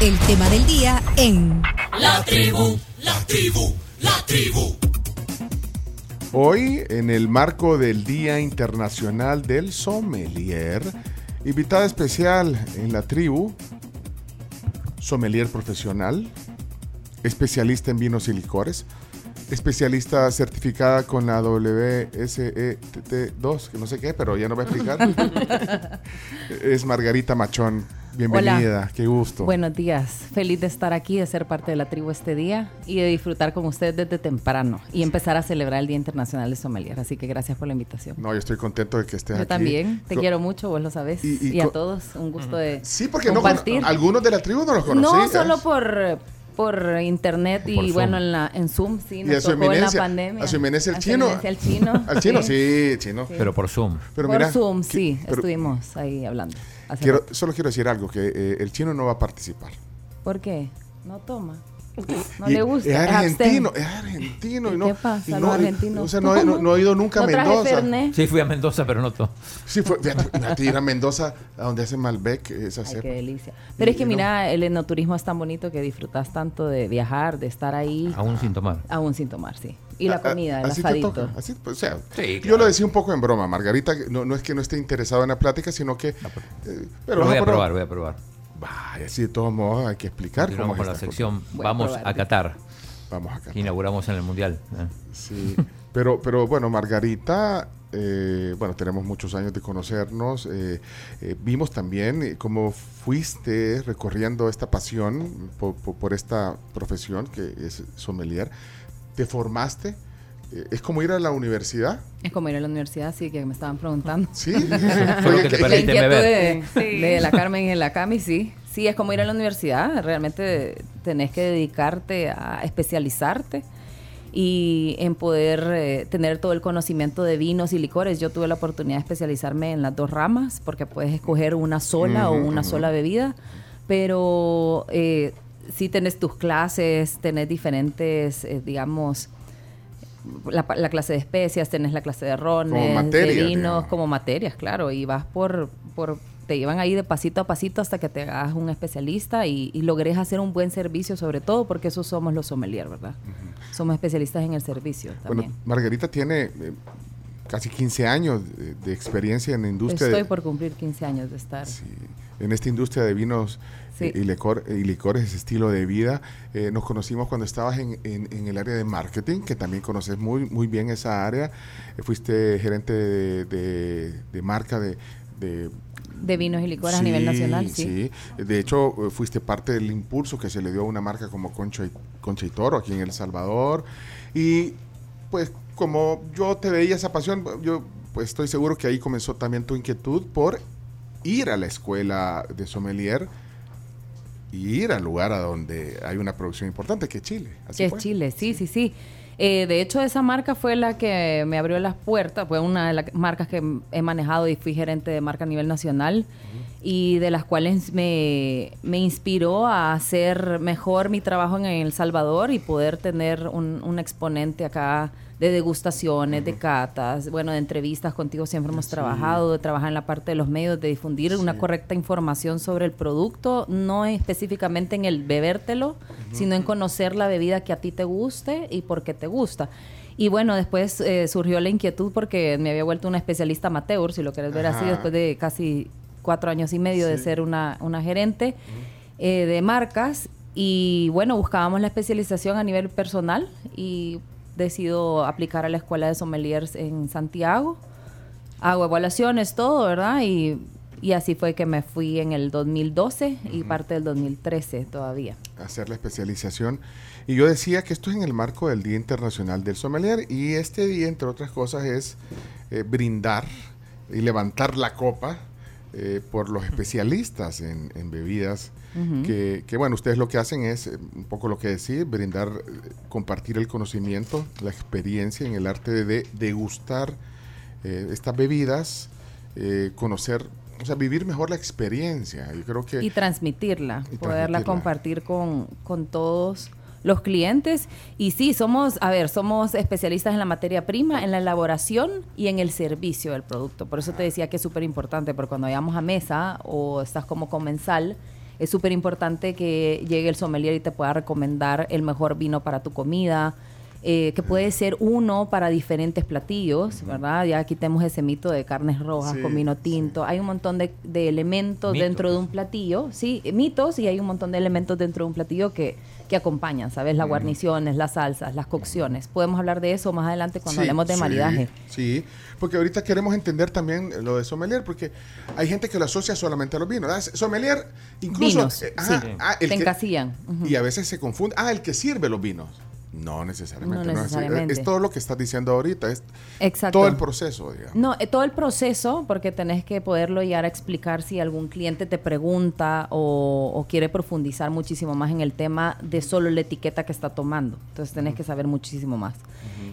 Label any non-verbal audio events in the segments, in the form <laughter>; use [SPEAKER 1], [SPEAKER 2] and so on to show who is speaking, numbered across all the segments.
[SPEAKER 1] El tema del día en
[SPEAKER 2] La tribu, la tribu, la tribu.
[SPEAKER 3] Hoy, en el marco del Día Internacional del Sommelier, invitada especial en la tribu, sommelier profesional, especialista en vinos y licores, especialista certificada con la E WSET2, que no sé qué, pero ya no va a explicar.
[SPEAKER 4] <laughs>
[SPEAKER 3] es Margarita Machón. Bienvenida,
[SPEAKER 4] Hola.
[SPEAKER 3] qué gusto.
[SPEAKER 4] Buenos días, feliz de estar aquí, de ser parte de la tribu este día y de disfrutar con ustedes desde temprano y empezar a celebrar el Día Internacional de Sommelier. Así que gracias por la invitación.
[SPEAKER 3] No, yo estoy contento de que estés
[SPEAKER 4] Yo
[SPEAKER 3] aquí.
[SPEAKER 4] también, te
[SPEAKER 3] Co-
[SPEAKER 4] quiero mucho, vos lo sabés.
[SPEAKER 3] Y-
[SPEAKER 4] Y,
[SPEAKER 3] y
[SPEAKER 4] a
[SPEAKER 3] co-
[SPEAKER 4] todos, un gusto de
[SPEAKER 3] Sí, porque no,
[SPEAKER 4] compartir.
[SPEAKER 3] cono- algunos de la tribu no los ¿eh? conocías.
[SPEAKER 4] no solo por por internet y
[SPEAKER 3] Por Zoom.
[SPEAKER 4] bueno en la en Zoom
[SPEAKER 3] Y
[SPEAKER 4] sí
[SPEAKER 3] a
[SPEAKER 4] nos
[SPEAKER 3] su
[SPEAKER 4] tocó en la
[SPEAKER 3] eminencia,
[SPEAKER 4] pandemia
[SPEAKER 3] a su eminencia el
[SPEAKER 4] A su
[SPEAKER 3] chino.
[SPEAKER 4] eminencia el chino
[SPEAKER 3] <laughs> Al chino, sí, chino.
[SPEAKER 5] Pero por Zoom.
[SPEAKER 3] Pero
[SPEAKER 4] por
[SPEAKER 3] mira,
[SPEAKER 4] Zoom
[SPEAKER 3] que-
[SPEAKER 4] sí
[SPEAKER 3] pero
[SPEAKER 4] estuvimos ahí hablando hace
[SPEAKER 3] quiero-
[SPEAKER 4] rato.
[SPEAKER 3] solo quiero decir algo, que eh, el chino no va a participar.
[SPEAKER 4] ¿por qué no toma no
[SPEAKER 3] Y
[SPEAKER 4] le gusta
[SPEAKER 3] Es
[SPEAKER 4] abstemio.
[SPEAKER 3] argentino, es argentino. Y
[SPEAKER 4] ¿Y
[SPEAKER 3] no,
[SPEAKER 4] qué pasa?
[SPEAKER 3] y
[SPEAKER 4] Los
[SPEAKER 3] no- y-
[SPEAKER 4] argentinos.
[SPEAKER 3] O sea, no, he- no- no he ido nunca a
[SPEAKER 4] No traje
[SPEAKER 3] Mendoza.
[SPEAKER 4] Fernet.
[SPEAKER 5] Sí, fui a Mendoza, pero no todo.
[SPEAKER 3] Sí, fue, fíjate, fíjate, ir a Mendoza, a donde hace Malbec, esa
[SPEAKER 4] Ay,
[SPEAKER 3] cepa.
[SPEAKER 4] qué delicia. Pero es
[SPEAKER 3] Y
[SPEAKER 4] que
[SPEAKER 3] pues. no-
[SPEAKER 4] mira, el enoturismo es tan bonito que disfrutas tanto de viajar, de estar ahí,
[SPEAKER 5] Aún sin tomar.
[SPEAKER 4] aún sin tomar, sí. Y
[SPEAKER 3] A-
[SPEAKER 4] la
[SPEAKER 3] a-
[SPEAKER 4] comida, el
[SPEAKER 3] Ah, así te
[SPEAKER 4] asadito.
[SPEAKER 3] toca, así, pues, o sea,
[SPEAKER 5] Sí,
[SPEAKER 3] Yo lo
[SPEAKER 5] claro.
[SPEAKER 3] decía un poco en broma, Margarita, que no, no es que no esté interesado en la plática, sino que... eh, pero
[SPEAKER 5] Lo
[SPEAKER 3] vas
[SPEAKER 5] voy a
[SPEAKER 3] probar.
[SPEAKER 5] probar, voy a probar.
[SPEAKER 3] Vaya, sí, de todos modos hay que explicar cómo
[SPEAKER 5] Continuamos
[SPEAKER 3] es
[SPEAKER 5] con la
[SPEAKER 3] esta cosa.
[SPEAKER 5] sección.
[SPEAKER 4] Voy a
[SPEAKER 5] Vamos
[SPEAKER 4] probar.
[SPEAKER 5] a Qatar,
[SPEAKER 3] Vamos acá.
[SPEAKER 5] que inauguramos en el Mundial.
[SPEAKER 3] <laughs>
[SPEAKER 5] ¿eh?
[SPEAKER 3] Sí, pero, pero bueno, Margarita, eh, bueno, tenemos muchos años de conocernos. eh, eh, vimos también eh, cómo fuiste recorriendo esta pasión po- po- por, esta profesión que es sommelier. Te formaste. eh, es como ir a la universidad.
[SPEAKER 4] Es como ir a la universidad, sí, que me
[SPEAKER 3] <laughs>
[SPEAKER 4] estaban preguntando.
[SPEAKER 3] Sí.
[SPEAKER 5] Solo que te
[SPEAKER 4] <laughs> La
[SPEAKER 5] Permíteme
[SPEAKER 4] inquietud
[SPEAKER 5] ver.
[SPEAKER 4] De, de la Carmen y de la Cami, sí. Sí, es como ir a la universidad. Realmente tenés que dedicarte a especializarte y en poder eh, tener todo el conocimiento de vinos y licores. Yo tuve la oportunidad de especializarme en las dos ramas porque puedes escoger una sola o una sola bebida, pero eh, sí tenés tus clases, tenés diferentes, eh, digamos, la, pa- la clase de especias, tenés la clase de rones,
[SPEAKER 3] materia,
[SPEAKER 4] de
[SPEAKER 3] digamos.
[SPEAKER 4] vinos, como materias, claro, y vas por, por, te llevan ahí de pasito a pasito hasta que te hagas un especialista y, y logres hacer un buen servicio, sobre todo porque eso somos los sommelier, ¿verdad? Somos especialistas en el servicio también.
[SPEAKER 3] Bueno, Margarita tiene eh, casi 15 años de, de experiencia en la industria. de-
[SPEAKER 4] Estoy por cumplir 15 años de estar.
[SPEAKER 3] Sí, En esta industria de vinos
[SPEAKER 4] Sí.
[SPEAKER 3] eh, y, licor- y licores, ese estilo de vida, eh, nos conocimos cuando estabas en, en- en el área de marketing, que también conoces muy, muy bien esa área. Eh, fuiste gerente de, de- de marca de... de-
[SPEAKER 4] De vinos y licores a nivel nacional, sí.
[SPEAKER 3] sí. De hecho, eh, fuiste parte del impulso que se le dio a una marca como Concha y, Concha y Toro aquí en El Salvador. Y pues como yo te veía esa pasión, yo pues estoy seguro que ahí comenzó también tu inquietud por ir a la escuela de sommelier y ir al lugar a donde hay una producción importante, que es Chile. Así
[SPEAKER 4] que es
[SPEAKER 3] fue.
[SPEAKER 4] Chile, sí, sí, sí. Eh, de hecho, esa marca fue la que me abrió las puertas, fue una de las marcas que m- he manejado y fui gerente de marca a nivel nacional y de las cuales me, me inspiró a hacer mejor mi trabajo en El Salvador y poder tener un, un exponente acá de degustaciones, de catas, bueno, de entrevistas contigo siempre hemos trabajado, de trabajar en la parte de los medios, de difundir una correcta información sobre el producto, no específicamente en el bebértelo, sino en conocer la bebida que a ti te guste y por qué te gusta. Y bueno, después eh, surgió la inquietud porque me había vuelto una especialista amateur, si lo querés ver así,
[SPEAKER 3] Ajá.
[SPEAKER 4] después de casi cuatro años y medio de ser una, una gerente eh, de marcas. Y bueno, buscábamos la especialización a nivel personal y decido aplicar a la Escuela de Sommeliers en Santiago. Hago evaluaciones, todo, ¿verdad? Y, y así fue que me fui en el 2012 y parte del 2013 todavía.
[SPEAKER 3] hacer la especialización. Y yo decía que esto es en el marco del Día Internacional del Sommelier y este día, entre otras cosas, es eh, brindar y levantar la copa eh, por los especialistas en, en bebidas. que, que, bueno, ustedes lo que hacen es eh, un poco lo que decía, brindar, eh, compartir el conocimiento, la experiencia en el arte de degustar eh, estas bebidas, eh, conocer, o sea, vivir mejor la experiencia. Yo creo que...
[SPEAKER 4] y transmitirla,
[SPEAKER 3] Y
[SPEAKER 4] poderla
[SPEAKER 3] transmitirla.
[SPEAKER 4] compartir con, con todos los clientes. Y sí, somos, a ver, somos especialistas en la materia prima, en la elaboración y en el servicio del producto. Por eso te decía que es súper importante, porque cuando vayamos a mesa o estás como comensal, es súper importante que llegue el sommelier y te pueda recomendar el mejor vino para tu comida. eh, que puede ser uno para diferentes platillos, ¿verdad? Ya quitemos ese mito de carnes rojas
[SPEAKER 3] Sí,
[SPEAKER 4] con vino
[SPEAKER 3] sí.
[SPEAKER 4] tinto. Hay un montón de, de elementos
[SPEAKER 5] Mitos.
[SPEAKER 4] dentro de un platillo, sí, mitos y hay un montón de elementos dentro de un platillo que, que acompañan, ¿sabes? Las guarniciones, las salsas, las cocciones. Podemos hablar de eso más adelante
[SPEAKER 3] Sí,
[SPEAKER 4] cuando hablemos de
[SPEAKER 3] sí,
[SPEAKER 4] maridaje.
[SPEAKER 3] Sí, porque ahorita queremos entender también lo de sommelier, porque hay gente que lo asocia solamente a los vinos. ¿verdad? Sommelier, incluso.
[SPEAKER 4] Vinos,
[SPEAKER 3] eh,
[SPEAKER 4] sí.
[SPEAKER 3] ah, el
[SPEAKER 4] Te
[SPEAKER 3] que-
[SPEAKER 4] encasillan. Ujú.
[SPEAKER 3] Y a veces se confunde. Ah, el que sirve los vinos. No necesariamente.
[SPEAKER 4] No
[SPEAKER 3] no es-
[SPEAKER 4] necesariamente.
[SPEAKER 3] Es, todo lo que estás diciendo ahorita. Es
[SPEAKER 4] Exacto.
[SPEAKER 3] todo el proceso, digamos.
[SPEAKER 4] No, eh, todo el proceso, porque tenés que poderlo llegar a explicar si algún cliente te pregunta o, o quiere profundizar muchísimo más en el tema de solo la etiqueta que está tomando. Entonces tenés que saber muchísimo más.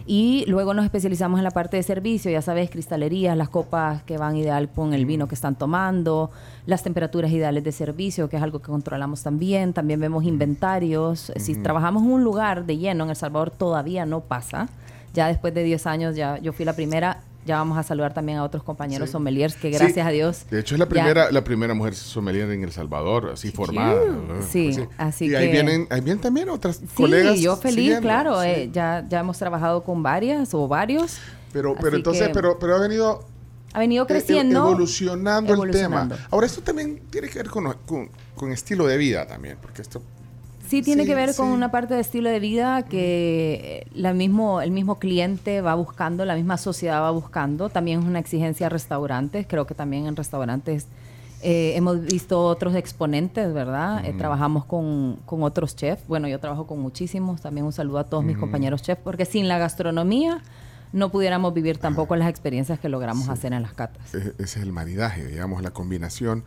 [SPEAKER 4] Y luego nos especializamos en la parte de servicio, ya sabes, cristalerías, las copas que van ideal con el vino que están tomando, las temperaturas ideales de servicio, que es algo que controlamos también. También vemos inventarios. Si trabajamos en un lugar de lleno, en El Salvador todavía no pasa. Ya después de 10 años, ya yo fui la primera ya vamos a saludar también a otros compañeros
[SPEAKER 3] Sí.
[SPEAKER 4] sommeliers que
[SPEAKER 3] Sí.
[SPEAKER 4] gracias a Dios.
[SPEAKER 3] De hecho, es la
[SPEAKER 4] ya-
[SPEAKER 3] primera, la primera mujer sommelier en El Salvador, así formada. ¿verdad?
[SPEAKER 4] Sí, así
[SPEAKER 3] y ahí
[SPEAKER 4] que-
[SPEAKER 3] vienen, ahí vienen también otras
[SPEAKER 4] Sí,
[SPEAKER 3] colegas.
[SPEAKER 4] yo feliz,
[SPEAKER 3] siguiendo,
[SPEAKER 4] claro.
[SPEAKER 3] sí.
[SPEAKER 4] eh, ya, ya hemos trabajado con varias o varios.
[SPEAKER 3] Pero,
[SPEAKER 4] Así
[SPEAKER 3] pero entonces,
[SPEAKER 4] que
[SPEAKER 3] pero, pero ha venido
[SPEAKER 4] ha
[SPEAKER 3] e-
[SPEAKER 4] venido
[SPEAKER 3] e-
[SPEAKER 4] creciendo.
[SPEAKER 3] evolucionando,
[SPEAKER 4] evolucionando.
[SPEAKER 3] el tema. Ahora, esto también tiene que ver con, con- con estilo de vida también, porque esto...
[SPEAKER 4] Sí, tiene
[SPEAKER 3] Sí,
[SPEAKER 4] que ver con
[SPEAKER 3] sí.
[SPEAKER 4] una parte de estilo de vida que eh, la mismo, el mismo cliente va buscando, la misma sociedad va buscando. También es una exigencia a restaurantes. Creo que también en restaurantes eh, hemos visto otros exponentes, ¿verdad? Eh, trabajamos con, con otros chefs. Bueno, yo trabajo con muchísimos. También un saludo a todos mis compañeros chefs, porque sin la gastronomía no pudiéramos vivir tampoco las experiencias que logramos hacer en las catas.
[SPEAKER 3] e- Ese es el maridaje, digamos, la combinación.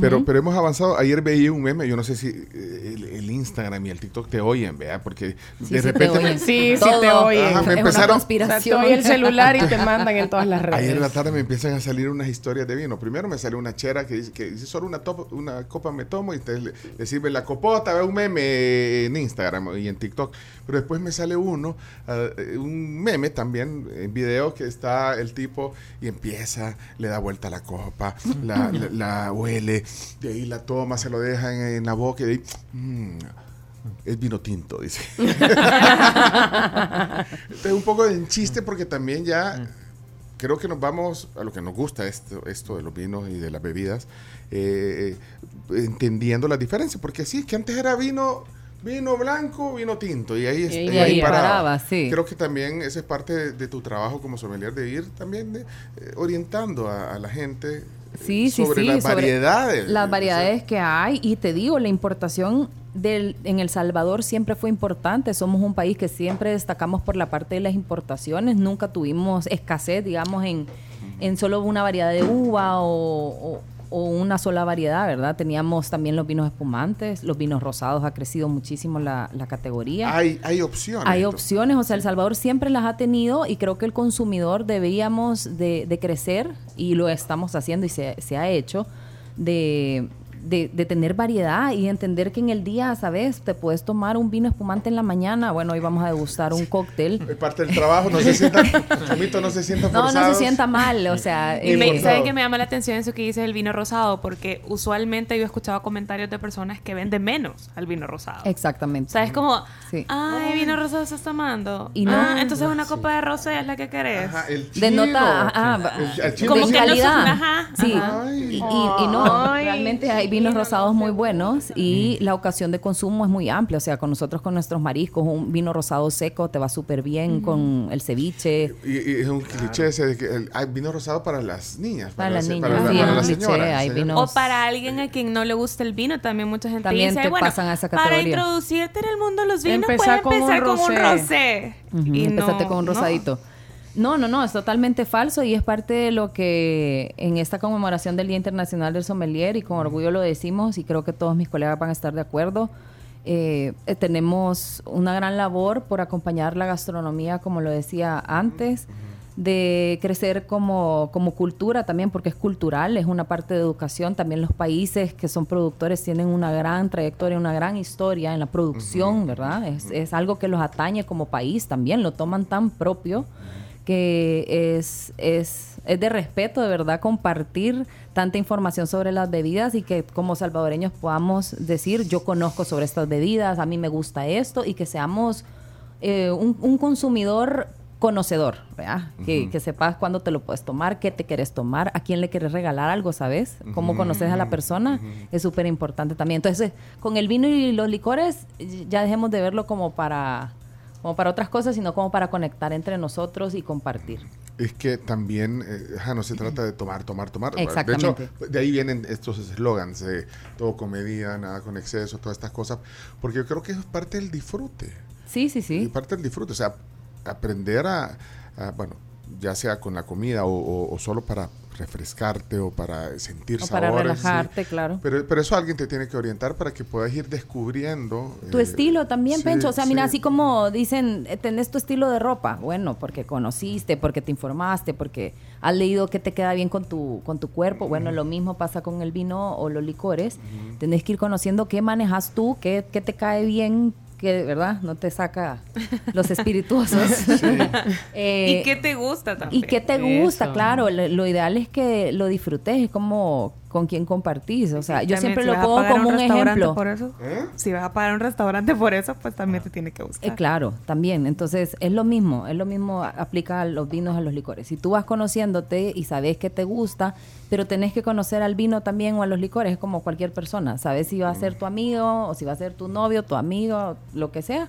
[SPEAKER 3] pero, pero hemos avanzado. Ayer veía un meme, yo no sé si eh, el, el Instagram y el TikTok te oyen, vea, porque
[SPEAKER 4] Sí,
[SPEAKER 3] de
[SPEAKER 4] sí te
[SPEAKER 3] repente...
[SPEAKER 4] oyen.
[SPEAKER 3] me-
[SPEAKER 6] Sí, sí
[SPEAKER 4] Todo.
[SPEAKER 6] te oyen.
[SPEAKER 3] Ajá, me
[SPEAKER 6] O sea,
[SPEAKER 4] Es una
[SPEAKER 3] empezaron-
[SPEAKER 6] te
[SPEAKER 4] conspiración.
[SPEAKER 6] oyen el celular y te mandan en todas las redes.
[SPEAKER 3] Ayer en la tarde me empiezan a salir unas historias de vino. Primero me salió una chera que dice, que dice solo una, top- una copa me tomo y te, le, le sirve la copota, ve un meme en Instagram y en TikTok. Pero después me sale uno, ah, eh, un meme también en video que está el tipo y empieza, le da vuelta a la copa, la,
[SPEAKER 6] <laughs>
[SPEAKER 3] la- la huele, de ahí la toma, se lo deja en, en la boca y de ahí... "Mm, es vino tinto, dice. Entonces, un poco de chiste porque también ya creo que nos vamos a lo que nos gusta esto, esto de los vinos y de las bebidas, eh, eh, entendiendo las diferencias, porque sí, que antes era vino vino blanco, vino tinto, y ahí, es-
[SPEAKER 6] ahí-
[SPEAKER 3] y
[SPEAKER 6] ahí
[SPEAKER 4] paraba, sí.
[SPEAKER 3] Creo que también esa es parte de, de tu trabajo como sommelier, de ir también de, eh, orientando a, a la gente
[SPEAKER 4] Sí,
[SPEAKER 3] eh,
[SPEAKER 4] sí,
[SPEAKER 3] sobre
[SPEAKER 4] sí,
[SPEAKER 3] las
[SPEAKER 4] sobre
[SPEAKER 3] variedades.
[SPEAKER 4] Las variedades que hay, y te digo, la importación del, en El Salvador siempre fue importante. Somos un país que siempre destacamos por la parte de las importaciones. Nunca tuvimos escasez, digamos, en, en solo una variedad de uva o, o- o una sola variedad, ¿verdad? Teníamos también los vinos espumantes, los vinos rosados, ha crecido muchísimo la, la categoría.
[SPEAKER 3] hay, hay opciones.
[SPEAKER 4] Hay
[SPEAKER 3] entonces.
[SPEAKER 4] opciones, o sea, El Salvador siempre las ha tenido y creo que el consumidor deberíamos de, de crecer y lo estamos haciendo y se, se ha hecho de, de- de tener variedad y entender que en el día, ¿sabes? Te puedes tomar un vino espumante en la mañana, bueno, hoy vamos a degustar un
[SPEAKER 7] <laughs>
[SPEAKER 4] cóctel.
[SPEAKER 3] Es parte del trabajo, no se
[SPEAKER 4] <laughs>
[SPEAKER 3] sienta, Chomito, no se sienta
[SPEAKER 4] No, no se
[SPEAKER 3] forzados.
[SPEAKER 4] sienta mal, o sea,
[SPEAKER 3] Ni
[SPEAKER 7] Y
[SPEAKER 4] eh,
[SPEAKER 7] me,
[SPEAKER 3] forzado.
[SPEAKER 7] ¿Saben que me llama la atención eso que dices el vino rosado? Porque usualmente yo he escuchado comentarios de personas que venden menos al vino rosado. O
[SPEAKER 4] exactamente.
[SPEAKER 7] sea, es como,
[SPEAKER 4] Sí.
[SPEAKER 7] ay, vino rosado estás tomando.
[SPEAKER 4] Y no.
[SPEAKER 7] Ah, entonces una copa de rosé es la que querés.
[SPEAKER 3] Ajá, el chino.
[SPEAKER 4] Denota ah,
[SPEAKER 3] El- el chino
[SPEAKER 7] Como
[SPEAKER 4] de
[SPEAKER 7] que no
[SPEAKER 4] calidad.
[SPEAKER 7] son- ajá,
[SPEAKER 4] sí.
[SPEAKER 3] ajá. Ay.
[SPEAKER 4] Y, y- y no, realmente hay vinos rosados muy buenos y la ocasión de consumo es muy amplia. O sea, con nosotros, con nuestros mariscos, un vino rosado seco te va súper bien con el ceviche.
[SPEAKER 3] Y, y es un cliché ese de que el- hay vino rosado para las niñas.
[SPEAKER 4] Para las niñas,
[SPEAKER 3] Para, la-
[SPEAKER 7] sí,
[SPEAKER 3] para
[SPEAKER 7] es
[SPEAKER 3] las
[SPEAKER 7] un
[SPEAKER 4] cliché,
[SPEAKER 3] señoras,
[SPEAKER 4] hay
[SPEAKER 3] señoras.
[SPEAKER 4] vino-
[SPEAKER 7] O para alguien a quien no le gusta el vino, también mucha gente
[SPEAKER 4] También
[SPEAKER 7] dice,
[SPEAKER 4] te
[SPEAKER 7] bueno,
[SPEAKER 4] pasan a esa
[SPEAKER 7] para
[SPEAKER 4] categoría".
[SPEAKER 7] introducirte en el mundo de los vinos,
[SPEAKER 6] Empezá
[SPEAKER 7] puedes empezar con un rosé.
[SPEAKER 4] Ujú,
[SPEAKER 7] Y
[SPEAKER 4] empezaste
[SPEAKER 7] no,
[SPEAKER 4] con un
[SPEAKER 7] no.
[SPEAKER 4] rosadito. No, no, no, es totalmente falso y es parte de lo que en esta conmemoración del Día Internacional del Sommelier y con orgullo lo decimos y creo que todos mis colegas van a estar de acuerdo. eh, eh, tenemos una gran labor por acompañar la gastronomía, como lo decía antes, de crecer como, como cultura también, porque es cultural, es una parte de educación. También los países que son productores tienen una gran trayectoria, una gran historia en la producción, ¿verdad? Es, es algo que los atañe como país también, lo toman tan propio que es, es, es de respeto, de verdad, compartir tanta información sobre las bebidas y que como salvadoreños podamos decir, yo conozco sobre estas bebidas, a mí me gusta esto y que seamos eh, un, un consumidor conocedor, ¿verdad? que, que sepas cuándo te lo puedes tomar, qué te quieres tomar, a quién le quieres regalar algo, ¿sabes? Cómo conoces a la persona es súper importante también. Entonces, con el vino y los licores y- ya dejemos de verlo como para como para otras cosas, sino como para conectar entre nosotros y compartir.
[SPEAKER 3] Es que también eh, ajá, no se trata de tomar, tomar, tomar. De hecho,
[SPEAKER 4] Exactamente.
[SPEAKER 3] de ahí vienen estos eslogans de todo con medida, nada con exceso, todas estas cosas. Porque yo creo que eso es parte del disfrute.
[SPEAKER 4] Sí, sí,
[SPEAKER 3] Es
[SPEAKER 4] sí.
[SPEAKER 3] parte del disfrute. O sea, aprender a, a, bueno, ya sea con la comida o, o- o solo para refrescarte o para sentir
[SPEAKER 4] O para
[SPEAKER 3] sabores, sí.
[SPEAKER 4] relajarte, claro.
[SPEAKER 3] Pero, pero eso alguien te tiene que orientar para que puedas ir descubriendo.
[SPEAKER 4] Tu
[SPEAKER 3] eh,
[SPEAKER 4] estilo también,
[SPEAKER 3] sí,
[SPEAKER 4] Pencho. O sea, mira,
[SPEAKER 3] sí.
[SPEAKER 4] así como dicen, eh, tenés tu estilo de ropa. Bueno, porque conociste, porque te informaste, porque has leído qué te queda bien con tu, con tu cuerpo. Bueno, lo mismo pasa con el vino o los licores. Tenés que ir conociendo qué manejas tú, qué, qué te cae bien, que, ¿verdad? No te saca
[SPEAKER 3] <laughs>
[SPEAKER 4] los espirituosos. <laughs> Eh,
[SPEAKER 7] ¿Y qué te gusta también?
[SPEAKER 4] ¿Y qué te gusta?
[SPEAKER 6] Eso.
[SPEAKER 4] Claro, lo, lo ideal es que lo disfrutes, es como con quien compartís. O sea, yo
[SPEAKER 7] También,
[SPEAKER 4] siempre
[SPEAKER 7] si
[SPEAKER 4] lo
[SPEAKER 7] vas a
[SPEAKER 4] pongo
[SPEAKER 7] pagar
[SPEAKER 4] como un
[SPEAKER 7] restaurante
[SPEAKER 4] ejemplo.
[SPEAKER 7] Por eso, Si vas a pagar un restaurante por eso, pues también te tiene que
[SPEAKER 4] Eh,
[SPEAKER 7] gustar.
[SPEAKER 4] claro, también. Entonces, es lo mismo, es lo mismo a- aplica a los vinos, a los licores. Si tú vas conociéndote y sabes que te gusta, pero tenés que conocer al vino también o a los licores, es como cualquier persona. Sabes si va a
[SPEAKER 3] Mm.
[SPEAKER 4] ser tu amigo o si va a ser tu novio, tu amigo, lo que sea,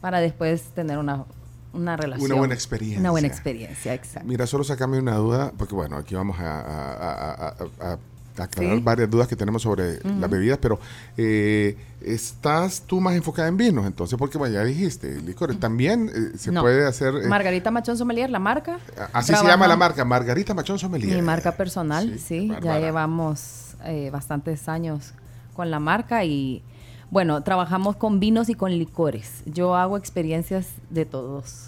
[SPEAKER 4] para después tener una, una relación.
[SPEAKER 3] buena experiencia.
[SPEAKER 4] Una buena experiencia, exacto.
[SPEAKER 3] Mira, solo sacame una duda, porque bueno, aquí vamos a, a- a- a- a- a aclarar
[SPEAKER 4] Sí.
[SPEAKER 3] varias dudas que tenemos sobre las bebidas, pero eh, ¿estás tú más enfocada en vinos entonces? Porque bueno, ya dijiste, licores. También eh, se
[SPEAKER 4] No.
[SPEAKER 3] puede hacer... eh,
[SPEAKER 4] Margarita Machón Sommelier, la marca.
[SPEAKER 3] así se llama
[SPEAKER 4] Trabaja-
[SPEAKER 3] la marca, Margarita Machón Sommelier.
[SPEAKER 4] Mi marca personal,
[SPEAKER 3] qué
[SPEAKER 4] sí. Ya
[SPEAKER 3] bárbara.
[SPEAKER 4] llevamos eh, bastantes años con la marca y, bueno, trabajamos con vinos y con licores. Yo hago experiencias de todos,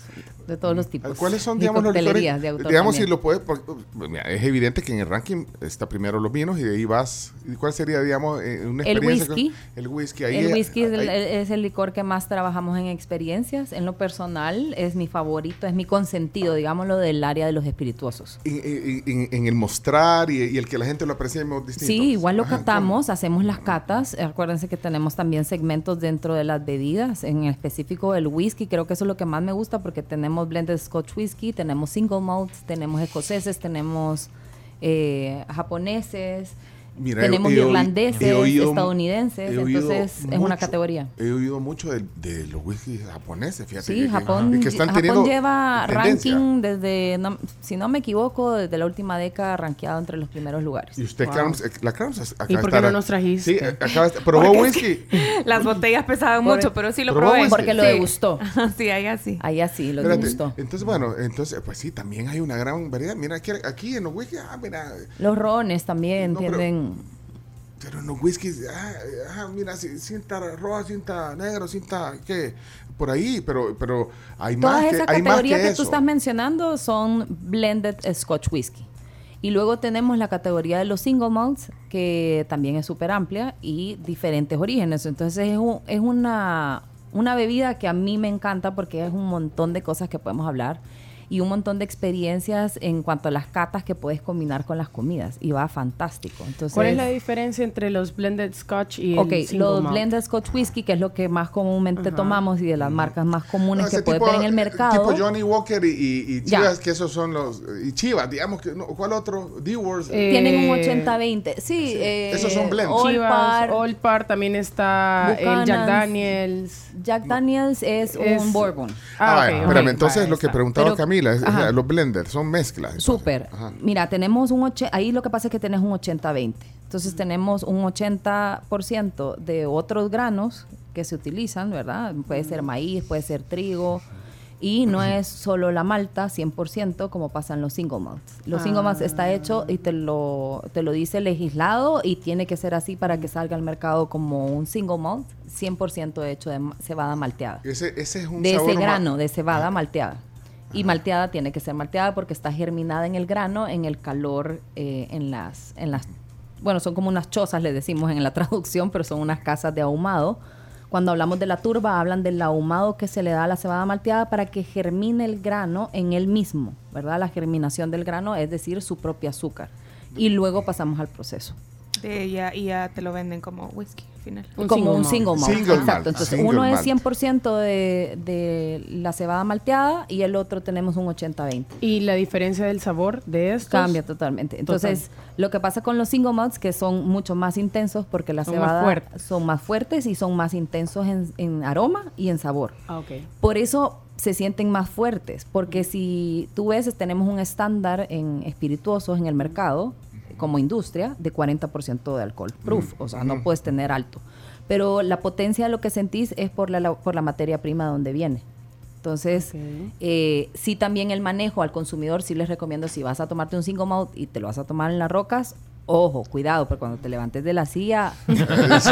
[SPEAKER 4] de todos los tipos.
[SPEAKER 3] ¿Cuáles son,
[SPEAKER 4] Y
[SPEAKER 3] digamos, los
[SPEAKER 4] coctelerías
[SPEAKER 3] licores?
[SPEAKER 4] de autor
[SPEAKER 3] digamos,
[SPEAKER 4] también.
[SPEAKER 3] si lo puedes... porque, pues, mira, es evidente que en el ranking está primero los vinos y de ahí vas... ¿y ¿Cuál sería, digamos, eh, una
[SPEAKER 4] El
[SPEAKER 3] experiencia? con-
[SPEAKER 4] whisky.
[SPEAKER 3] el whisky. Ahí,
[SPEAKER 4] el whisky es el,
[SPEAKER 3] ahí-
[SPEAKER 4] es el licor que más trabajamos en experiencias. En lo personal es mi favorito, es mi consentido, digámoslo, del área de los espirituosos.
[SPEAKER 3] en, en- en- en el mostrar y, y el que la gente lo aprecie distinto.
[SPEAKER 4] Sí, igual lo
[SPEAKER 3] Ajá,
[SPEAKER 4] catamos, hacemos las catas. Eh, Acuérdense que tenemos también segmentos dentro de las bebidas, en específico el whisky. Creo que eso es lo que más me gusta porque tenemos blended Scotch whisky, tenemos single malts, tenemos escoceses, tenemos eh, japoneses,
[SPEAKER 3] ¿cómo? Mira, he-
[SPEAKER 4] tenemos
[SPEAKER 3] he oí-
[SPEAKER 4] irlandeses,
[SPEAKER 3] he oído-
[SPEAKER 4] estadounidenses.
[SPEAKER 3] he oído
[SPEAKER 4] Entonces es
[SPEAKER 3] mucho-
[SPEAKER 4] una categoría.
[SPEAKER 3] He oído mucho de, de los whisky japoneses, fíjate.
[SPEAKER 4] Sí,
[SPEAKER 3] que-
[SPEAKER 4] Japón,
[SPEAKER 3] que- que están
[SPEAKER 4] Japón
[SPEAKER 3] teniendo
[SPEAKER 4] lleva
[SPEAKER 3] tendencia.
[SPEAKER 4] ranking desde, no- si no me equivoco, desde la última década rankeado entre los primeros lugares.
[SPEAKER 3] Y usted, Carms, eh, la Carms ac- acaba
[SPEAKER 6] ¿Y
[SPEAKER 3] de
[SPEAKER 6] por qué
[SPEAKER 3] estar-
[SPEAKER 6] no nos trajiste?
[SPEAKER 3] Sí, eh, acaba de
[SPEAKER 4] <laughs>
[SPEAKER 3] estar- probó
[SPEAKER 7] Porque es
[SPEAKER 3] whisky.
[SPEAKER 7] <laughs> Las botellas pesaban
[SPEAKER 4] Por-
[SPEAKER 7] mucho, pero sí lo
[SPEAKER 3] Probó
[SPEAKER 7] probé.
[SPEAKER 3] whisky.
[SPEAKER 7] <laughs>
[SPEAKER 4] Porque lo
[SPEAKER 7] Sí.
[SPEAKER 4] degustó.
[SPEAKER 7] sí, ahí así.
[SPEAKER 4] Ahí así, lo
[SPEAKER 3] Espérate,
[SPEAKER 4] degustó.
[SPEAKER 3] Entonces, bueno, entonces, pues sí, también hay una gran variedad. Mira, aquí, aquí en los whisky, ah, mira,
[SPEAKER 4] Los rones también
[SPEAKER 3] No, pero-
[SPEAKER 4] tienden.
[SPEAKER 3] Pero en los whiskies, ah, ah, mira, ci- cinta roja, cinta negro, cinta, ¿qué? Por ahí, pero, pero hay
[SPEAKER 4] Todas
[SPEAKER 3] más
[SPEAKER 4] esas
[SPEAKER 3] que, hay más
[SPEAKER 4] categorías que,
[SPEAKER 3] eso.
[SPEAKER 4] tú estás mencionando son blended Scotch whisky. Y luego tenemos la categoría de los single malts, que también es súper amplia y diferentes orígenes. Entonces es, un- es una, una bebida que a mí me encanta porque es un montón de cosas que podemos hablar y un montón de experiencias en cuanto a las catas que puedes combinar con las comidas. Y va fantástico. Entonces,
[SPEAKER 6] ¿Cuál es la diferencia entre los blended scotch y el
[SPEAKER 4] Ok,
[SPEAKER 6] single
[SPEAKER 4] los
[SPEAKER 6] malt?
[SPEAKER 4] blended scotch whisky, que es lo que más comúnmente tomamos y de las marcas más comunes
[SPEAKER 3] Ese
[SPEAKER 4] que puede
[SPEAKER 3] tipo- eh,
[SPEAKER 4] tener en el mercado.
[SPEAKER 3] Tipo Johnny Walker y, y- y
[SPEAKER 4] Ya.
[SPEAKER 3] Chivas, que esos son los. Y Chivas, digamos que. no, ¿Cuál otro? D-Wars.
[SPEAKER 6] Eh,
[SPEAKER 4] Tienen un 80-20. Sí, eh,
[SPEAKER 3] Esos son blends.
[SPEAKER 4] Old
[SPEAKER 6] Chivas,
[SPEAKER 4] Parr,
[SPEAKER 6] Old Par, también está el Jack
[SPEAKER 4] Buchanan's.
[SPEAKER 6] Daniels.
[SPEAKER 4] Jack Daniels es,
[SPEAKER 6] Es-
[SPEAKER 4] un bourbon.
[SPEAKER 3] ah,
[SPEAKER 6] ok,
[SPEAKER 3] bueno,
[SPEAKER 6] ok,
[SPEAKER 3] espérame, entonces
[SPEAKER 6] vale,
[SPEAKER 3] lo que
[SPEAKER 6] está.
[SPEAKER 3] preguntaba
[SPEAKER 4] Pero-
[SPEAKER 3] Camila, es- es
[SPEAKER 4] ajá.
[SPEAKER 3] la- los blenders son mezclas. entonces.
[SPEAKER 4] Súper.
[SPEAKER 3] Ajá.
[SPEAKER 4] Mira, tenemos un... oche- ahí lo que pasa es que tenés un 80-20. Entonces tenemos un 80% de otros granos que se utilizan, ¿verdad? Puede ser maíz, puede ser trigo. Y no es solo la malta, 100%, como pasan los single malts. Los single malts está hecho y te lo, te lo dice legislado y tiene que ser así para que salga al mercado como un single malt, 100% hecho de ma- cebada malteada
[SPEAKER 3] Ese, ese es un
[SPEAKER 4] de
[SPEAKER 3] sabor Ah.
[SPEAKER 4] ese
[SPEAKER 3] más-
[SPEAKER 4] grano, de cebada malteada. Y malteada tiene que ser malteada porque está germinada en el grano, en el calor, eh, en las, <laughs> en las, bueno, son como unas chozas, le decimos en la traducción, pero son unas casas de ahumado Cuando hablamos de la turba, hablan del ahumado que se le da a la cebada malteada para que germine el grano en él mismo, ¿verdad? La germinación del grano, es decir, su propio azúcar. Y luego pasamos al proceso.
[SPEAKER 7] De ella y ya te lo venden como whisky al final.
[SPEAKER 6] Un
[SPEAKER 4] como
[SPEAKER 6] single
[SPEAKER 4] un single
[SPEAKER 6] malt.
[SPEAKER 4] malt.
[SPEAKER 3] Single
[SPEAKER 4] Exacto.
[SPEAKER 3] malt,
[SPEAKER 4] Entonces,
[SPEAKER 3] single
[SPEAKER 4] uno
[SPEAKER 3] malt.
[SPEAKER 4] es 100% de, de la cebada malteada y el otro tenemos un 80-20.
[SPEAKER 6] Y la diferencia del sabor de estos.
[SPEAKER 4] Cambia totalmente. Entonces, lo que pasa con los single malts, que son mucho más intensos porque la
[SPEAKER 6] Son más
[SPEAKER 4] cebada
[SPEAKER 6] fuertes.
[SPEAKER 4] son más fuertes y son más intensos en, en aroma y en sabor.
[SPEAKER 3] <laughs>
[SPEAKER 6] Ah, ok.
[SPEAKER 4] Por eso se sienten más fuertes, porque si tú ves, tenemos un estándar en espirituosos en el mercado, como industria, de 40% de alcohol proof, o sea, no puedes tener alto. Pero la potencia de lo que sentís es por la, la- por la materia prima de donde viene. Entonces,
[SPEAKER 6] Ok.
[SPEAKER 4] eh, sí también el manejo al consumidor, sí les recomiendo si vas a tomarte un single malt y te lo vas a tomar en las rocas, ojo, cuidado, porque cuando te levantes de la
[SPEAKER 6] <laughs>
[SPEAKER 4] silla... <laughs>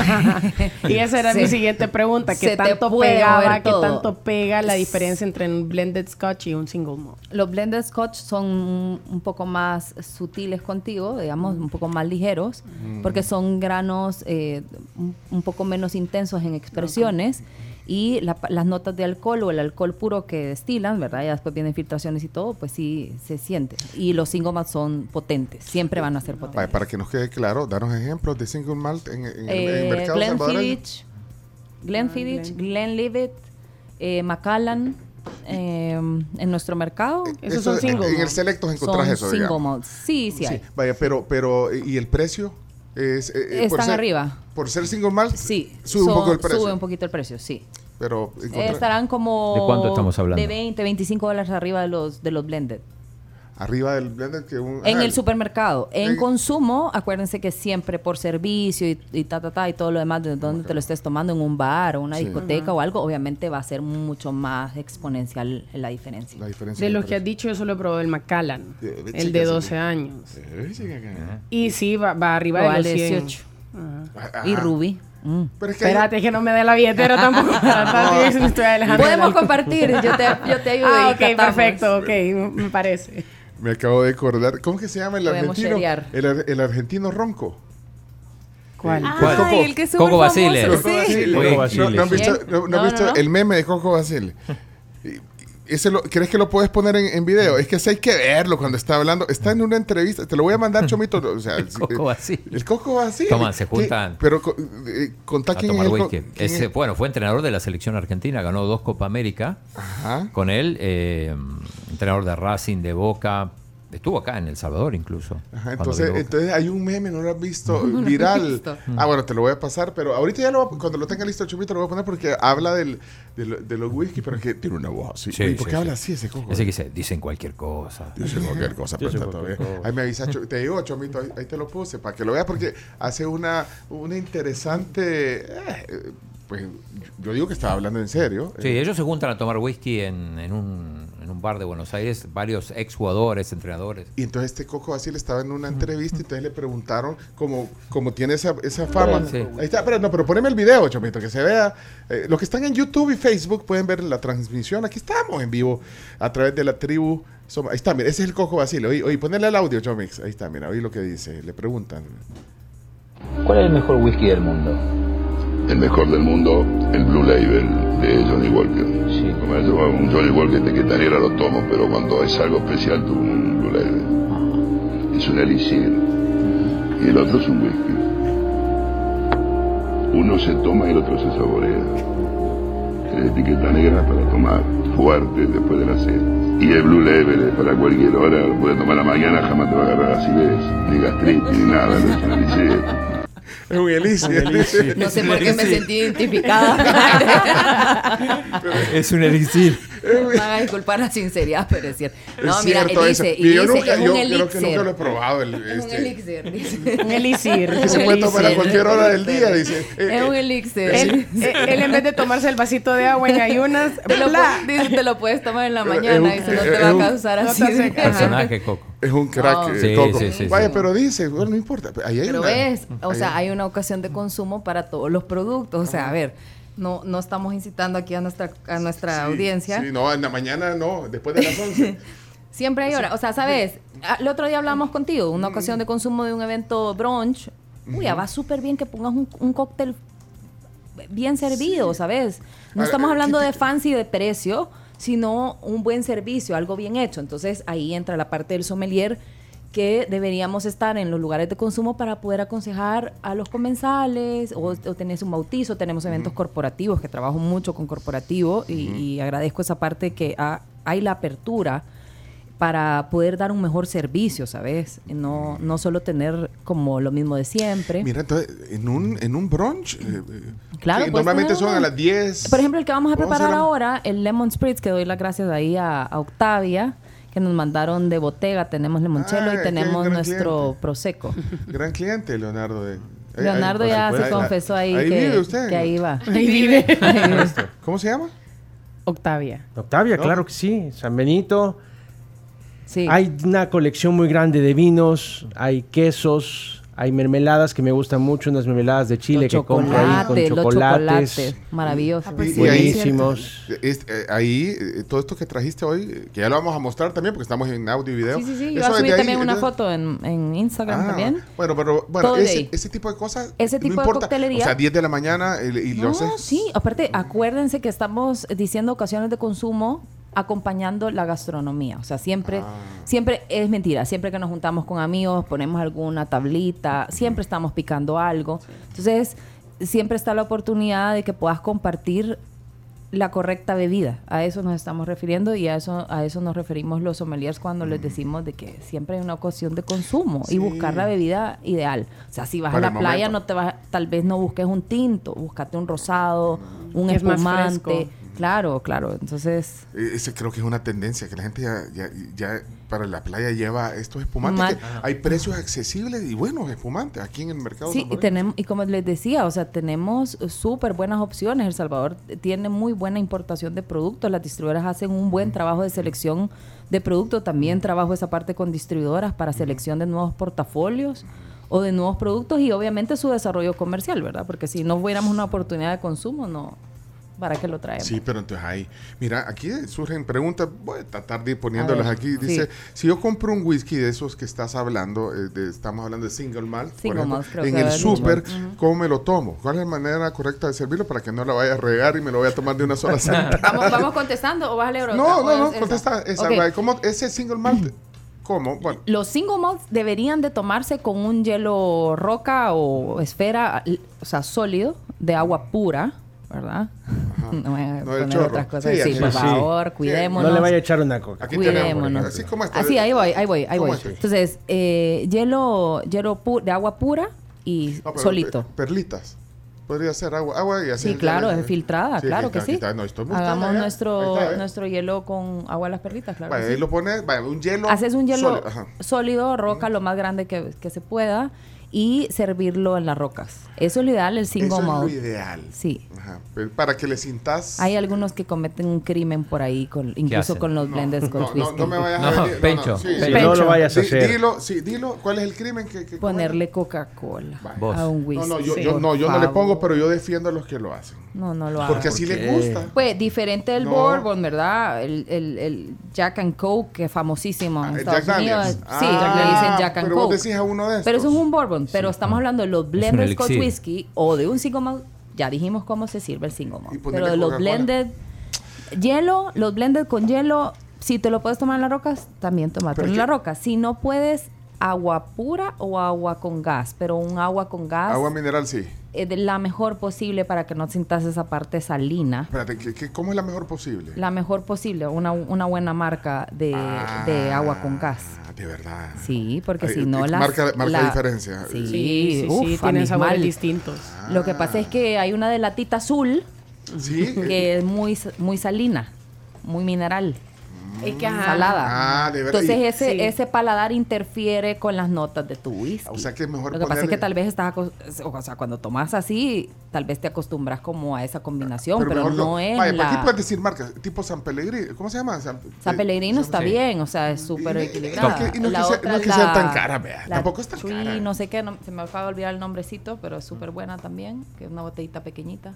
[SPEAKER 6] Y esa era
[SPEAKER 4] se-
[SPEAKER 6] mi siguiente pregunta. ¿Qué
[SPEAKER 4] se te
[SPEAKER 6] tanto
[SPEAKER 4] puede mover
[SPEAKER 6] pegaba, qué
[SPEAKER 4] todo.
[SPEAKER 6] tanto pega la diferencia entre un blended scotch y un single malt?
[SPEAKER 4] Los blended scotch son un poco más sutiles contigo, digamos, un poco más ligeros,
[SPEAKER 3] Mm.
[SPEAKER 4] porque son granos eh, un- un poco menos intensos en expresiones y la pa- las notas de alcohol o el alcohol puro que destilan, ¿verdad? Ya después vienen filtraciones y todo, pues sí se siente. Y los single malt son potentes, siempre van a ser
[SPEAKER 3] Vale,
[SPEAKER 4] potentes.
[SPEAKER 3] para que nos quede claro, danos ejemplos de single malt en, en, en el
[SPEAKER 4] Eh,
[SPEAKER 3] mercado salvadoreño.
[SPEAKER 4] Glenfiddich, Glenfiddich, Glenlivet, eh, Macallan, eh, en nuestro mercado.
[SPEAKER 6] Esos son
[SPEAKER 3] Eh, en-
[SPEAKER 6] single
[SPEAKER 3] En el
[SPEAKER 6] malt.
[SPEAKER 3] selectos encontrás
[SPEAKER 4] Son
[SPEAKER 3] eso,
[SPEAKER 4] single
[SPEAKER 3] digamos.
[SPEAKER 4] malts. Sí, sí,
[SPEAKER 3] Sí,
[SPEAKER 4] hay.
[SPEAKER 3] vaya, pero, pero, eh, ¿y el precio? Es, eh, eh, por
[SPEAKER 4] Están
[SPEAKER 3] ser-
[SPEAKER 4] arriba.
[SPEAKER 3] Por ser single malt,
[SPEAKER 4] Sí.
[SPEAKER 3] sube un
[SPEAKER 4] son-
[SPEAKER 3] poco el precio.
[SPEAKER 4] Sube un poquito el precio, sí.
[SPEAKER 3] Pero
[SPEAKER 4] Eh,
[SPEAKER 3] encontrás-
[SPEAKER 4] estarán como...
[SPEAKER 5] ¿De cuánto estamos hablando?
[SPEAKER 4] De 20, 25 dólares arriba de los, de los blended.
[SPEAKER 3] arriba del blender que un...
[SPEAKER 4] En
[SPEAKER 3] ajá,
[SPEAKER 4] el supermercado. En
[SPEAKER 3] en-
[SPEAKER 4] consumo, acuérdense que siempre por servicio y, y ta, ta, ta, y todo lo demás, de donde te lo estés tomando en un bar o una
[SPEAKER 3] Sí.
[SPEAKER 4] discoteca o algo, obviamente va a ser mucho más exponencial la diferencia.
[SPEAKER 3] La diferencia
[SPEAKER 6] De
[SPEAKER 3] del
[SPEAKER 6] los que has
[SPEAKER 3] precio.
[SPEAKER 6] dicho, yo solo probé el Macallan,
[SPEAKER 3] De- de
[SPEAKER 6] el
[SPEAKER 3] chicas,
[SPEAKER 6] de
[SPEAKER 3] sí.
[SPEAKER 6] 12 años.
[SPEAKER 3] Eh, sí, acá.
[SPEAKER 6] Y sí, va, va arriba
[SPEAKER 4] Vale,
[SPEAKER 6] de los 100.
[SPEAKER 4] 18.
[SPEAKER 3] Ajá.
[SPEAKER 4] Y Ruby. mm.
[SPEAKER 3] Pero es que hay-
[SPEAKER 6] Espérate, que no me dé la billetera tampoco
[SPEAKER 4] <laughs>
[SPEAKER 6] para tanto, yo me estoy alejando del
[SPEAKER 4] Podemos
[SPEAKER 6] alcohol.
[SPEAKER 4] compartir, yo te, yo te ayudo.
[SPEAKER 6] Ah,
[SPEAKER 4] y
[SPEAKER 6] ok,
[SPEAKER 4] catamos.
[SPEAKER 6] perfecto, ok, me- me parece.
[SPEAKER 3] me acabo de acordar. ¿Cómo que se llama el
[SPEAKER 4] Podemos
[SPEAKER 3] argentino?
[SPEAKER 4] sharear.
[SPEAKER 3] El, ar- el argentino ronco.
[SPEAKER 6] ¿Cuál?
[SPEAKER 3] Ah,
[SPEAKER 5] ¿Cuál?
[SPEAKER 7] Ay, el que es súper
[SPEAKER 5] Coco
[SPEAKER 7] famoso,
[SPEAKER 5] Basile.
[SPEAKER 7] sí.
[SPEAKER 3] Coco Basile.
[SPEAKER 5] Oye,
[SPEAKER 3] Coco Basile, ¿No, no has
[SPEAKER 5] sí.
[SPEAKER 3] visto,
[SPEAKER 4] ¿Quién?
[SPEAKER 3] no- no has
[SPEAKER 4] No,
[SPEAKER 3] visto
[SPEAKER 4] no, no.
[SPEAKER 3] el meme de Coco Basile? Y- Ese lo, ¿Crees que lo puedes poner en, en video? Es que sí hay que verlo cuando está hablando. Está en una entrevista. Te lo voy
[SPEAKER 5] <laughs>
[SPEAKER 3] a mandar, Chomito. O sea,
[SPEAKER 5] El
[SPEAKER 3] sí,
[SPEAKER 5] Coco
[SPEAKER 3] eh,
[SPEAKER 5] Basile.
[SPEAKER 3] El Coco Basile.
[SPEAKER 5] Toma, se
[SPEAKER 3] Que-
[SPEAKER 5] juntan
[SPEAKER 3] Pero co- eh, contá
[SPEAKER 5] A
[SPEAKER 3] quién
[SPEAKER 5] tomar
[SPEAKER 3] es el co-
[SPEAKER 5] whisky.
[SPEAKER 3] quién
[SPEAKER 5] Ese,
[SPEAKER 3] es-
[SPEAKER 5] bueno, fue entrenador de la selección argentina, ganó dos Copa América.
[SPEAKER 3] Ajá.
[SPEAKER 5] Con él, eh, entrenador de Racing, de Boca. Estuvo acá en El Salvador incluso.
[SPEAKER 3] Ajá,
[SPEAKER 5] cuando
[SPEAKER 3] entonces,
[SPEAKER 5] vino Boca.
[SPEAKER 3] entonces hay un meme, no lo has
[SPEAKER 4] <laughs>
[SPEAKER 3] visto, viral.
[SPEAKER 4] visto.
[SPEAKER 3] Ah, bueno, te lo voy a pasar, pero ahorita ya lo voy a- cuando lo tenga listo, Chomito, lo voy a poner porque habla del, de, lo- de los whisky, pero que tiene una voz así.
[SPEAKER 5] Sí,
[SPEAKER 3] Uy,
[SPEAKER 5] sí,
[SPEAKER 3] ¿Por qué
[SPEAKER 5] sí.
[SPEAKER 3] habla así ese coco?
[SPEAKER 5] Ese que dice, dicen cualquier cosa.
[SPEAKER 3] Yo sé cualquier cosa, pero está todo bien. Ahí me avisa, Cho- te digo, Chomito, ahí, ahí te lo puse para que lo veas porque hace una, una interesante. eh, eh, pues yo digo que estaba hablando en serio. eh,
[SPEAKER 5] Sí, ellos se juntan a tomar whisky en, en un, en un bar de Buenos Aires, varios exjugadores, entrenadores.
[SPEAKER 3] Y entonces este Coco Basile estaba en una entrevista y entonces le preguntaron como, como tiene esa, esa fama.
[SPEAKER 5] Sí.
[SPEAKER 3] Ahí está, pero no, pero poneme el video, Chomito, que se vea. Eh, los que están en YouTube y Facebook pueden ver la transmisión. Aquí estamos en vivo a través de la tribu. Somos- ahí está, mira, ese es el Coco Basile. Oí, oí, ponele el audio, Chomix. Ahí está, mira, oí lo que dice. Le preguntan.
[SPEAKER 8] ¿Cuál es el mejor whisky del mundo?
[SPEAKER 9] El mejor del mundo, el Blue Label de Johnny Walker.
[SPEAKER 8] Sí.
[SPEAKER 9] Como yo tomo un Johnny Walker de que tanera lo tomo, pero cuando es algo especial tomo un Blue Label. Es un elixir. Y el otro es un whisky. Uno se toma y el otro se saborea. Tres etiquetas negras para tomar fuerte después de la cena. Y el Blue Label es para cualquier hora, lo puedes tomar a la mañana, jamás te va a agarrar acidez, ni gastritis, ni nada, no es un elixir.
[SPEAKER 3] Es un
[SPEAKER 4] <laughs>
[SPEAKER 3] elixir.
[SPEAKER 4] No sé por qué me
[SPEAKER 3] <laughs>
[SPEAKER 4] sentí identificada.
[SPEAKER 5] <laughs> Es un elixir.
[SPEAKER 4] Van a disculpar la sinceridad, pero es cierto. No,
[SPEAKER 3] es
[SPEAKER 4] mira,
[SPEAKER 3] cierto
[SPEAKER 4] él
[SPEAKER 3] eso.
[SPEAKER 4] dice,
[SPEAKER 3] Y yo
[SPEAKER 4] dice,
[SPEAKER 3] nunca,
[SPEAKER 4] es
[SPEAKER 3] yo creo
[SPEAKER 4] un
[SPEAKER 3] que nunca
[SPEAKER 4] elixir.
[SPEAKER 3] lo he probado. el-
[SPEAKER 4] Es un
[SPEAKER 3] este.
[SPEAKER 4] elixir, dice. <laughs>
[SPEAKER 6] Un elixir.
[SPEAKER 3] que se
[SPEAKER 6] un
[SPEAKER 3] puede tomar a
[SPEAKER 6] elixir.
[SPEAKER 3] cualquier hora del día, dice. Eh,
[SPEAKER 4] Es un elixir.
[SPEAKER 6] Él, él- él en vez de tomarse el vasito de agua en ayunas,
[SPEAKER 4] <laughs> te,
[SPEAKER 3] eh,
[SPEAKER 4] lo,
[SPEAKER 6] bla,
[SPEAKER 4] pu- dice, te lo puedes tomar en la
[SPEAKER 3] Es
[SPEAKER 4] mañana
[SPEAKER 3] un-
[SPEAKER 4] y se no
[SPEAKER 3] es
[SPEAKER 4] te va a
[SPEAKER 3] eh, un-
[SPEAKER 4] causar
[SPEAKER 6] no
[SPEAKER 4] así.
[SPEAKER 6] te hace-
[SPEAKER 5] Personaje Coco.
[SPEAKER 3] Es un crack,
[SPEAKER 4] Ah,
[SPEAKER 3] eh,
[SPEAKER 5] sí,
[SPEAKER 3] Coco.
[SPEAKER 5] sí, sí,
[SPEAKER 3] Vaya,
[SPEAKER 5] sí.
[SPEAKER 3] pero dice, bueno, no importa. Ahí hay
[SPEAKER 4] Pero
[SPEAKER 3] una-
[SPEAKER 4] ves, o
[SPEAKER 3] ahí
[SPEAKER 4] sea,
[SPEAKER 3] hay-
[SPEAKER 4] hay una ocasión de consumo para todos los productos. O sea, a ver, no, no estamos incitando aquí a nuestra, a nuestra
[SPEAKER 3] sí,
[SPEAKER 4] audiencia.
[SPEAKER 3] Sí, no, en la mañana no, después de las
[SPEAKER 4] <laughs>
[SPEAKER 3] 11.
[SPEAKER 4] Siempre hay hora. O sea, ¿sabes? Ah, El otro día hablábamos contigo,
[SPEAKER 3] Mm.
[SPEAKER 4] una ocasión de consumo de un evento brunch. Uy, ya va súper bien que pongas un, un cóctel bien servido, ¿sabes? No
[SPEAKER 3] A-
[SPEAKER 4] estamos
[SPEAKER 3] a-
[SPEAKER 4] hablando de
[SPEAKER 3] típico.
[SPEAKER 4] fancy de precio, sino un buen servicio, algo bien hecho. Entonces ahí entra la parte del sommelier que deberíamos estar en los lugares de consumo para poder aconsejar a los comensales o, o tenés un bautizo, tenemos eventos corporativos, que trabajo mucho con corporativo y, y agradezco esa parte que ha- hay la apertura para poder dar un mejor servicio, ¿sabes? No, no solo tener como lo mismo de siempre.
[SPEAKER 3] Mira, entonces, en un, en un brunch. eh, eh,
[SPEAKER 4] Claro,
[SPEAKER 3] sí,
[SPEAKER 4] puedes
[SPEAKER 3] normalmente
[SPEAKER 4] tener
[SPEAKER 3] son
[SPEAKER 4] uno.
[SPEAKER 3] a las 10.
[SPEAKER 4] Por ejemplo, el que vamos a
[SPEAKER 3] Vamos a
[SPEAKER 4] preparar
[SPEAKER 3] hacer-
[SPEAKER 4] ahora, el Lemon Spritz, que doy las gracias ahí a, a Octavia, que nos mandaron de Botega. Tenemos Lemonchelo
[SPEAKER 3] Ah,
[SPEAKER 4] y
[SPEAKER 3] qué
[SPEAKER 4] tenemos
[SPEAKER 3] gran
[SPEAKER 4] nuestro
[SPEAKER 3] cliente.
[SPEAKER 4] Prosecco.
[SPEAKER 3] Gran cliente, Leonardo. de- ahí- ahí,
[SPEAKER 4] Leonardo
[SPEAKER 3] por
[SPEAKER 4] ya se
[SPEAKER 3] supuesto.
[SPEAKER 4] confesó ahí, que,
[SPEAKER 3] vive usted.
[SPEAKER 4] que ahí va.
[SPEAKER 6] Ahí vive.
[SPEAKER 4] <laughs>
[SPEAKER 3] ¿Cómo se llama?
[SPEAKER 6] Octavia.
[SPEAKER 10] Octavia,
[SPEAKER 3] ¿No?
[SPEAKER 10] claro que sí. San Benito.
[SPEAKER 4] Sí.
[SPEAKER 10] Hay una colección muy grande de vinos, hay quesos, hay mermeladas que me gustan mucho, unas mermeladas de
[SPEAKER 4] Los
[SPEAKER 10] Chile que compro ahí con
[SPEAKER 4] chocolates, los
[SPEAKER 10] chocolates.
[SPEAKER 4] chocolates. Maravilloso.
[SPEAKER 7] Ah, pues sí.
[SPEAKER 3] Y ahí-
[SPEAKER 10] Buenísimos.
[SPEAKER 3] Es- eh, ahí, eh, todo esto que trajiste hoy, eh, que ya lo vamos a mostrar también porque estamos en audio y video.
[SPEAKER 4] Sí, sí, sí.
[SPEAKER 3] Eso
[SPEAKER 4] Yo voy a subir
[SPEAKER 3] desde ahí,
[SPEAKER 4] también una
[SPEAKER 3] entonces-
[SPEAKER 4] foto en, en Instagram
[SPEAKER 3] Ah,
[SPEAKER 4] también.
[SPEAKER 3] Bueno, pero bueno,
[SPEAKER 4] Todo de
[SPEAKER 3] ese,
[SPEAKER 4] ahí.
[SPEAKER 3] ese tipo de cosas.
[SPEAKER 4] Ese
[SPEAKER 3] no
[SPEAKER 4] tipo de
[SPEAKER 3] importa. O
[SPEAKER 4] coctelería.
[SPEAKER 3] sea, 10 de la mañana eh, y, lo
[SPEAKER 4] No,
[SPEAKER 3] haces.
[SPEAKER 4] Ah, sí. Aparte, acuérdense que estamos diciendo ocasiones de consumo acompañando la gastronomía. O sea, siempre,
[SPEAKER 3] Ah.
[SPEAKER 4] siempre es mentira. Siempre que nos juntamos con amigos, ponemos alguna tablita, siempre estamos picando algo. Entonces, siempre está la oportunidad de que puedas compartir la correcta bebida. A eso nos estamos refiriendo y a eso, a eso nos referimos los sommeliers cuando les decimos de que siempre hay una ocasión de consumo
[SPEAKER 3] Mm. Sí.
[SPEAKER 4] y buscar la bebida ideal. O sea, si vas
[SPEAKER 3] Para
[SPEAKER 4] a
[SPEAKER 3] el
[SPEAKER 4] la playa,
[SPEAKER 3] momento.
[SPEAKER 4] no te vas, tal vez no busques un tinto, búscate un rosado, un
[SPEAKER 6] Mm. Es más
[SPEAKER 4] espumante.
[SPEAKER 6] fresco.
[SPEAKER 4] Claro, claro. Entonces,
[SPEAKER 3] Eh, Ese creo que es una tendencia, que la gente ya, ya, ya para la playa lleva estos espumantes.
[SPEAKER 4] Mal.
[SPEAKER 3] que hay precios accesibles y buenos espumantes aquí en el mercado.
[SPEAKER 4] sí,
[SPEAKER 3] San
[SPEAKER 4] y
[SPEAKER 3] Lorenzo.
[SPEAKER 4] tenemos, y como les decía, o sea, tenemos súper buenas opciones. El Salvador tiene muy buena importación de productos. Las distribuidoras hacen un buen trabajo de selección de productos. También trabajo esa parte con distribuidoras para selección de nuevos portafolios o de nuevos productos y obviamente su desarrollo comercial, ¿verdad? Porque si no fuéramos una oportunidad de consumo, no, ¿para qué lo traemos?
[SPEAKER 3] Sí, pero entonces ahí, mira, aquí surgen preguntas, voy a tratar de ir poniéndolas
[SPEAKER 4] A ver,
[SPEAKER 3] aquí.
[SPEAKER 4] sí.
[SPEAKER 3] Dice, si yo compro un whisky de esos que estás hablando, eh, de- estamos hablando de single malt, por
[SPEAKER 4] Single
[SPEAKER 3] ejemplo,
[SPEAKER 4] malt, creo
[SPEAKER 3] en
[SPEAKER 4] que
[SPEAKER 3] el
[SPEAKER 4] había
[SPEAKER 3] súper, ¿cómo me lo tomo? ¿Cuál es la manera correcta de servirlo para que no la vaya a regar y me lo vaya a tomar de una sola sentada?
[SPEAKER 4] <laughs> ¿Vamos, vamos contestando o vas a leer otra?
[SPEAKER 3] no,
[SPEAKER 4] ¿O
[SPEAKER 3] no, no,
[SPEAKER 4] es esa?
[SPEAKER 3] contesta esa.
[SPEAKER 4] Ok.
[SPEAKER 3] va, ¿Cómo ese single malt? ¿Cómo? Bueno,
[SPEAKER 4] Los single malts deberían de tomarse con un hielo roca o esfera, l- o sea, sólido, de agua pura, ¿verdad? <laughs> No voy a
[SPEAKER 3] No, el
[SPEAKER 4] poner
[SPEAKER 3] chorro.
[SPEAKER 4] otras cosas
[SPEAKER 3] Sí,
[SPEAKER 4] así,
[SPEAKER 3] aquí
[SPEAKER 4] por
[SPEAKER 10] sí.
[SPEAKER 4] favor,
[SPEAKER 10] Sí.
[SPEAKER 4] cuidémonos.
[SPEAKER 10] No le vaya a echar una coca.
[SPEAKER 3] aquí tenemos.
[SPEAKER 4] Cuidémonos.
[SPEAKER 3] Así como está.
[SPEAKER 4] Así, ahí voy, ahí voy, ahí
[SPEAKER 3] ¿Cómo
[SPEAKER 4] voy.
[SPEAKER 3] está?
[SPEAKER 4] Entonces, eh, hielo, hielo pu- de agua pura y
[SPEAKER 3] No, pero
[SPEAKER 4] solito.
[SPEAKER 3] pe- Perlitas. Podría ser agua, agua y así.
[SPEAKER 4] Sí, claro, es filtrada,
[SPEAKER 3] Sí,
[SPEAKER 4] claro
[SPEAKER 3] aquí
[SPEAKER 4] que
[SPEAKER 3] está,
[SPEAKER 4] sí.
[SPEAKER 3] aquí está. No, estoy buscando
[SPEAKER 4] Hagamos
[SPEAKER 3] allá.
[SPEAKER 4] nuestro,
[SPEAKER 3] Ahí está, ¿eh?
[SPEAKER 4] nuestro hielo con agua a las perlitas, claro.
[SPEAKER 3] Vaya,
[SPEAKER 4] que
[SPEAKER 3] ahí
[SPEAKER 4] sí.
[SPEAKER 3] lo pone, vaya, un hielo.
[SPEAKER 4] Haces un hielo
[SPEAKER 3] sólido, ajá.
[SPEAKER 4] sólido, roca lo más grande que, que se pueda y servirlo en las rocas. Eso es lo ideal, el single
[SPEAKER 3] Eso
[SPEAKER 4] malt.
[SPEAKER 3] es lo ideal.
[SPEAKER 4] Sí.
[SPEAKER 3] Ajá, pero Para que le sintas.
[SPEAKER 4] Hay algunos que cometen un crimen por ahí, con, incluso
[SPEAKER 5] hacen?
[SPEAKER 4] con los blenders
[SPEAKER 3] no,
[SPEAKER 4] con
[SPEAKER 3] no,
[SPEAKER 4] whisky.
[SPEAKER 3] no me vayas a
[SPEAKER 5] No,
[SPEAKER 3] venir-
[SPEAKER 5] Pencho,
[SPEAKER 3] sí,
[SPEAKER 10] Si
[SPEAKER 3] sí.
[SPEAKER 10] no
[SPEAKER 4] Pecho.
[SPEAKER 10] lo vayas a
[SPEAKER 3] Di-
[SPEAKER 10] hacer.
[SPEAKER 3] Dilo, sí, dilo, ¿cuál es el crimen que. que
[SPEAKER 4] Ponerle Coca-Cola
[SPEAKER 5] Vos.
[SPEAKER 4] a un
[SPEAKER 3] No,
[SPEAKER 4] whisky.
[SPEAKER 3] no, yo,
[SPEAKER 4] por
[SPEAKER 3] yo- no, yo no le
[SPEAKER 4] favor.
[SPEAKER 3] pongo, pero yo defiendo a los que lo hacen.
[SPEAKER 4] No, no lo hago.
[SPEAKER 3] Porque así les gusta.
[SPEAKER 4] Pues diferente del
[SPEAKER 3] No.
[SPEAKER 4] Bourbon, ¿verdad? El, el- el Jack and Coke, que es famosísimo en
[SPEAKER 3] Ah, el
[SPEAKER 4] Estados
[SPEAKER 3] Jack
[SPEAKER 4] Unidos.
[SPEAKER 3] Daniels.
[SPEAKER 4] Sí, le dicen
[SPEAKER 3] Ah,
[SPEAKER 4] Jack and
[SPEAKER 3] pero vos
[SPEAKER 4] Coke.
[SPEAKER 3] decís a uno de
[SPEAKER 4] Pero eso
[SPEAKER 3] estos.
[SPEAKER 4] es un bourbon, pero estamos hablando de los blended Scotch
[SPEAKER 5] elixir.
[SPEAKER 4] whisky o de un single malt. Ya dijimos cómo se sirve el single
[SPEAKER 3] Y
[SPEAKER 4] malt.
[SPEAKER 3] ponerle
[SPEAKER 4] Pero de los
[SPEAKER 3] Coca-Cola.
[SPEAKER 4] blended hielo, los blended con hielo, si te lo puedes tomar en las rocas, también tomate
[SPEAKER 3] Pero
[SPEAKER 4] en
[SPEAKER 3] es
[SPEAKER 4] las
[SPEAKER 3] que-
[SPEAKER 4] rocas. Si no puedes, agua pura o agua con gas, pero un agua con gas
[SPEAKER 3] Agua mineral, sí.
[SPEAKER 4] es de la mejor posible para que no sintas esa parte salina.
[SPEAKER 3] Espérate, ¿qué- qué- ¿cómo es la mejor posible?
[SPEAKER 4] La mejor posible, una, una buena marca de,
[SPEAKER 3] Ah,
[SPEAKER 4] de agua con gas.
[SPEAKER 3] De verdad.
[SPEAKER 4] Sí, porque
[SPEAKER 3] Ay,
[SPEAKER 4] si no
[SPEAKER 3] eh,
[SPEAKER 4] las...
[SPEAKER 3] Marca, marca
[SPEAKER 4] la-
[SPEAKER 3] diferencia.
[SPEAKER 4] Sí,
[SPEAKER 6] Sí, sí,
[SPEAKER 4] uf,
[SPEAKER 6] sí,
[SPEAKER 4] a
[SPEAKER 6] tienen
[SPEAKER 4] mis
[SPEAKER 6] sabores
[SPEAKER 4] mal.
[SPEAKER 6] distintos.
[SPEAKER 4] Lo que pasa es que hay una de latita azul
[SPEAKER 3] Sí.
[SPEAKER 4] <laughs>
[SPEAKER 3] Eh,
[SPEAKER 4] que es muy, sa- muy salina, muy mineral,
[SPEAKER 6] Es que ajá. <laughs>
[SPEAKER 4] salada.
[SPEAKER 3] Ah, de verdad.
[SPEAKER 4] Entonces
[SPEAKER 3] Y-
[SPEAKER 4] ese,
[SPEAKER 6] Sí.
[SPEAKER 4] ese paladar interfiere con las notas de tu whisky.
[SPEAKER 3] Ah, O sea que es mejor
[SPEAKER 4] Lo que pasa es
[SPEAKER 3] ponerle-
[SPEAKER 4] que tal vez estás, acos- o sea, cuando tomas así, tal vez te acostumbras como a esa combinación, pero,
[SPEAKER 3] mejor
[SPEAKER 4] no es
[SPEAKER 3] Vaya, pues aquí
[SPEAKER 4] la...
[SPEAKER 3] puedes decir marcas, tipo San Pellegrino. ¿Cómo se llama? San,
[SPEAKER 4] San Pellegrino está
[SPEAKER 5] Sí.
[SPEAKER 4] bien, o sea, es súper
[SPEAKER 3] Y- y-
[SPEAKER 4] equilibrada.
[SPEAKER 3] y no es que- y no es
[SPEAKER 4] La
[SPEAKER 3] que sea-
[SPEAKER 4] otra
[SPEAKER 3] no es que sea
[SPEAKER 4] la-
[SPEAKER 3] tan cara, vea,
[SPEAKER 4] la
[SPEAKER 3] tampoco es tan cara.
[SPEAKER 4] no sé qué, no- se me acaba de olvidar el nombrecito, pero es súper buena también, que es una botellita pequeñita.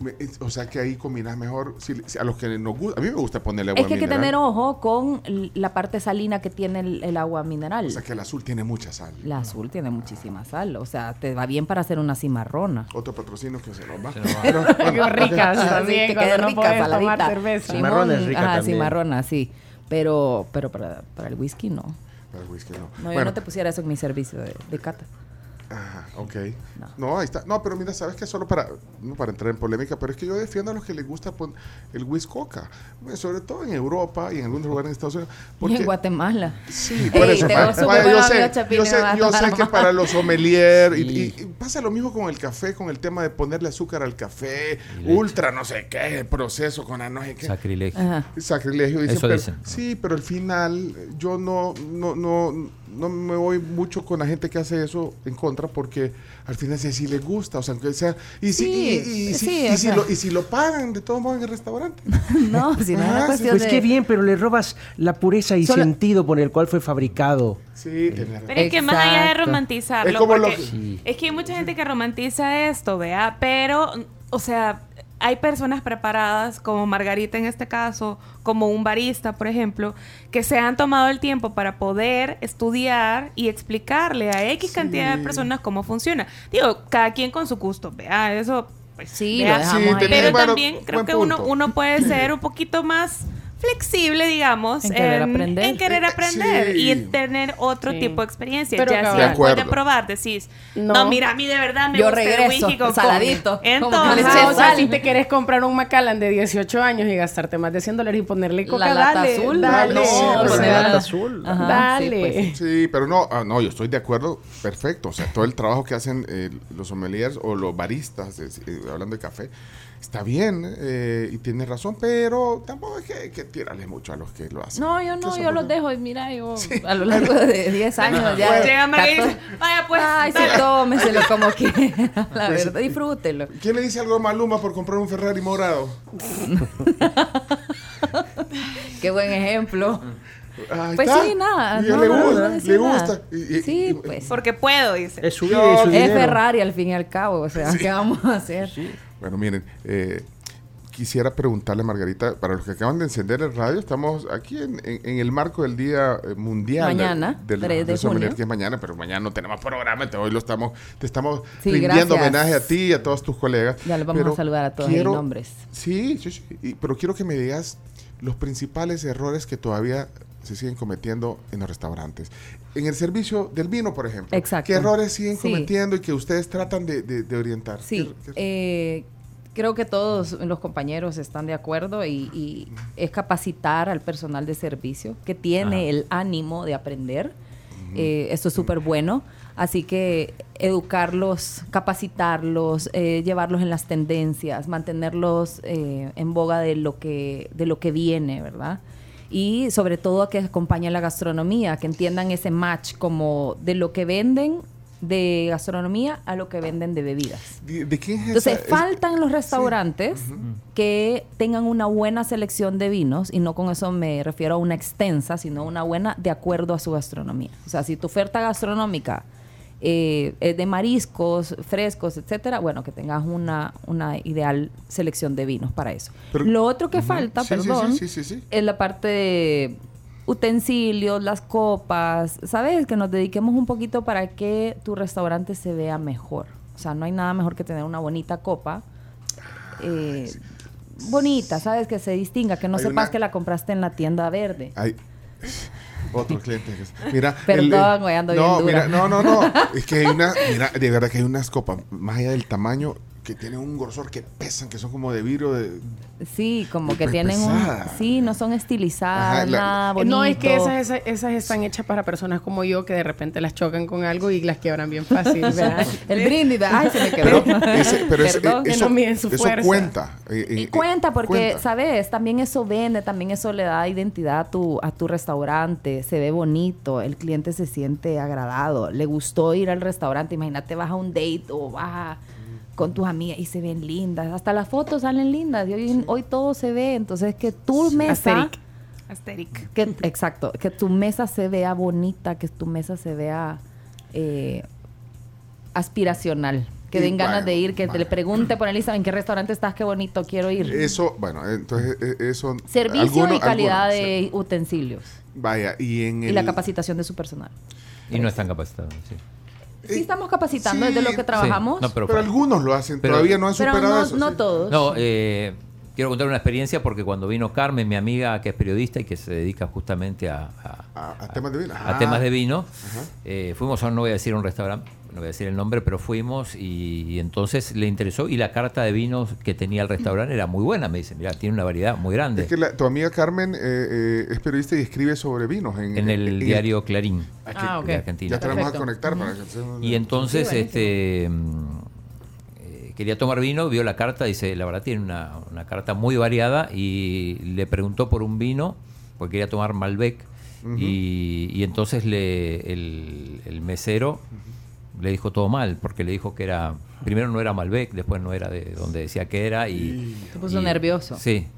[SPEAKER 3] Me- es- O sea que ahí combinas mejor. si- si a los que nos gusta, a mí me gusta ponerle agua
[SPEAKER 4] Es que hay que
[SPEAKER 3] mineral.
[SPEAKER 4] tener ojo con l- la parte salina que tiene el, el agua mineral.
[SPEAKER 3] O sea que el azul tiene mucha sal.
[SPEAKER 4] La azul tiene muchísima sal, o sea, te va bien para hacer una cimarrona.
[SPEAKER 3] Otro patrocinio que se nos va.
[SPEAKER 5] nos
[SPEAKER 3] Pero, bueno,
[SPEAKER 6] Digo, ricas
[SPEAKER 4] Así
[SPEAKER 6] también,
[SPEAKER 4] que
[SPEAKER 6] cuando
[SPEAKER 4] quede
[SPEAKER 6] no
[SPEAKER 4] rica,
[SPEAKER 6] puedes tomar
[SPEAKER 4] saladita.
[SPEAKER 6] cerveza.
[SPEAKER 4] Limón,
[SPEAKER 10] Cimarrona es rica
[SPEAKER 4] ajá,
[SPEAKER 10] también.
[SPEAKER 4] cimarrona, sí. Pero, pero para, para el whisky no.
[SPEAKER 3] para el whisky no.
[SPEAKER 4] No, yo
[SPEAKER 3] Bueno,
[SPEAKER 4] no te pusiera eso en mi servicio de, de cata.
[SPEAKER 3] Ajá, ok. No.
[SPEAKER 4] No.
[SPEAKER 3] ahí está. No, pero mira, sabes que solo para, no para entrar en polémica, pero es que yo defiendo a los que les gusta pon- el whisky coca, Bueno, sobre todo en Europa y en algunos lugares en Estados Unidos.
[SPEAKER 4] Y en Guatemala.
[SPEAKER 3] Sí,
[SPEAKER 4] <laughs>
[SPEAKER 3] por
[SPEAKER 4] Ey,
[SPEAKER 3] eso.
[SPEAKER 4] te
[SPEAKER 3] vaya-
[SPEAKER 4] veo súper
[SPEAKER 3] vaya, yo
[SPEAKER 4] buena
[SPEAKER 3] sé,
[SPEAKER 4] amiga, Chapín,
[SPEAKER 3] yo
[SPEAKER 4] me
[SPEAKER 3] sé,
[SPEAKER 4] vas a
[SPEAKER 3] yo
[SPEAKER 4] tomar
[SPEAKER 3] sé
[SPEAKER 4] la
[SPEAKER 3] que
[SPEAKER 4] mano.
[SPEAKER 3] para los sommelier y,
[SPEAKER 5] Sí.
[SPEAKER 3] y- y pasa lo mismo con el café, con el tema de ponerle azúcar al café,
[SPEAKER 5] Y leche.
[SPEAKER 3] ultra no sé qué, el proceso con la no sé qué.
[SPEAKER 5] Sacrilegio.
[SPEAKER 4] Ajá.
[SPEAKER 3] Sacrilegio, dicen,
[SPEAKER 5] Eso
[SPEAKER 3] pero-
[SPEAKER 5] dicen.
[SPEAKER 3] Sí, pero al final eh, yo no, no, no, no me voy mucho con la gente que hace eso en contra porque al final si, si les gusta, o sea, aunque sea... Y si,
[SPEAKER 4] Sí,
[SPEAKER 3] y- y- y si-
[SPEAKER 4] sí,
[SPEAKER 3] y
[SPEAKER 4] o
[SPEAKER 3] si
[SPEAKER 4] sea.
[SPEAKER 3] lo, y si lo pagan de todos modos en el restaurante.
[SPEAKER 4] No, si no es
[SPEAKER 3] Ah,
[SPEAKER 4] una
[SPEAKER 3] sí,
[SPEAKER 4] cuestión
[SPEAKER 10] Pues
[SPEAKER 4] de...
[SPEAKER 10] qué bien, pero le robas la pureza y
[SPEAKER 4] Solo-
[SPEAKER 10] sentido por el cual fue fabricado.
[SPEAKER 3] Sí, tenés razón.
[SPEAKER 7] Pero es que más allá de
[SPEAKER 4] Exacto.
[SPEAKER 7] romantizarlo,
[SPEAKER 3] Es como lo
[SPEAKER 7] porque
[SPEAKER 3] que-
[SPEAKER 7] es que hay mucha gente que romantiza esto, vea, pero, o sea, hay personas preparadas, como Margarita en este caso, como un barista, por ejemplo, que se han tomado el tiempo para poder estudiar y explicarle a X cantidad
[SPEAKER 3] Sí.
[SPEAKER 7] de personas cómo funciona. Digo, cada quien con su gusto, vea, eso, pues
[SPEAKER 4] Sí, lo
[SPEAKER 7] vea.
[SPEAKER 4] dejamos
[SPEAKER 3] Sí,
[SPEAKER 4] ahí.
[SPEAKER 3] tenés-
[SPEAKER 7] Pero
[SPEAKER 3] bueno,
[SPEAKER 7] también creo
[SPEAKER 3] buen
[SPEAKER 7] que uno,
[SPEAKER 3] punto.
[SPEAKER 7] uno
[SPEAKER 4] <laughs>
[SPEAKER 7] puede ser un poquito más flexible, digamos,
[SPEAKER 4] En querer aprender.
[SPEAKER 7] en querer
[SPEAKER 3] Eh,
[SPEAKER 7] aprender
[SPEAKER 3] sí.
[SPEAKER 7] y tener otro
[SPEAKER 6] Sí.
[SPEAKER 7] tipo de experiencia.
[SPEAKER 6] Pero
[SPEAKER 7] ya si
[SPEAKER 6] cabal.
[SPEAKER 3] De
[SPEAKER 7] después de
[SPEAKER 3] acuerdo.
[SPEAKER 7] probar decís, no.
[SPEAKER 6] No.
[SPEAKER 7] mira, a mí de verdad me
[SPEAKER 4] Yo
[SPEAKER 7] gusta el
[SPEAKER 4] regreso,
[SPEAKER 7] whisky con
[SPEAKER 4] saladito,
[SPEAKER 7] coca".
[SPEAKER 4] como que
[SPEAKER 7] Entonces,
[SPEAKER 4] le
[SPEAKER 6] Ajá, o sea,
[SPEAKER 4] sal.
[SPEAKER 6] si te quieres comprar un Macallan de 18 años y gastarte más de 100 dólares y ponerle coca,
[SPEAKER 4] lata
[SPEAKER 6] dale,
[SPEAKER 4] azul,
[SPEAKER 6] dale,
[SPEAKER 3] no,
[SPEAKER 6] o
[SPEAKER 3] pero la
[SPEAKER 6] sea,
[SPEAKER 3] lata
[SPEAKER 10] azul.
[SPEAKER 4] Ajá,
[SPEAKER 6] dale.
[SPEAKER 4] sí, pues, sí.
[SPEAKER 3] Sí, pero no, ah, no, yo estoy de acuerdo, perfecto. O sea, todo el trabajo que hacen eh, los sommeliers o los baristas, es- eh, hablando de café, está bien eh, y tienes razón, pero tampoco es que, hay que tirarle mucho a los que lo hacen.
[SPEAKER 4] No, yo
[SPEAKER 3] Que
[SPEAKER 4] no,
[SPEAKER 3] son
[SPEAKER 4] yo los
[SPEAKER 3] porque-
[SPEAKER 4] dejo. y Mira, yo a lo largo de 10 años ya.
[SPEAKER 7] llega Margarita y
[SPEAKER 4] 14.
[SPEAKER 7] dice, vaya pues,
[SPEAKER 4] Ah, Ay,
[SPEAKER 7] dale".
[SPEAKER 4] sí, tómeselo como quiera. La
[SPEAKER 3] Pues,
[SPEAKER 4] verdad, disfrútelo.
[SPEAKER 3] ¿Quién le dice algo a Maluma por comprar un Ferrari morado?
[SPEAKER 4] Qué buen ejemplo.
[SPEAKER 3] Ahí
[SPEAKER 4] Pues
[SPEAKER 3] está.
[SPEAKER 4] sí, nada,
[SPEAKER 3] Y a él
[SPEAKER 4] no,
[SPEAKER 3] le
[SPEAKER 4] no, no
[SPEAKER 3] gusta,
[SPEAKER 4] decir
[SPEAKER 3] le
[SPEAKER 4] nada.
[SPEAKER 3] gusta. Y- y- y-
[SPEAKER 4] Sí, pues.
[SPEAKER 7] porque puedo, dice.
[SPEAKER 10] Es su vida y su
[SPEAKER 4] Es
[SPEAKER 10] dinero.
[SPEAKER 4] Ferrari al fin y al cabo, o sea, ¿qué vamos a hacer?
[SPEAKER 3] Bueno, miren, eh, quisiera preguntarle, Margarita, para los que acaban de encender el radio, estamos aquí en, en- en el marco del Día eh, Mundial. del-
[SPEAKER 4] Mañana,
[SPEAKER 3] del,
[SPEAKER 4] 3 de
[SPEAKER 3] del sommelier,
[SPEAKER 4] junio.
[SPEAKER 3] que es mañana, pero mañana no tenemos programa, te- hoy lo estamos, te estamos
[SPEAKER 4] Sí,
[SPEAKER 3] rindiendo
[SPEAKER 4] gracias.
[SPEAKER 3] homenaje a ti y a todos tus colegas.
[SPEAKER 4] Ya los vamos
[SPEAKER 3] Pero
[SPEAKER 4] a saludar a todos en
[SPEAKER 3] quiero-
[SPEAKER 4] nombres.
[SPEAKER 3] Sí, sí, sí, y- pero quiero que me digas los principales errores que todavía se siguen cometiendo en los restaurantes. En el servicio del vino, por ejemplo.
[SPEAKER 4] Exacto.
[SPEAKER 3] ¿Qué errores siguen
[SPEAKER 4] Sí.
[SPEAKER 3] cometiendo y que ustedes tratan de, de- de orientar?
[SPEAKER 4] Sí,
[SPEAKER 3] ¿Qué- qué-
[SPEAKER 4] eh, creo que todos los compañeros están de acuerdo y, y es capacitar al personal de servicio que tiene
[SPEAKER 5] Ajá.
[SPEAKER 4] el ánimo de aprender. Eh, esto es súper bueno. Así que educarlos, capacitarlos, eh, llevarlos en las tendencias, mantenerlos eh, en boga de lo que de lo que viene, ¿verdad? Y sobre todo a que acompañen la gastronomía, que entiendan ese match como de lo que venden de gastronomía a lo que venden de bebidas.
[SPEAKER 3] ¿De, de quién es
[SPEAKER 4] Entonces,
[SPEAKER 3] esa- es-
[SPEAKER 4] faltan los restaurantes que tengan una buena selección de vinos, y no con eso me refiero a una extensa, sino una buena de acuerdo a su gastronomía. O sea, si tu oferta gastronómica eh, es de mariscos, frescos, etcétera, bueno, que tengas una, una ideal selección de vinos para eso.
[SPEAKER 3] Pero-
[SPEAKER 4] Lo otro que
[SPEAKER 3] Ujú.
[SPEAKER 4] falta,
[SPEAKER 3] Sí, sí, sí,
[SPEAKER 4] perdón,
[SPEAKER 3] sí, sí, sí.
[SPEAKER 4] es la parte de utensilios, las copas, ¿sabes? Que nos dediquemos un poquito para que tu restaurante se vea mejor. O sea, no hay nada mejor que tener una bonita copa. eh, bonita, ¿sabes? Que se distinga, que no
[SPEAKER 3] Hay
[SPEAKER 4] sepas
[SPEAKER 3] una-
[SPEAKER 4] que la compraste en la tienda verde.
[SPEAKER 3] Ay, otro cliente. que es- Mira,
[SPEAKER 4] <laughs> Perdón, güey, ando
[SPEAKER 3] no,
[SPEAKER 4] bien
[SPEAKER 3] mira,
[SPEAKER 4] dura.
[SPEAKER 3] no, no,
[SPEAKER 4] <laughs>
[SPEAKER 3] no. Es que hay una, mira, de verdad que hay unas copas, más allá del tamaño, que tienen un grosor que pesan, que son como de vidrio. De,
[SPEAKER 4] Sí, como
[SPEAKER 3] Muy
[SPEAKER 4] que tienen un...
[SPEAKER 3] pesada.
[SPEAKER 4] Sí, no son estilizadas,
[SPEAKER 3] Ajá, la-
[SPEAKER 4] nada bonito.
[SPEAKER 6] Eh, No, es que esas, esas, esas están hechas para personas como yo que de repente las chocan con algo y las quiebran
[SPEAKER 4] <laughs>
[SPEAKER 6] bien fácil, ¿verdad?
[SPEAKER 4] El brindis, ¿verdad? ay, se me quedó. <laughs>
[SPEAKER 3] pero ese- pero ese-
[SPEAKER 4] Perdón.
[SPEAKER 6] que
[SPEAKER 3] eso,
[SPEAKER 6] no miden su
[SPEAKER 3] eso
[SPEAKER 6] fuerza.
[SPEAKER 3] cuenta. eh, eh,
[SPEAKER 4] Y
[SPEAKER 3] eh,
[SPEAKER 4] cuenta, porque,
[SPEAKER 3] cuenta.
[SPEAKER 4] ¿sabes? También eso vende, también eso le da identidad a tu, a tu restaurante, se ve bonito, el cliente se siente agradado, le gustó ir al restaurante, imagínate, vas a un date o vas a- con tus amigas y se ven lindas, hasta las fotos salen lindas, y hoy, hoy todo se ve, entonces que tu mesa...
[SPEAKER 6] Asteric.
[SPEAKER 7] Asteric.
[SPEAKER 4] Que, exacto, que tu mesa se vea bonita, que tu mesa se vea eh, aspiracional. que den
[SPEAKER 3] Y
[SPEAKER 4] ganas
[SPEAKER 3] bueno,
[SPEAKER 4] de ir, que te
[SPEAKER 3] bueno.
[SPEAKER 4] le pregunte por Elizabeth en qué restaurante estás, qué bonito, quiero ir.
[SPEAKER 3] Eso, bueno, entonces eh, eso...
[SPEAKER 4] Servicio
[SPEAKER 3] alguno-
[SPEAKER 4] y calidad
[SPEAKER 3] alguno,
[SPEAKER 4] de utensilios
[SPEAKER 3] sí. Vaya, y en
[SPEAKER 4] y la
[SPEAKER 3] el-
[SPEAKER 4] capacitación de su personal.
[SPEAKER 5] Y no están capacitados. sí.
[SPEAKER 4] Sí estamos capacitando
[SPEAKER 3] sí,
[SPEAKER 4] desde lo
[SPEAKER 3] Eh, sí.
[SPEAKER 4] que trabajamos,
[SPEAKER 5] No, pero
[SPEAKER 3] Pero algunos lo hacen,
[SPEAKER 5] Pero-
[SPEAKER 3] todavía no han
[SPEAKER 4] pero
[SPEAKER 3] superado
[SPEAKER 4] no,
[SPEAKER 3] eso.
[SPEAKER 4] no
[SPEAKER 3] sí.
[SPEAKER 4] todos.
[SPEAKER 5] No, eh, quiero contar una experiencia porque cuando vino Carmen, mi amiga que es periodista y que se dedica justamente a, a-
[SPEAKER 3] A- a temas de vino.
[SPEAKER 5] a
[SPEAKER 3] Ah.
[SPEAKER 5] temas de vino, eh, fuimos a, no voy a decir un restaurante, no voy a decir el nombre, pero fuimos y, y entonces le interesó y la carta de vinos que tenía el restaurante era muy buena. Me dice, mira, tiene una variedad muy grande
[SPEAKER 3] Es que la- tu amiga Carmen eh, eh, es periodista y escribe sobre vinos en,
[SPEAKER 5] en el
[SPEAKER 3] en-
[SPEAKER 5] diario Clarín
[SPEAKER 4] Ah, ok.
[SPEAKER 5] de Argentina.
[SPEAKER 3] Ya te la vamos a
[SPEAKER 4] Perfecto.
[SPEAKER 3] conectar para que hacemos-
[SPEAKER 5] Y entonces,
[SPEAKER 4] Sí, buenísimo.
[SPEAKER 5] este mm, eh, quería tomar vino, vio la carta, dice, la verdad tiene una, una carta muy variada y le preguntó por un vino, porque quería tomar Malbec, y, y entonces le, el, el mesero le dijo todo mal, porque le dijo que era, primero no era Malbec, después no era de donde decía que era, y...
[SPEAKER 4] Se puso
[SPEAKER 5] y-
[SPEAKER 4] nervioso.
[SPEAKER 5] Sí,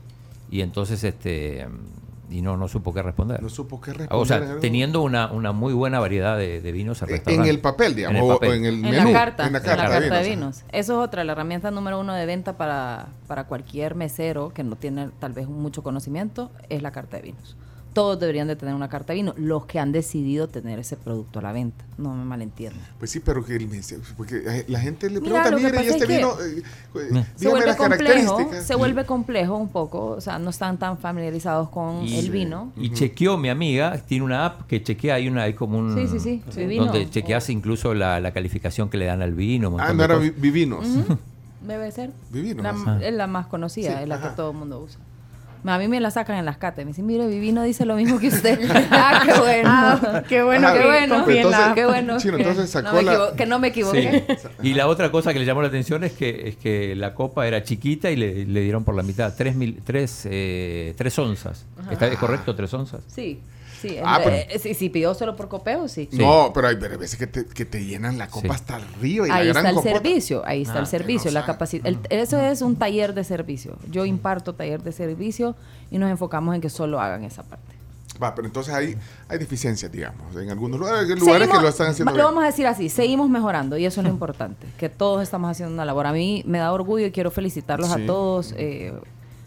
[SPEAKER 5] y entonces, este, mm, y no, no supo qué responder.
[SPEAKER 3] No supo qué responder.
[SPEAKER 5] Ah, O
[SPEAKER 3] en
[SPEAKER 5] sea,
[SPEAKER 3] algo.
[SPEAKER 5] teniendo una, una muy buena variedad de, de vinos al
[SPEAKER 3] Eh, en
[SPEAKER 5] restaurante.
[SPEAKER 3] el papel, digamos,
[SPEAKER 5] En el papel.
[SPEAKER 3] o en el
[SPEAKER 4] En
[SPEAKER 3] menú.
[SPEAKER 4] la carta,
[SPEAKER 3] en la carta,
[SPEAKER 4] de vinos. Eso es otra, la herramienta número uno de venta para, para cualquier mesero que no tiene tal vez mucho conocimiento es la carta de vinos. Todos deberían de tener una carta de vino, los que han decidido tener ese producto a la venta. No me malentiendan.
[SPEAKER 3] Pues sí, pero que el mes- porque eh, la gente le
[SPEAKER 4] Mira,
[SPEAKER 3] pregunta,
[SPEAKER 4] lo que
[SPEAKER 3] mire,
[SPEAKER 4] pasa
[SPEAKER 3] y este
[SPEAKER 4] es que
[SPEAKER 3] vino,
[SPEAKER 5] Mm.
[SPEAKER 3] eh, eh,
[SPEAKER 4] Se
[SPEAKER 3] dígame
[SPEAKER 4] vuelve
[SPEAKER 3] las
[SPEAKER 4] complejo,
[SPEAKER 3] características.
[SPEAKER 4] se vuelve complejo un poco, o sea, no están tan familiarizados con
[SPEAKER 5] Y-
[SPEAKER 4] el vino.
[SPEAKER 5] Y chequeó mi amiga, tiene una app que chequea, hay una, hay como un
[SPEAKER 4] Sí, sí, sí, sí,
[SPEAKER 5] donde
[SPEAKER 4] vino.
[SPEAKER 5] chequeas incluso la, la calificación que le dan al vino. un
[SPEAKER 3] Ah,
[SPEAKER 5] montón
[SPEAKER 3] no
[SPEAKER 5] de
[SPEAKER 3] era vi-
[SPEAKER 5] cosas.
[SPEAKER 3] vivinos.
[SPEAKER 4] Debe ser.
[SPEAKER 3] Vivinos.
[SPEAKER 4] La-
[SPEAKER 3] Ajá.
[SPEAKER 4] es la más conocida,
[SPEAKER 3] Sí,
[SPEAKER 4] es la
[SPEAKER 3] ajá.
[SPEAKER 4] que todo el mundo usa. A mí me la sacan en las cates. Me dicen, mire, Vivino dice lo mismo que usted. <laughs> ah, qué bueno.
[SPEAKER 6] Ah, qué bueno,
[SPEAKER 3] Ajá.
[SPEAKER 6] que
[SPEAKER 4] qué bueno.
[SPEAKER 6] confía en la
[SPEAKER 3] Entonces-
[SPEAKER 6] app.
[SPEAKER 4] qué bueno.
[SPEAKER 3] Chino, entonces
[SPEAKER 4] que- no
[SPEAKER 3] sacó
[SPEAKER 4] me
[SPEAKER 3] la-
[SPEAKER 4] equivo- que no me equivoqué.
[SPEAKER 5] Sí. Y la otra cosa que le llamó la atención es que, es que la copa era chiquita y le, le dieron por la mitad tres, mil, tres, eh, tres onzas. ¿Está ¿Es correcto? ¿Tres onzas?
[SPEAKER 4] Sí. Sí,
[SPEAKER 3] Ah,
[SPEAKER 4] en-
[SPEAKER 3] pero-
[SPEAKER 4] eh, sí, sí, pidió solo por copeo, sí.
[SPEAKER 3] No, pero hay pero hay veces que te, que te llenan la copa
[SPEAKER 5] Sí.
[SPEAKER 3] hasta arriba y
[SPEAKER 4] Ahí
[SPEAKER 3] la gran
[SPEAKER 4] está el
[SPEAKER 3] copota.
[SPEAKER 4] servicio, ahí está el servicio,
[SPEAKER 3] Ah, no
[SPEAKER 4] la
[SPEAKER 3] sabe.
[SPEAKER 4] capacidad. el- Eso es un taller de servicio. Yo imparto taller de servicio y nos enfocamos en que solo hagan esa parte.
[SPEAKER 3] Va, pero entonces hay, hay deficiencias, digamos, en algunos lugares, hay lugares que
[SPEAKER 4] Seguimos-
[SPEAKER 3] lo están haciendo
[SPEAKER 4] Lo
[SPEAKER 3] bien.
[SPEAKER 4] vamos a decir así, seguimos mejorando y eso es lo importante, que todos estamos haciendo una labor. A mí me da orgullo y quiero felicitarlos
[SPEAKER 3] Sí.
[SPEAKER 4] a todos. eh,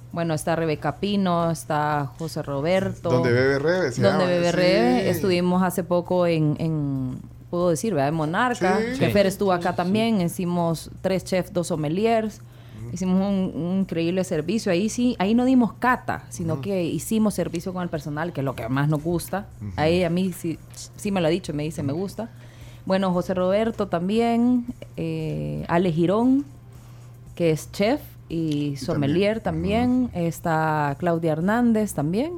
[SPEAKER 4] bueno, está Rebeca Pino, está José Roberto.
[SPEAKER 3] Donde bebe Rebe, se
[SPEAKER 4] Donde
[SPEAKER 3] llama,
[SPEAKER 4] Bebe
[SPEAKER 3] sí.
[SPEAKER 4] Rebe. Estuvimos hace poco en, en, puedo decir, ¿verdad? En Monarca.
[SPEAKER 3] Sí.
[SPEAKER 4] Que
[SPEAKER 5] Sí.
[SPEAKER 4] Fer estuvo acá también. Hicimos tres chefs, dos sommeliers. Hicimos un, un increíble servicio. Ahí sí, ahí no dimos cata, sino que hicimos servicio con el personal, que es lo que más nos gusta. Ahí a mí sí, sí me lo ha dicho, me dice, me gusta. Bueno, José Roberto también, eh, Ale Girón, que es chef y sommelier también. Está Claudia Hernández también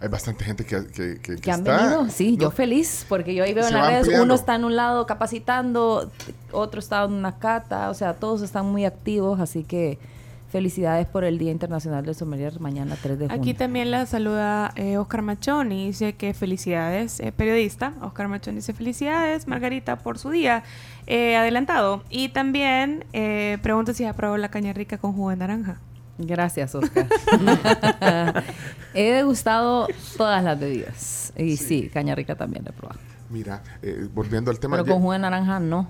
[SPEAKER 3] Hay bastante gente que, que, que, que
[SPEAKER 4] que han
[SPEAKER 3] está-
[SPEAKER 4] venido, sí,
[SPEAKER 3] no,
[SPEAKER 4] yo feliz, porque yo ahí veo
[SPEAKER 3] Se
[SPEAKER 4] en las
[SPEAKER 3] va
[SPEAKER 4] redes,
[SPEAKER 3] ampliando.
[SPEAKER 4] uno está en un lado capacitando, t- otro está en una cata, o sea, todos están muy activos, así que felicidades por el Día Internacional del Sommelier mañana 3 de junio.
[SPEAKER 7] Aquí también la saluda eh, Oscar Machón y dice que felicidades, eh, periodista. Oscar Machón dice felicidades, Margarita, por su día eh, adelantado. Y también eh, pregunta si has probado la caña rica con jugo de naranja.
[SPEAKER 4] Gracias, Oscar. <laughs> he degustado todas las bebidas. Y sí, caña rica también la he probado.
[SPEAKER 3] Mira, eh, volviendo al tema.
[SPEAKER 4] Pero
[SPEAKER 3] ya-
[SPEAKER 4] con jugo de naranja no.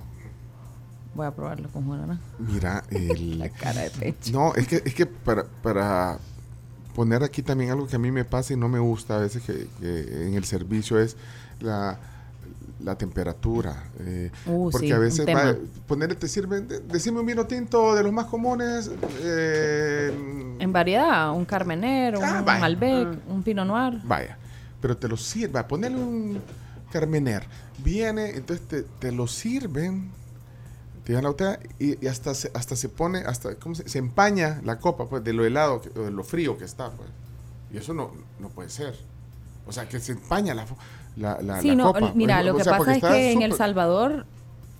[SPEAKER 4] Voy a probarlo con jugo de naranja.
[SPEAKER 3] Mira, el,
[SPEAKER 4] <laughs> La cara de pecho.
[SPEAKER 3] No, es que, es que para, para poner aquí también algo que a mí me pasa y no me gusta a veces que, que en el servicio es la, la temperatura. eh,
[SPEAKER 4] Uh,
[SPEAKER 3] porque
[SPEAKER 4] sí,
[SPEAKER 3] a
[SPEAKER 4] un
[SPEAKER 3] veces
[SPEAKER 4] tema.
[SPEAKER 3] va- ponerle, te sirven, de- decime un vino tinto de los más comunes. eh,
[SPEAKER 4] En variedad, un carmenero,
[SPEAKER 3] Ah,
[SPEAKER 4] un
[SPEAKER 3] vaya.
[SPEAKER 4] malbec, un pinot noir.
[SPEAKER 3] Vaya, pero te lo sirva, ponerle un carmener. Viene, entonces te, te lo sirven, te dan la botella y, y hasta, se, hasta se pone, hasta ¿cómo se, se empaña la copa pues, de lo helado que- o de lo frío que está. Pues. Y eso no, no puede ser. O sea, que se empaña la, fo- la, la,
[SPEAKER 4] Sí,
[SPEAKER 3] la
[SPEAKER 4] no,
[SPEAKER 3] copa. pues,
[SPEAKER 4] mira,
[SPEAKER 3] ¿no?
[SPEAKER 4] lo
[SPEAKER 3] O
[SPEAKER 4] que
[SPEAKER 3] sea,
[SPEAKER 4] pasa
[SPEAKER 3] porque
[SPEAKER 4] es que
[SPEAKER 3] está
[SPEAKER 4] en El
[SPEAKER 3] súper-
[SPEAKER 4] Salvador,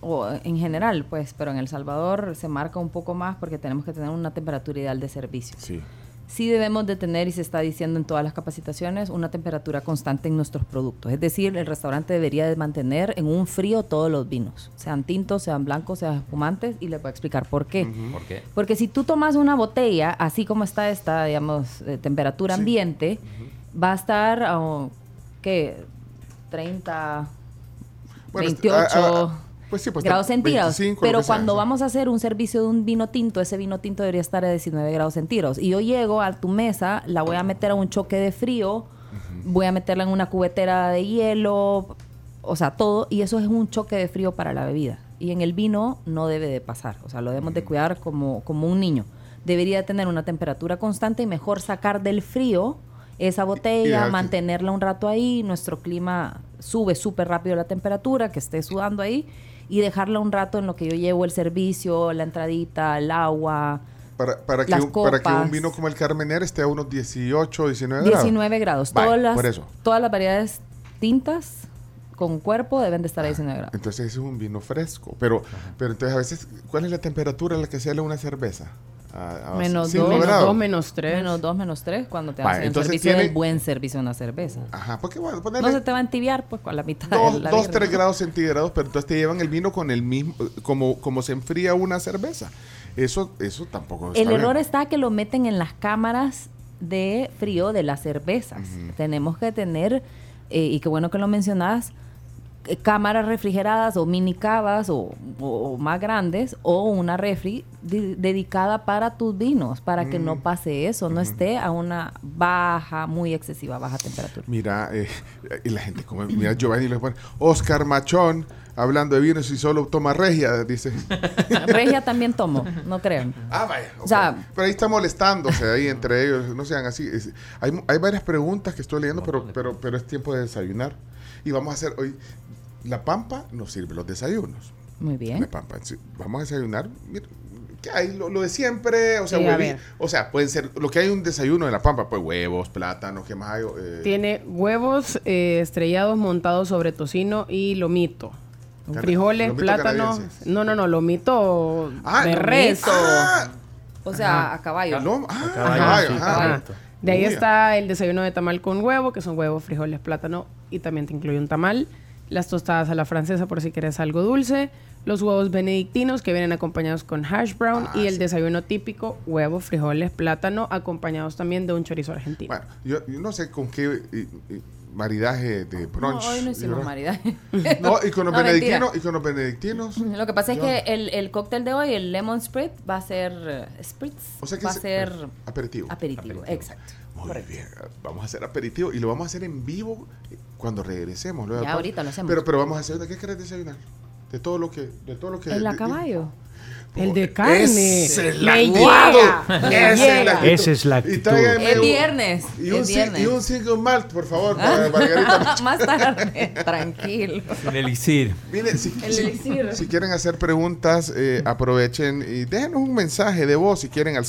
[SPEAKER 4] o en general, pues, pero en El Salvador se marca un poco más porque tenemos que tener una temperatura ideal de servicio.
[SPEAKER 3] Sí.
[SPEAKER 4] Sí debemos de tener, y se está diciendo en todas las capacitaciones, una temperatura constante en nuestros productos. Es decir, el restaurante debería de mantener en un frío todos los vinos, sean tintos, sean blancos, sean espumantes, y les voy a explicar por qué.
[SPEAKER 5] ¿Por qué?
[SPEAKER 4] Porque si tú tomas una botella, así como está esta, digamos, eh, temperatura ambiente, va a estar, a, oh, ¿qué? 30,
[SPEAKER 3] Bueno,
[SPEAKER 4] 28.
[SPEAKER 3] a- a- Pues sí, pues
[SPEAKER 4] grados
[SPEAKER 3] está
[SPEAKER 4] centígrados.
[SPEAKER 3] 25, lo
[SPEAKER 4] pero
[SPEAKER 3] que sea,
[SPEAKER 4] cuando
[SPEAKER 3] sí.
[SPEAKER 4] vamos a hacer un servicio de un vino tinto, ese vino tinto debería estar a 19 grados centígrados. Y yo llego a tu mesa, la voy a meter a un choque de frío, voy a meterla en una cubetera de hielo, o sea, todo. Y eso es un choque de frío para la bebida. Y en el vino no debe de pasar. O sea, lo debemos de cuidar como, como un niño. Debería tener una temperatura constante y mejor sacar del frío esa botella,
[SPEAKER 3] dejar que-
[SPEAKER 4] mantener tenerla un rato ahí, nuestro clima sube súper rápido la temperatura, que esté sudando ahí, y dejarla un rato en lo que yo llevo el servicio, la entradita, el agua,
[SPEAKER 3] Para, para, que
[SPEAKER 4] Las
[SPEAKER 3] un, para que un
[SPEAKER 4] copas.
[SPEAKER 3] vino como el Carmener esté a unos 18, 19 grados.
[SPEAKER 4] 19 grados.
[SPEAKER 3] Vaya,
[SPEAKER 4] todas, las,
[SPEAKER 3] Por eso.
[SPEAKER 4] todas las variedades tintas con cuerpo deben de estar a 19 grados.
[SPEAKER 3] Entonces ese es un vino fresco. Pero, pero entonces a veces, ¿cuál es la temperatura a la que sale una cerveza? Ah, A- a
[SPEAKER 4] Menos
[SPEAKER 3] cinco
[SPEAKER 4] dos, menos
[SPEAKER 3] grados.
[SPEAKER 6] dos, menos tres.
[SPEAKER 4] Menos 2, menos 3 cuando te
[SPEAKER 3] Vaya,
[SPEAKER 4] hacen el
[SPEAKER 3] entonces
[SPEAKER 4] servicio
[SPEAKER 3] tiene-
[SPEAKER 4] del buen servicio de una cerveza.
[SPEAKER 3] Ajá, porque bueno,
[SPEAKER 4] No se
[SPEAKER 3] ponerle
[SPEAKER 4] te va a entibiar pues con la mitad de
[SPEAKER 3] dos,
[SPEAKER 4] la
[SPEAKER 3] dos,
[SPEAKER 4] birra.
[SPEAKER 3] tres grados centígrados, pero entonces te llevan el vino con el mismo, como, como se enfría una cerveza. Eso, eso tampoco
[SPEAKER 4] El
[SPEAKER 3] Pues está bien.
[SPEAKER 4] error está que lo meten en las cámaras de frío de las cervezas. Tenemos que tener, eh, y qué bueno que lo mencionás, eh, cámaras refrigeradas o mini cavas o, o- o más grandes o una refri de- dedicada para tus vinos, para que
[SPEAKER 3] Mm.
[SPEAKER 4] no pase eso, no esté a una baja, muy excesiva, baja temperatura.
[SPEAKER 3] Mira, eh, y la gente como, mira Giovanni le pone, Oscar Machón, hablando de vinos y solo toma regia, dice.
[SPEAKER 4] Regia también tomo, no crean.
[SPEAKER 3] Ah, vaya.
[SPEAKER 4] O
[SPEAKER 3] ok.
[SPEAKER 4] sea-
[SPEAKER 3] pero ahí está molestándose
[SPEAKER 6] <laughs>
[SPEAKER 3] ahí entre ellos, no sean así. Es- hay, mu- hay varias preguntas que estoy leyendo, pero, pero, pero es tiempo de desayunar. Y vamos a hacer hoy, la pampa nos sirve los desayunos.
[SPEAKER 4] Muy
[SPEAKER 3] La
[SPEAKER 6] ¿Eh?
[SPEAKER 4] bien.
[SPEAKER 3] pampa, sí, vamos a desayunar. mira, ¿Qué hay? Lo, lo de siempre, o sea,
[SPEAKER 6] Sí, a
[SPEAKER 3] huevi-
[SPEAKER 6] ver.
[SPEAKER 3] o sea, pueden ser, lo que hay un desayuno de la pampa, pues huevos, plátanos, ¿qué más hay? Eh,
[SPEAKER 6] Tiene huevos eh, estrellados montados sobre tocino y lomito.
[SPEAKER 3] Cana-
[SPEAKER 6] Frijoles,
[SPEAKER 3] lomito
[SPEAKER 6] plátanos.
[SPEAKER 3] canadiense.
[SPEAKER 6] No, no, no, lomito
[SPEAKER 3] Ah,
[SPEAKER 6] de
[SPEAKER 3] lomito.
[SPEAKER 6] res.
[SPEAKER 3] Ah,
[SPEAKER 4] O sea, a caballo.
[SPEAKER 3] Paloma. Ah,
[SPEAKER 10] caballo,
[SPEAKER 3] caballo,
[SPEAKER 10] sí,
[SPEAKER 3] ajá.
[SPEAKER 10] caballo.
[SPEAKER 6] Ajá. Ah, De ahí
[SPEAKER 3] Uy,
[SPEAKER 6] está el desayuno de tamal con huevo, que son huevos, frijoles, plátano y también te incluye un tamal. Las tostadas a la francesa por si quieres algo dulce. Los huevos benedictinos que vienen acompañados con hash brown.
[SPEAKER 3] Ah,
[SPEAKER 6] y el desayuno típico, huevos, frijoles, plátano, acompañados también de un chorizo argentino.
[SPEAKER 3] Bueno, yo, yo no sé con qué eh, eh, maridaje de
[SPEAKER 4] No,
[SPEAKER 3] brunch.
[SPEAKER 4] hoy no hicimos
[SPEAKER 3] ¿verdad?
[SPEAKER 4] maridaje. <laughs>
[SPEAKER 3] No, y con los
[SPEAKER 4] No, mentira.
[SPEAKER 3] benedictinos, y con los benedictinos.
[SPEAKER 4] Lo que pasa
[SPEAKER 3] Yo-
[SPEAKER 4] es que el, el cóctel de hoy, el lemon spritz, va a ser eh, spritz,
[SPEAKER 3] O sea que
[SPEAKER 4] va a
[SPEAKER 3] es
[SPEAKER 4] ser
[SPEAKER 3] aperitivo.
[SPEAKER 4] aperitivo, exacto.
[SPEAKER 3] Muy bien, vamos a hacer aperitivo y lo vamos a hacer en vivo cuando regresemos. luego de
[SPEAKER 4] Ya,
[SPEAKER 3] pausa.
[SPEAKER 4] ahorita lo hacemos.
[SPEAKER 3] Pero, pero vamos a hacer, ¿qué querés desayunar? De todo lo que, de todo lo que.
[SPEAKER 4] El a
[SPEAKER 3] de-
[SPEAKER 4] caballo.
[SPEAKER 6] el de carne.
[SPEAKER 3] Esa es la
[SPEAKER 6] Me
[SPEAKER 3] actitud. Esa
[SPEAKER 6] llega.
[SPEAKER 3] es la actitud.
[SPEAKER 10] Esa es la
[SPEAKER 3] Y
[SPEAKER 10] actitud.
[SPEAKER 3] tráigame
[SPEAKER 4] Es
[SPEAKER 3] un-
[SPEAKER 4] viernes,
[SPEAKER 3] Y un,
[SPEAKER 4] es
[SPEAKER 3] si-
[SPEAKER 4] viernes.
[SPEAKER 3] y un single malt, por favor,
[SPEAKER 4] <laughs>
[SPEAKER 3] para Margarita.
[SPEAKER 4] Más tarde, tranquilo.
[SPEAKER 5] El elixir.
[SPEAKER 3] Mire, si,
[SPEAKER 4] El
[SPEAKER 3] si-
[SPEAKER 4] elixir.
[SPEAKER 3] si quieren hacer preguntas, eh, aprovechen y déjenos un mensaje de voz si quieren al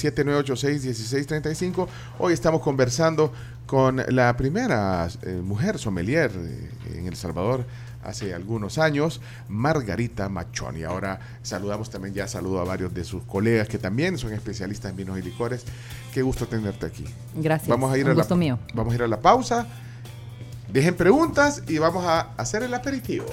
[SPEAKER 3] 7986-1635. Hoy estamos conversando con la primera eh, mujer sommelier eh, en El Salvador hace algunos años, Margarita Machón. Y ahora saludamos también, ya saludo a varios de sus colegas que también son especialistas en vinos y licores. Qué gusto tenerte aquí.
[SPEAKER 4] Gracias.
[SPEAKER 3] Vamos a ir
[SPEAKER 4] un
[SPEAKER 3] a la,
[SPEAKER 4] gusto mío.
[SPEAKER 3] Vamos a ir a la pausa. Dejen preguntas y vamos a hacer el aperitivo.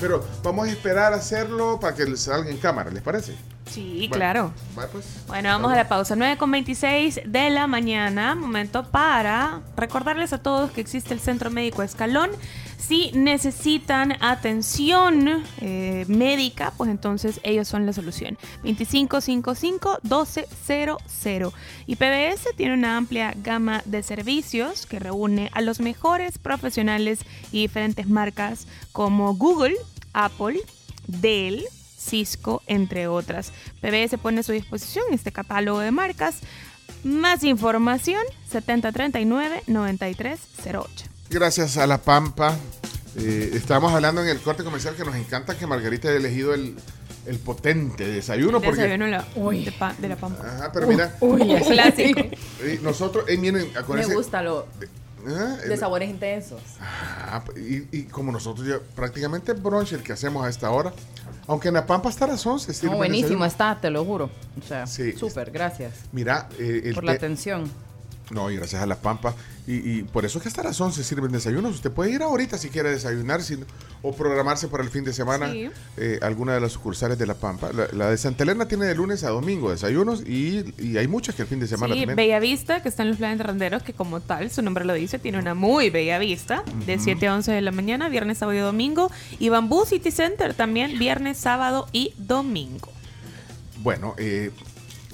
[SPEAKER 3] Pero vamos a esperar a hacerlo para que salga en cámara, ¿les parece?
[SPEAKER 7] Sí,
[SPEAKER 3] Bueno,
[SPEAKER 7] claro.
[SPEAKER 3] va, pues.
[SPEAKER 7] Bueno, vamos a la pausa. 9.26 de la mañana. Momento para recordarles a todos que existe el Centro Médico Escalón. Si necesitan atención eh, médica, pues entonces ellos son la solución. 2555-1200. Y PBS tiene una amplia gama de servicios que reúne a los mejores profesionales y diferentes marcas como Google, Apple, Dell, Cisco, entre otras. PBS pone a su disposición este catálogo de marcas. Más información, 7039-9308.
[SPEAKER 3] Gracias a La Pampa. Eh, estábamos hablando en el corte comercial que nos encanta que Margarita haya elegido el, el potente desayuno.
[SPEAKER 7] El
[SPEAKER 3] porque,
[SPEAKER 7] desayuno Uh, la- de, pa- de la pampa.
[SPEAKER 3] Ajá, pero mira,
[SPEAKER 6] Uy, es
[SPEAKER 7] Clásico.
[SPEAKER 3] eh, nosotros, eh, miren,
[SPEAKER 4] Me
[SPEAKER 3] acuérdense.
[SPEAKER 4] gusta lo
[SPEAKER 3] Ah, eh,
[SPEAKER 4] de sabores intensos.
[SPEAKER 3] Ah, y, y como nosotros ya prácticamente brunch el que hacemos a esta hora, aunque en La Pampa está a las 11. sirve
[SPEAKER 4] No,
[SPEAKER 3] el
[SPEAKER 4] buenísimo
[SPEAKER 3] desayuno.
[SPEAKER 4] está, te lo juro. O sea,
[SPEAKER 3] Sí.
[SPEAKER 4] súper, gracias
[SPEAKER 3] Mira, eh, el
[SPEAKER 4] por la
[SPEAKER 3] te-
[SPEAKER 4] atención.
[SPEAKER 3] No, y gracias a las pampas. Y, y por eso es que hasta las 11 sirven desayunos. Usted puede ir ahorita si quiere desayunar si no- o programarse para el fin de semana
[SPEAKER 7] Sí.
[SPEAKER 3] eh, alguna de las sucursales de la Pampa. La, la de Santa Elena tiene de lunes a domingo desayunos y, y hay muchas que el fin de semana
[SPEAKER 7] sí,
[SPEAKER 3] también.
[SPEAKER 7] Bellavista, que está en los planes randeros, que como tal, su nombre lo dice, tiene una muy bella vista, de 7 a 11 de la mañana, viernes, sábado y domingo. Y Bambú City Center también, viernes, sábado y domingo.
[SPEAKER 3] Bueno, eh,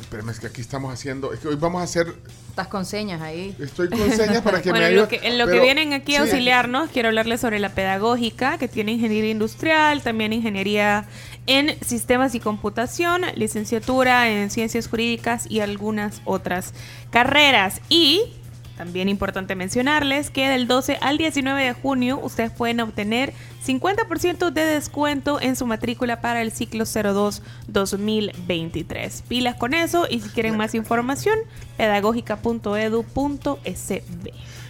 [SPEAKER 3] espérame, es que aquí estamos haciendo. Es que hoy vamos a hacer.
[SPEAKER 4] Estás con señas ahí.
[SPEAKER 3] Estoy con señas para que
[SPEAKER 7] <laughs> bueno,
[SPEAKER 3] me
[SPEAKER 7] en lo que,
[SPEAKER 3] ayuden,
[SPEAKER 7] en lo que
[SPEAKER 3] pero-
[SPEAKER 7] vienen aquí a
[SPEAKER 3] sí,
[SPEAKER 7] auxiliarnos, quiero hablarles sobre la pedagógica, que tiene ingeniería industrial, también ingeniería en sistemas y computación, licenciatura en ciencias jurídicas y algunas otras carreras. Y también importante mencionarles que del 12 al 19 de junio ustedes pueden obtener 50% de descuento en su matrícula para el ciclo 02-2023. Pilas con eso y si quieren más información, pedagógica.edu.sb.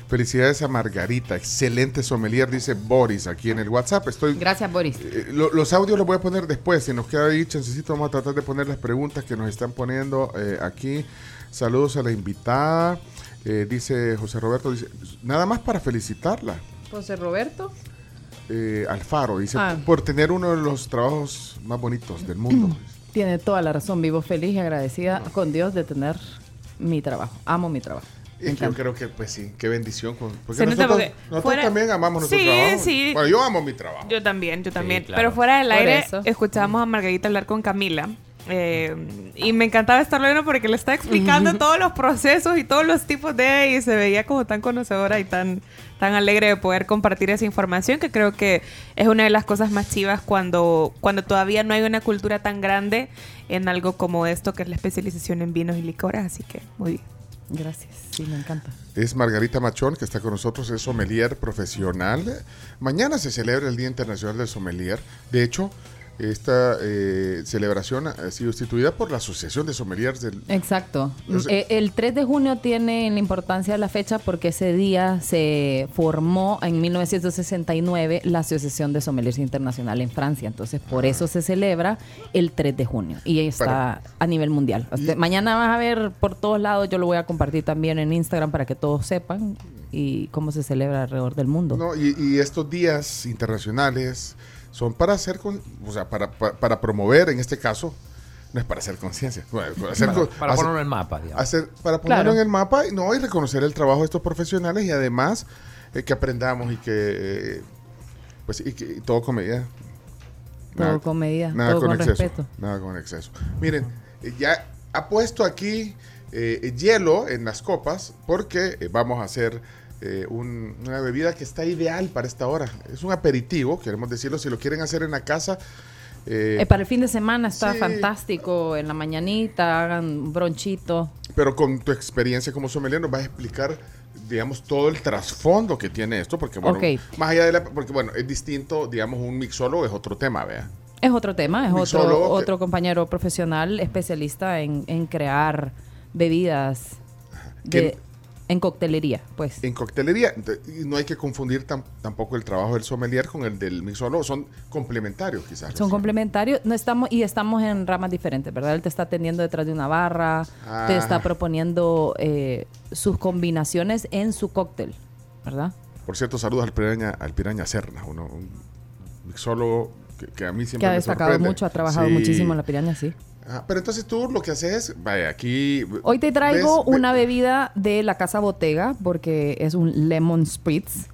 [SPEAKER 3] Felicidades a Margarita, excelente sommelier, dice Boris aquí en el WhatsApp. Estoy
[SPEAKER 4] Gracias, Boris.
[SPEAKER 3] Eh, lo- los audios los voy a poner después. Si nos queda ahí, chancecito, vamos a tratar de poner las preguntas que nos están poniendo eh, aquí. Saludos a la invitada. Eh, dice José Roberto, dice, nada más para felicitarla.
[SPEAKER 4] José Roberto.
[SPEAKER 3] eh, Alfaro, dice,
[SPEAKER 4] Ah.
[SPEAKER 3] por tener uno de los trabajos más bonitos del
[SPEAKER 7] Mm.
[SPEAKER 3] mundo.
[SPEAKER 4] Tiene toda la razón. Vivo feliz y agradecida con Dios de tener mi trabajo. Amo mi trabajo. Me
[SPEAKER 3] Es que yo
[SPEAKER 4] encanta.
[SPEAKER 3] creo que, pues sí, qué bendición. con- Porque
[SPEAKER 7] Se nota
[SPEAKER 3] nosotros,
[SPEAKER 7] porque
[SPEAKER 3] nosotros
[SPEAKER 7] fuera-
[SPEAKER 3] también amamos nuestro
[SPEAKER 7] Sí,
[SPEAKER 3] trabajo.
[SPEAKER 7] sí.
[SPEAKER 3] Bueno, yo amo mi trabajo.
[SPEAKER 7] Yo también, yo también.
[SPEAKER 5] claro.
[SPEAKER 7] Pero fuera del
[SPEAKER 4] Por
[SPEAKER 7] aire,
[SPEAKER 4] eso.
[SPEAKER 7] escuchábamos a Margarita hablar con Camila. eh, y me encantaba estar viendo porque le estaba <laughs> explicando todos los procesos y todos los tipos de... Y se veía como tan conocedora y tan, tan alegre de poder compartir esa información que creo que es una de las cosas más chivas cuando, cuando todavía no hay una cultura tan grande en algo como esto que es la especialización en vinos y licores. Así que muy bien.
[SPEAKER 4] Gracias. Sí, me encanta.
[SPEAKER 3] Es Margarita Machón, que está con nosotros, es sommelier profesional. Mañana se celebra el Día Internacional del Sommelier. De hecho, esta eh, celebración ha sido instituida por la Asociación de Sommeliers del...
[SPEAKER 4] Exacto.
[SPEAKER 3] O sea-
[SPEAKER 4] Eh, el 3 de junio tiene la importancia de la fecha porque ese día se formó en 1969 la Asociación de Sommeliers Internacional en Francia. Entonces, por eso se celebra el 3 de junio y está
[SPEAKER 3] Para-
[SPEAKER 4] a nivel mundial. O sea, mañana vas a ver por todos lados, yo lo voy a compartir también en Instagram para que todos sepan y cómo se celebra alrededor del mundo.
[SPEAKER 3] No, y, y estos días internacionales son para hacer, con- o sea, para, para, para promover, en este caso, no es para hacer conciencia, <laughs> bueno, para, hacer
[SPEAKER 5] Para,
[SPEAKER 3] con-
[SPEAKER 5] para
[SPEAKER 3] hacer-
[SPEAKER 5] ponerlo en el mapa, digamos.
[SPEAKER 3] hacer para ponerlo
[SPEAKER 4] Claro.
[SPEAKER 3] en el mapa y no y reconocer el trabajo de estos profesionales y además eh, que aprendamos y que eh, pues y que y todo con medida
[SPEAKER 4] Todo con medida,
[SPEAKER 3] nada
[SPEAKER 4] todo
[SPEAKER 3] con,
[SPEAKER 4] con
[SPEAKER 3] exceso
[SPEAKER 4] respeto.
[SPEAKER 3] nada con exceso miren eh, ya ha puesto aquí eh, hielo en las copas porque eh, vamos a hacer eh, un- una bebida que está ideal para esta hora es un aperitivo queremos decirlo si lo quieren hacer en la casa eh,
[SPEAKER 4] Eh, para el fin de semana está
[SPEAKER 3] Sí.
[SPEAKER 4] fantástico, en la mañanita hagan un bronchito.
[SPEAKER 3] Pero con tu experiencia como sommelier nos vas a explicar, digamos, todo el trasfondo que tiene esto, porque bueno,
[SPEAKER 4] Ok.
[SPEAKER 3] más allá de la, porque bueno, es distinto, digamos, un mixólogo es otro tema, vea.
[SPEAKER 4] Es otro tema, es
[SPEAKER 3] Mixólogo
[SPEAKER 4] otro,
[SPEAKER 3] que-
[SPEAKER 4] otro compañero profesional especialista en, en crear bebidas de,
[SPEAKER 3] Que-
[SPEAKER 4] en coctelería, pues.
[SPEAKER 3] En coctelería ent- y no hay que confundir tam- tampoco el trabajo del sommelier con el del mixólogo, son complementarios quizás.
[SPEAKER 4] Son
[SPEAKER 3] los-
[SPEAKER 4] complementarios, no estamos y estamos en ramas diferentes, ¿verdad? Él te está atendiendo detrás de una barra, te
[SPEAKER 3] Ah.
[SPEAKER 4] está proponiendo eh, sus combinaciones en su cóctel, ¿verdad?
[SPEAKER 3] Por cierto, saludos al Piraña, al Piraña Serna, uno, un mixólogo que, que a mí siempre
[SPEAKER 4] Que ha
[SPEAKER 3] me
[SPEAKER 4] destacado
[SPEAKER 3] sorprende.
[SPEAKER 4] mucho, ha trabajado
[SPEAKER 3] Sí.
[SPEAKER 4] muchísimo en la piraña, sí.
[SPEAKER 3] Ah, pero entonces tú lo que haces es, vaya, aquí...
[SPEAKER 4] Hoy te traigo
[SPEAKER 3] ves- ve-
[SPEAKER 4] una bebida de la casa Bottega porque es un lemon spritz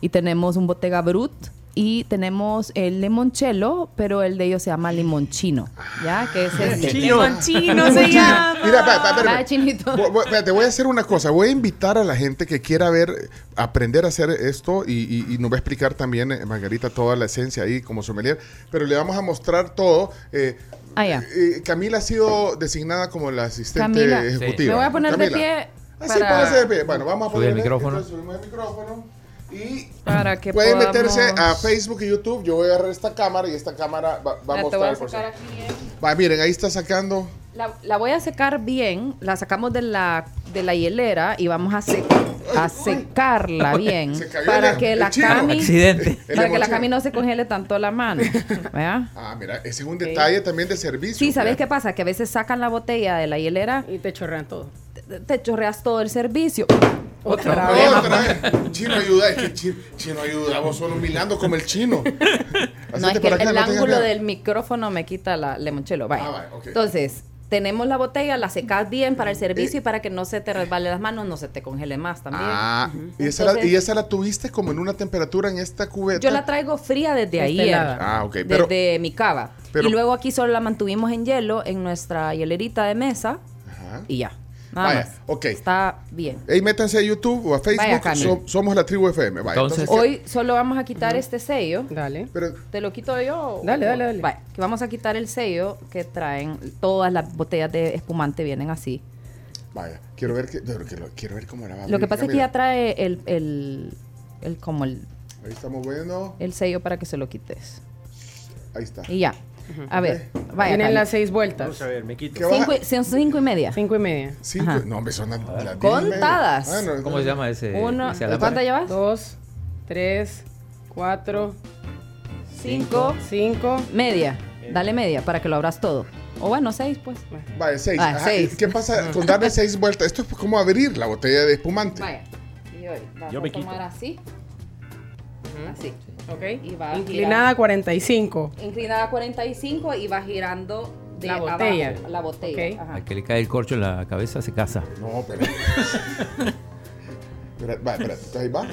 [SPEAKER 4] y tenemos un Bottega Brut y tenemos el limoncello, pero el de ellos se llama limonchino, ya que es este.
[SPEAKER 7] Limonchino se llama.
[SPEAKER 3] Mira, va, va,
[SPEAKER 4] Ah,
[SPEAKER 3] espérame.
[SPEAKER 4] chinito.
[SPEAKER 3] Voy- voy- espérate, voy a hacer una cosa. Voy a invitar a la gente que quiera ver, aprender a hacer esto y, y- y nos va a explicar también, eh, Margarita, toda la esencia ahí como sommelier. Pero le vamos a mostrar todo. eh,
[SPEAKER 4] Ah, ya.
[SPEAKER 3] eh, Camila ha sido designada como la asistente
[SPEAKER 4] Camila.
[SPEAKER 3] ejecutiva.
[SPEAKER 4] Me voy a poner de
[SPEAKER 3] Camila.
[SPEAKER 4] pie
[SPEAKER 3] Ah, sí,
[SPEAKER 4] para-
[SPEAKER 3] póngase de pie. Bueno, vamos a
[SPEAKER 5] Sube el
[SPEAKER 3] poner
[SPEAKER 5] micrófono.
[SPEAKER 3] entonces subimos el micrófono. Y
[SPEAKER 4] Para que
[SPEAKER 3] pueden
[SPEAKER 4] podamos-
[SPEAKER 3] meterse a Facebook y YouTube. Yo voy a agarrar esta cámara y esta cámara va, va a
[SPEAKER 4] La, te
[SPEAKER 3] mostrar.
[SPEAKER 4] voy a
[SPEAKER 3] el proceso.
[SPEAKER 4] sacar aquí bien.
[SPEAKER 3] Va, miren, ahí está sacando.
[SPEAKER 4] La, la voy a secar bien, la sacamos de la, de la hielera y vamos a, sec- a secarla
[SPEAKER 3] <laughs>
[SPEAKER 4] bien
[SPEAKER 3] Se cayó
[SPEAKER 4] para
[SPEAKER 3] el-
[SPEAKER 4] que
[SPEAKER 3] el
[SPEAKER 4] la
[SPEAKER 3] chino.
[SPEAKER 4] cami,
[SPEAKER 5] Accidente.
[SPEAKER 3] El
[SPEAKER 4] Este, para que la
[SPEAKER 3] emoción.
[SPEAKER 4] cami no se congele tanto la mano,
[SPEAKER 3] <laughs>
[SPEAKER 4] ¿verdad?
[SPEAKER 3] Ah, mira, ese es un detalle también de servicio.
[SPEAKER 4] Sí, ¿sabes
[SPEAKER 3] fíjate.
[SPEAKER 4] qué pasa? Que a veces sacan la botella de la hielera
[SPEAKER 6] Y te chorrean todo.
[SPEAKER 4] te chorreas todo el servicio.
[SPEAKER 3] Otra
[SPEAKER 4] vez.
[SPEAKER 3] vez. Chino ayuda, es que chino, chino ayuda, vos solo mirando como el chino.
[SPEAKER 4] <laughs> No, es
[SPEAKER 3] Hacete
[SPEAKER 4] que
[SPEAKER 3] para
[SPEAKER 4] el,
[SPEAKER 3] acá, no tengas
[SPEAKER 4] ángulo
[SPEAKER 3] miedo.
[SPEAKER 4] del micrófono me quita la limonchelo. Vaya.
[SPEAKER 3] Ah, vaya, ok. Eh,
[SPEAKER 4] Entonces, tenemos la botella, la secas bien para el servicio y para que no se te resbale las manos, no se te congele más también.
[SPEAKER 3] Ah,
[SPEAKER 4] Ujú.
[SPEAKER 3] y, esa la,
[SPEAKER 4] Entonces,
[SPEAKER 3] y esa la tuviste como en una temperatura en esta cubeta.
[SPEAKER 4] Yo la traigo fría desde
[SPEAKER 6] Está
[SPEAKER 4] ayer.
[SPEAKER 6] helada.
[SPEAKER 3] Ah, ok, pero-
[SPEAKER 4] Desde mi cava.
[SPEAKER 3] pero-
[SPEAKER 4] y luego aquí solo la mantuvimos en hielo en nuestra hielerita de mesa
[SPEAKER 3] Ajá.
[SPEAKER 4] y ya. Nada
[SPEAKER 3] Vaya,
[SPEAKER 4] más.
[SPEAKER 3] ok.
[SPEAKER 4] Está bien.
[SPEAKER 3] Ey, métanse a YouTube o a
[SPEAKER 4] Vaya,
[SPEAKER 3] Facebook.
[SPEAKER 4] Cami.
[SPEAKER 3] so- somos la tribu FM. Vaya,
[SPEAKER 5] Entonces-
[SPEAKER 3] entonces,
[SPEAKER 4] Hoy solo vamos a quitar este sello.
[SPEAKER 6] Dale.
[SPEAKER 3] pero,
[SPEAKER 4] ¿Te lo quito yo?
[SPEAKER 6] Dale, dale, dale.
[SPEAKER 4] Vale, que vamos a quitar el sello que traen todas las botellas de espumante, vienen así.
[SPEAKER 3] vaya, quiero ver, que, pero que lo- quiero ver cómo la va
[SPEAKER 6] Ah,
[SPEAKER 3] a
[SPEAKER 4] Lo que
[SPEAKER 3] abrir.
[SPEAKER 4] pasa es que
[SPEAKER 3] Mira,
[SPEAKER 4] ya trae el, el, el- como el,
[SPEAKER 3] Ahí estamos viendo.
[SPEAKER 4] el sello para que se lo quites.
[SPEAKER 3] Ahí está.
[SPEAKER 4] Y ya. A ver, vaya.
[SPEAKER 6] Vienen
[SPEAKER 4] Cami.
[SPEAKER 6] las seis vueltas.
[SPEAKER 10] Vamos a ver, me quito.
[SPEAKER 3] ¿Qué
[SPEAKER 4] Cinco
[SPEAKER 3] baja?
[SPEAKER 4] y- son cinco y media.
[SPEAKER 6] Cinco y media.
[SPEAKER 3] Cinco. No, hombre, son las, las diez y media.
[SPEAKER 4] Contadas.
[SPEAKER 3] Ah, no,
[SPEAKER 5] ¿Cómo
[SPEAKER 3] no.
[SPEAKER 5] se llama ese?
[SPEAKER 4] Uno,
[SPEAKER 5] ese alambre?
[SPEAKER 4] ¿cuántas llevas?
[SPEAKER 6] Dos, tres, cuatro,
[SPEAKER 4] Cinco.
[SPEAKER 6] cinco.
[SPEAKER 4] Media. Dale media para que lo abras todo. O bueno, seis, pues.
[SPEAKER 3] Vaya, seis.
[SPEAKER 4] Ah,
[SPEAKER 3] Ajá,
[SPEAKER 4] seis.
[SPEAKER 3] ¿Qué pasa con darle seis vueltas? Esto es como abrir la botella de espumante.
[SPEAKER 4] Vaya. Y hoy vas
[SPEAKER 10] Yo
[SPEAKER 4] a
[SPEAKER 10] me
[SPEAKER 4] tomar
[SPEAKER 10] quito.
[SPEAKER 4] así. Así.
[SPEAKER 6] Ok.
[SPEAKER 4] Y va
[SPEAKER 6] Inclinada 45.
[SPEAKER 4] Inclinada 45 y vas girando de
[SPEAKER 6] La botella.
[SPEAKER 4] abajo, la botella.
[SPEAKER 6] Ok.
[SPEAKER 4] ajá.
[SPEAKER 5] Ah. Al que le cae el corcho en la cabeza se casa.
[SPEAKER 3] No, pero. Espera, vaya, espera. Entonces ahí va.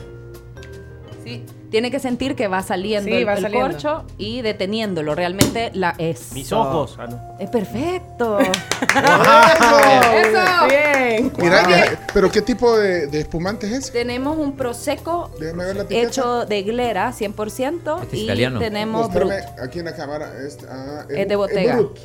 [SPEAKER 4] Sí. Tiene que sentir que va saliendo
[SPEAKER 6] Sí,
[SPEAKER 4] el,
[SPEAKER 6] va
[SPEAKER 4] el
[SPEAKER 6] saliendo.
[SPEAKER 4] corcho y deteniéndolo. Realmente la es.
[SPEAKER 10] Mis ojos. Ah, no.
[SPEAKER 4] Es
[SPEAKER 5] <laughs>
[SPEAKER 4] perfecto.
[SPEAKER 6] ¡Eso! Oh, Bien.
[SPEAKER 3] Mira, mira, pero ¿qué tipo de, de espumante es ese?
[SPEAKER 4] tenemos un prosecco
[SPEAKER 3] Déjame ver la etiqueta.
[SPEAKER 4] hecho de glera 100%
[SPEAKER 5] Este es
[SPEAKER 4] y
[SPEAKER 5] italiano.
[SPEAKER 4] tenemos brut.
[SPEAKER 3] Mostrame aquí en la cámara. Es, ah,
[SPEAKER 4] Es de botega.
[SPEAKER 3] Es brut.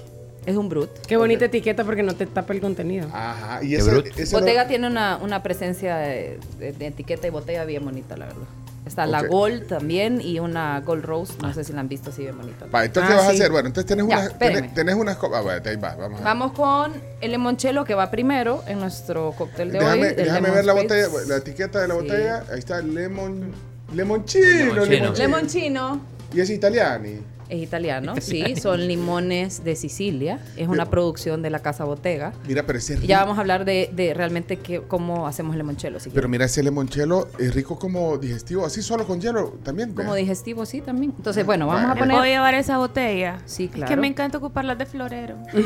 [SPEAKER 4] Es un brut.
[SPEAKER 6] Qué bonita etiqueta porque no te tapa el contenido.
[SPEAKER 3] Ajá. Y
[SPEAKER 5] De
[SPEAKER 3] ese,
[SPEAKER 5] brut.
[SPEAKER 3] ese
[SPEAKER 4] Botega
[SPEAKER 3] no-
[SPEAKER 4] tiene una, una presencia de, de- de etiqueta y botella bien bonita, la verdad. Está
[SPEAKER 3] Ok.
[SPEAKER 4] la Gold también y una Gold Rose.
[SPEAKER 5] Ah.
[SPEAKER 4] No sé si la han visto así bien bonita.
[SPEAKER 3] Va, entonces
[SPEAKER 6] Ah,
[SPEAKER 3] vas a
[SPEAKER 6] sí.
[SPEAKER 3] hacer, bueno, entonces tenés
[SPEAKER 4] Ya,
[SPEAKER 3] unas,
[SPEAKER 4] espérame.
[SPEAKER 3] tenés, tenés unas copas, ah, bueno, ahí va, vamos. a-
[SPEAKER 4] Vamos con el limonchelo que va primero en nuestro cóctel de
[SPEAKER 3] déjame
[SPEAKER 4] hoy. el
[SPEAKER 3] déjame
[SPEAKER 4] Lemon
[SPEAKER 3] ver la
[SPEAKER 4] Spritz.
[SPEAKER 3] botella, la etiqueta de la
[SPEAKER 4] pues. Sí.
[SPEAKER 3] botella, ahí está lemon, lemoncino,
[SPEAKER 5] Lemoncino.
[SPEAKER 3] lemoncino.
[SPEAKER 4] Lemon chino.
[SPEAKER 3] Y es italiani.
[SPEAKER 4] Es italiano, sí, son limones de Sicilia, es una producción de la Casa Botega.
[SPEAKER 3] Mira, pero ese es
[SPEAKER 4] Y ya
[SPEAKER 3] rico.
[SPEAKER 4] vamos a hablar de, de realmente qué, cómo hacemos el limonchelo, si
[SPEAKER 3] Pero
[SPEAKER 4] quieren.
[SPEAKER 3] mira, ese limonchelo es rico como digestivo, así solo con hielo también.
[SPEAKER 4] como
[SPEAKER 3] vea.
[SPEAKER 4] digestivo, sí, también. Entonces, bueno, vamos a
[SPEAKER 3] Bueno.
[SPEAKER 7] ¿Puedo
[SPEAKER 4] poner...
[SPEAKER 7] llevar esa botella?
[SPEAKER 4] Sí,
[SPEAKER 7] Es que
[SPEAKER 4] claro.
[SPEAKER 7] me encanta ocuparlas de florero.
[SPEAKER 3] Ay,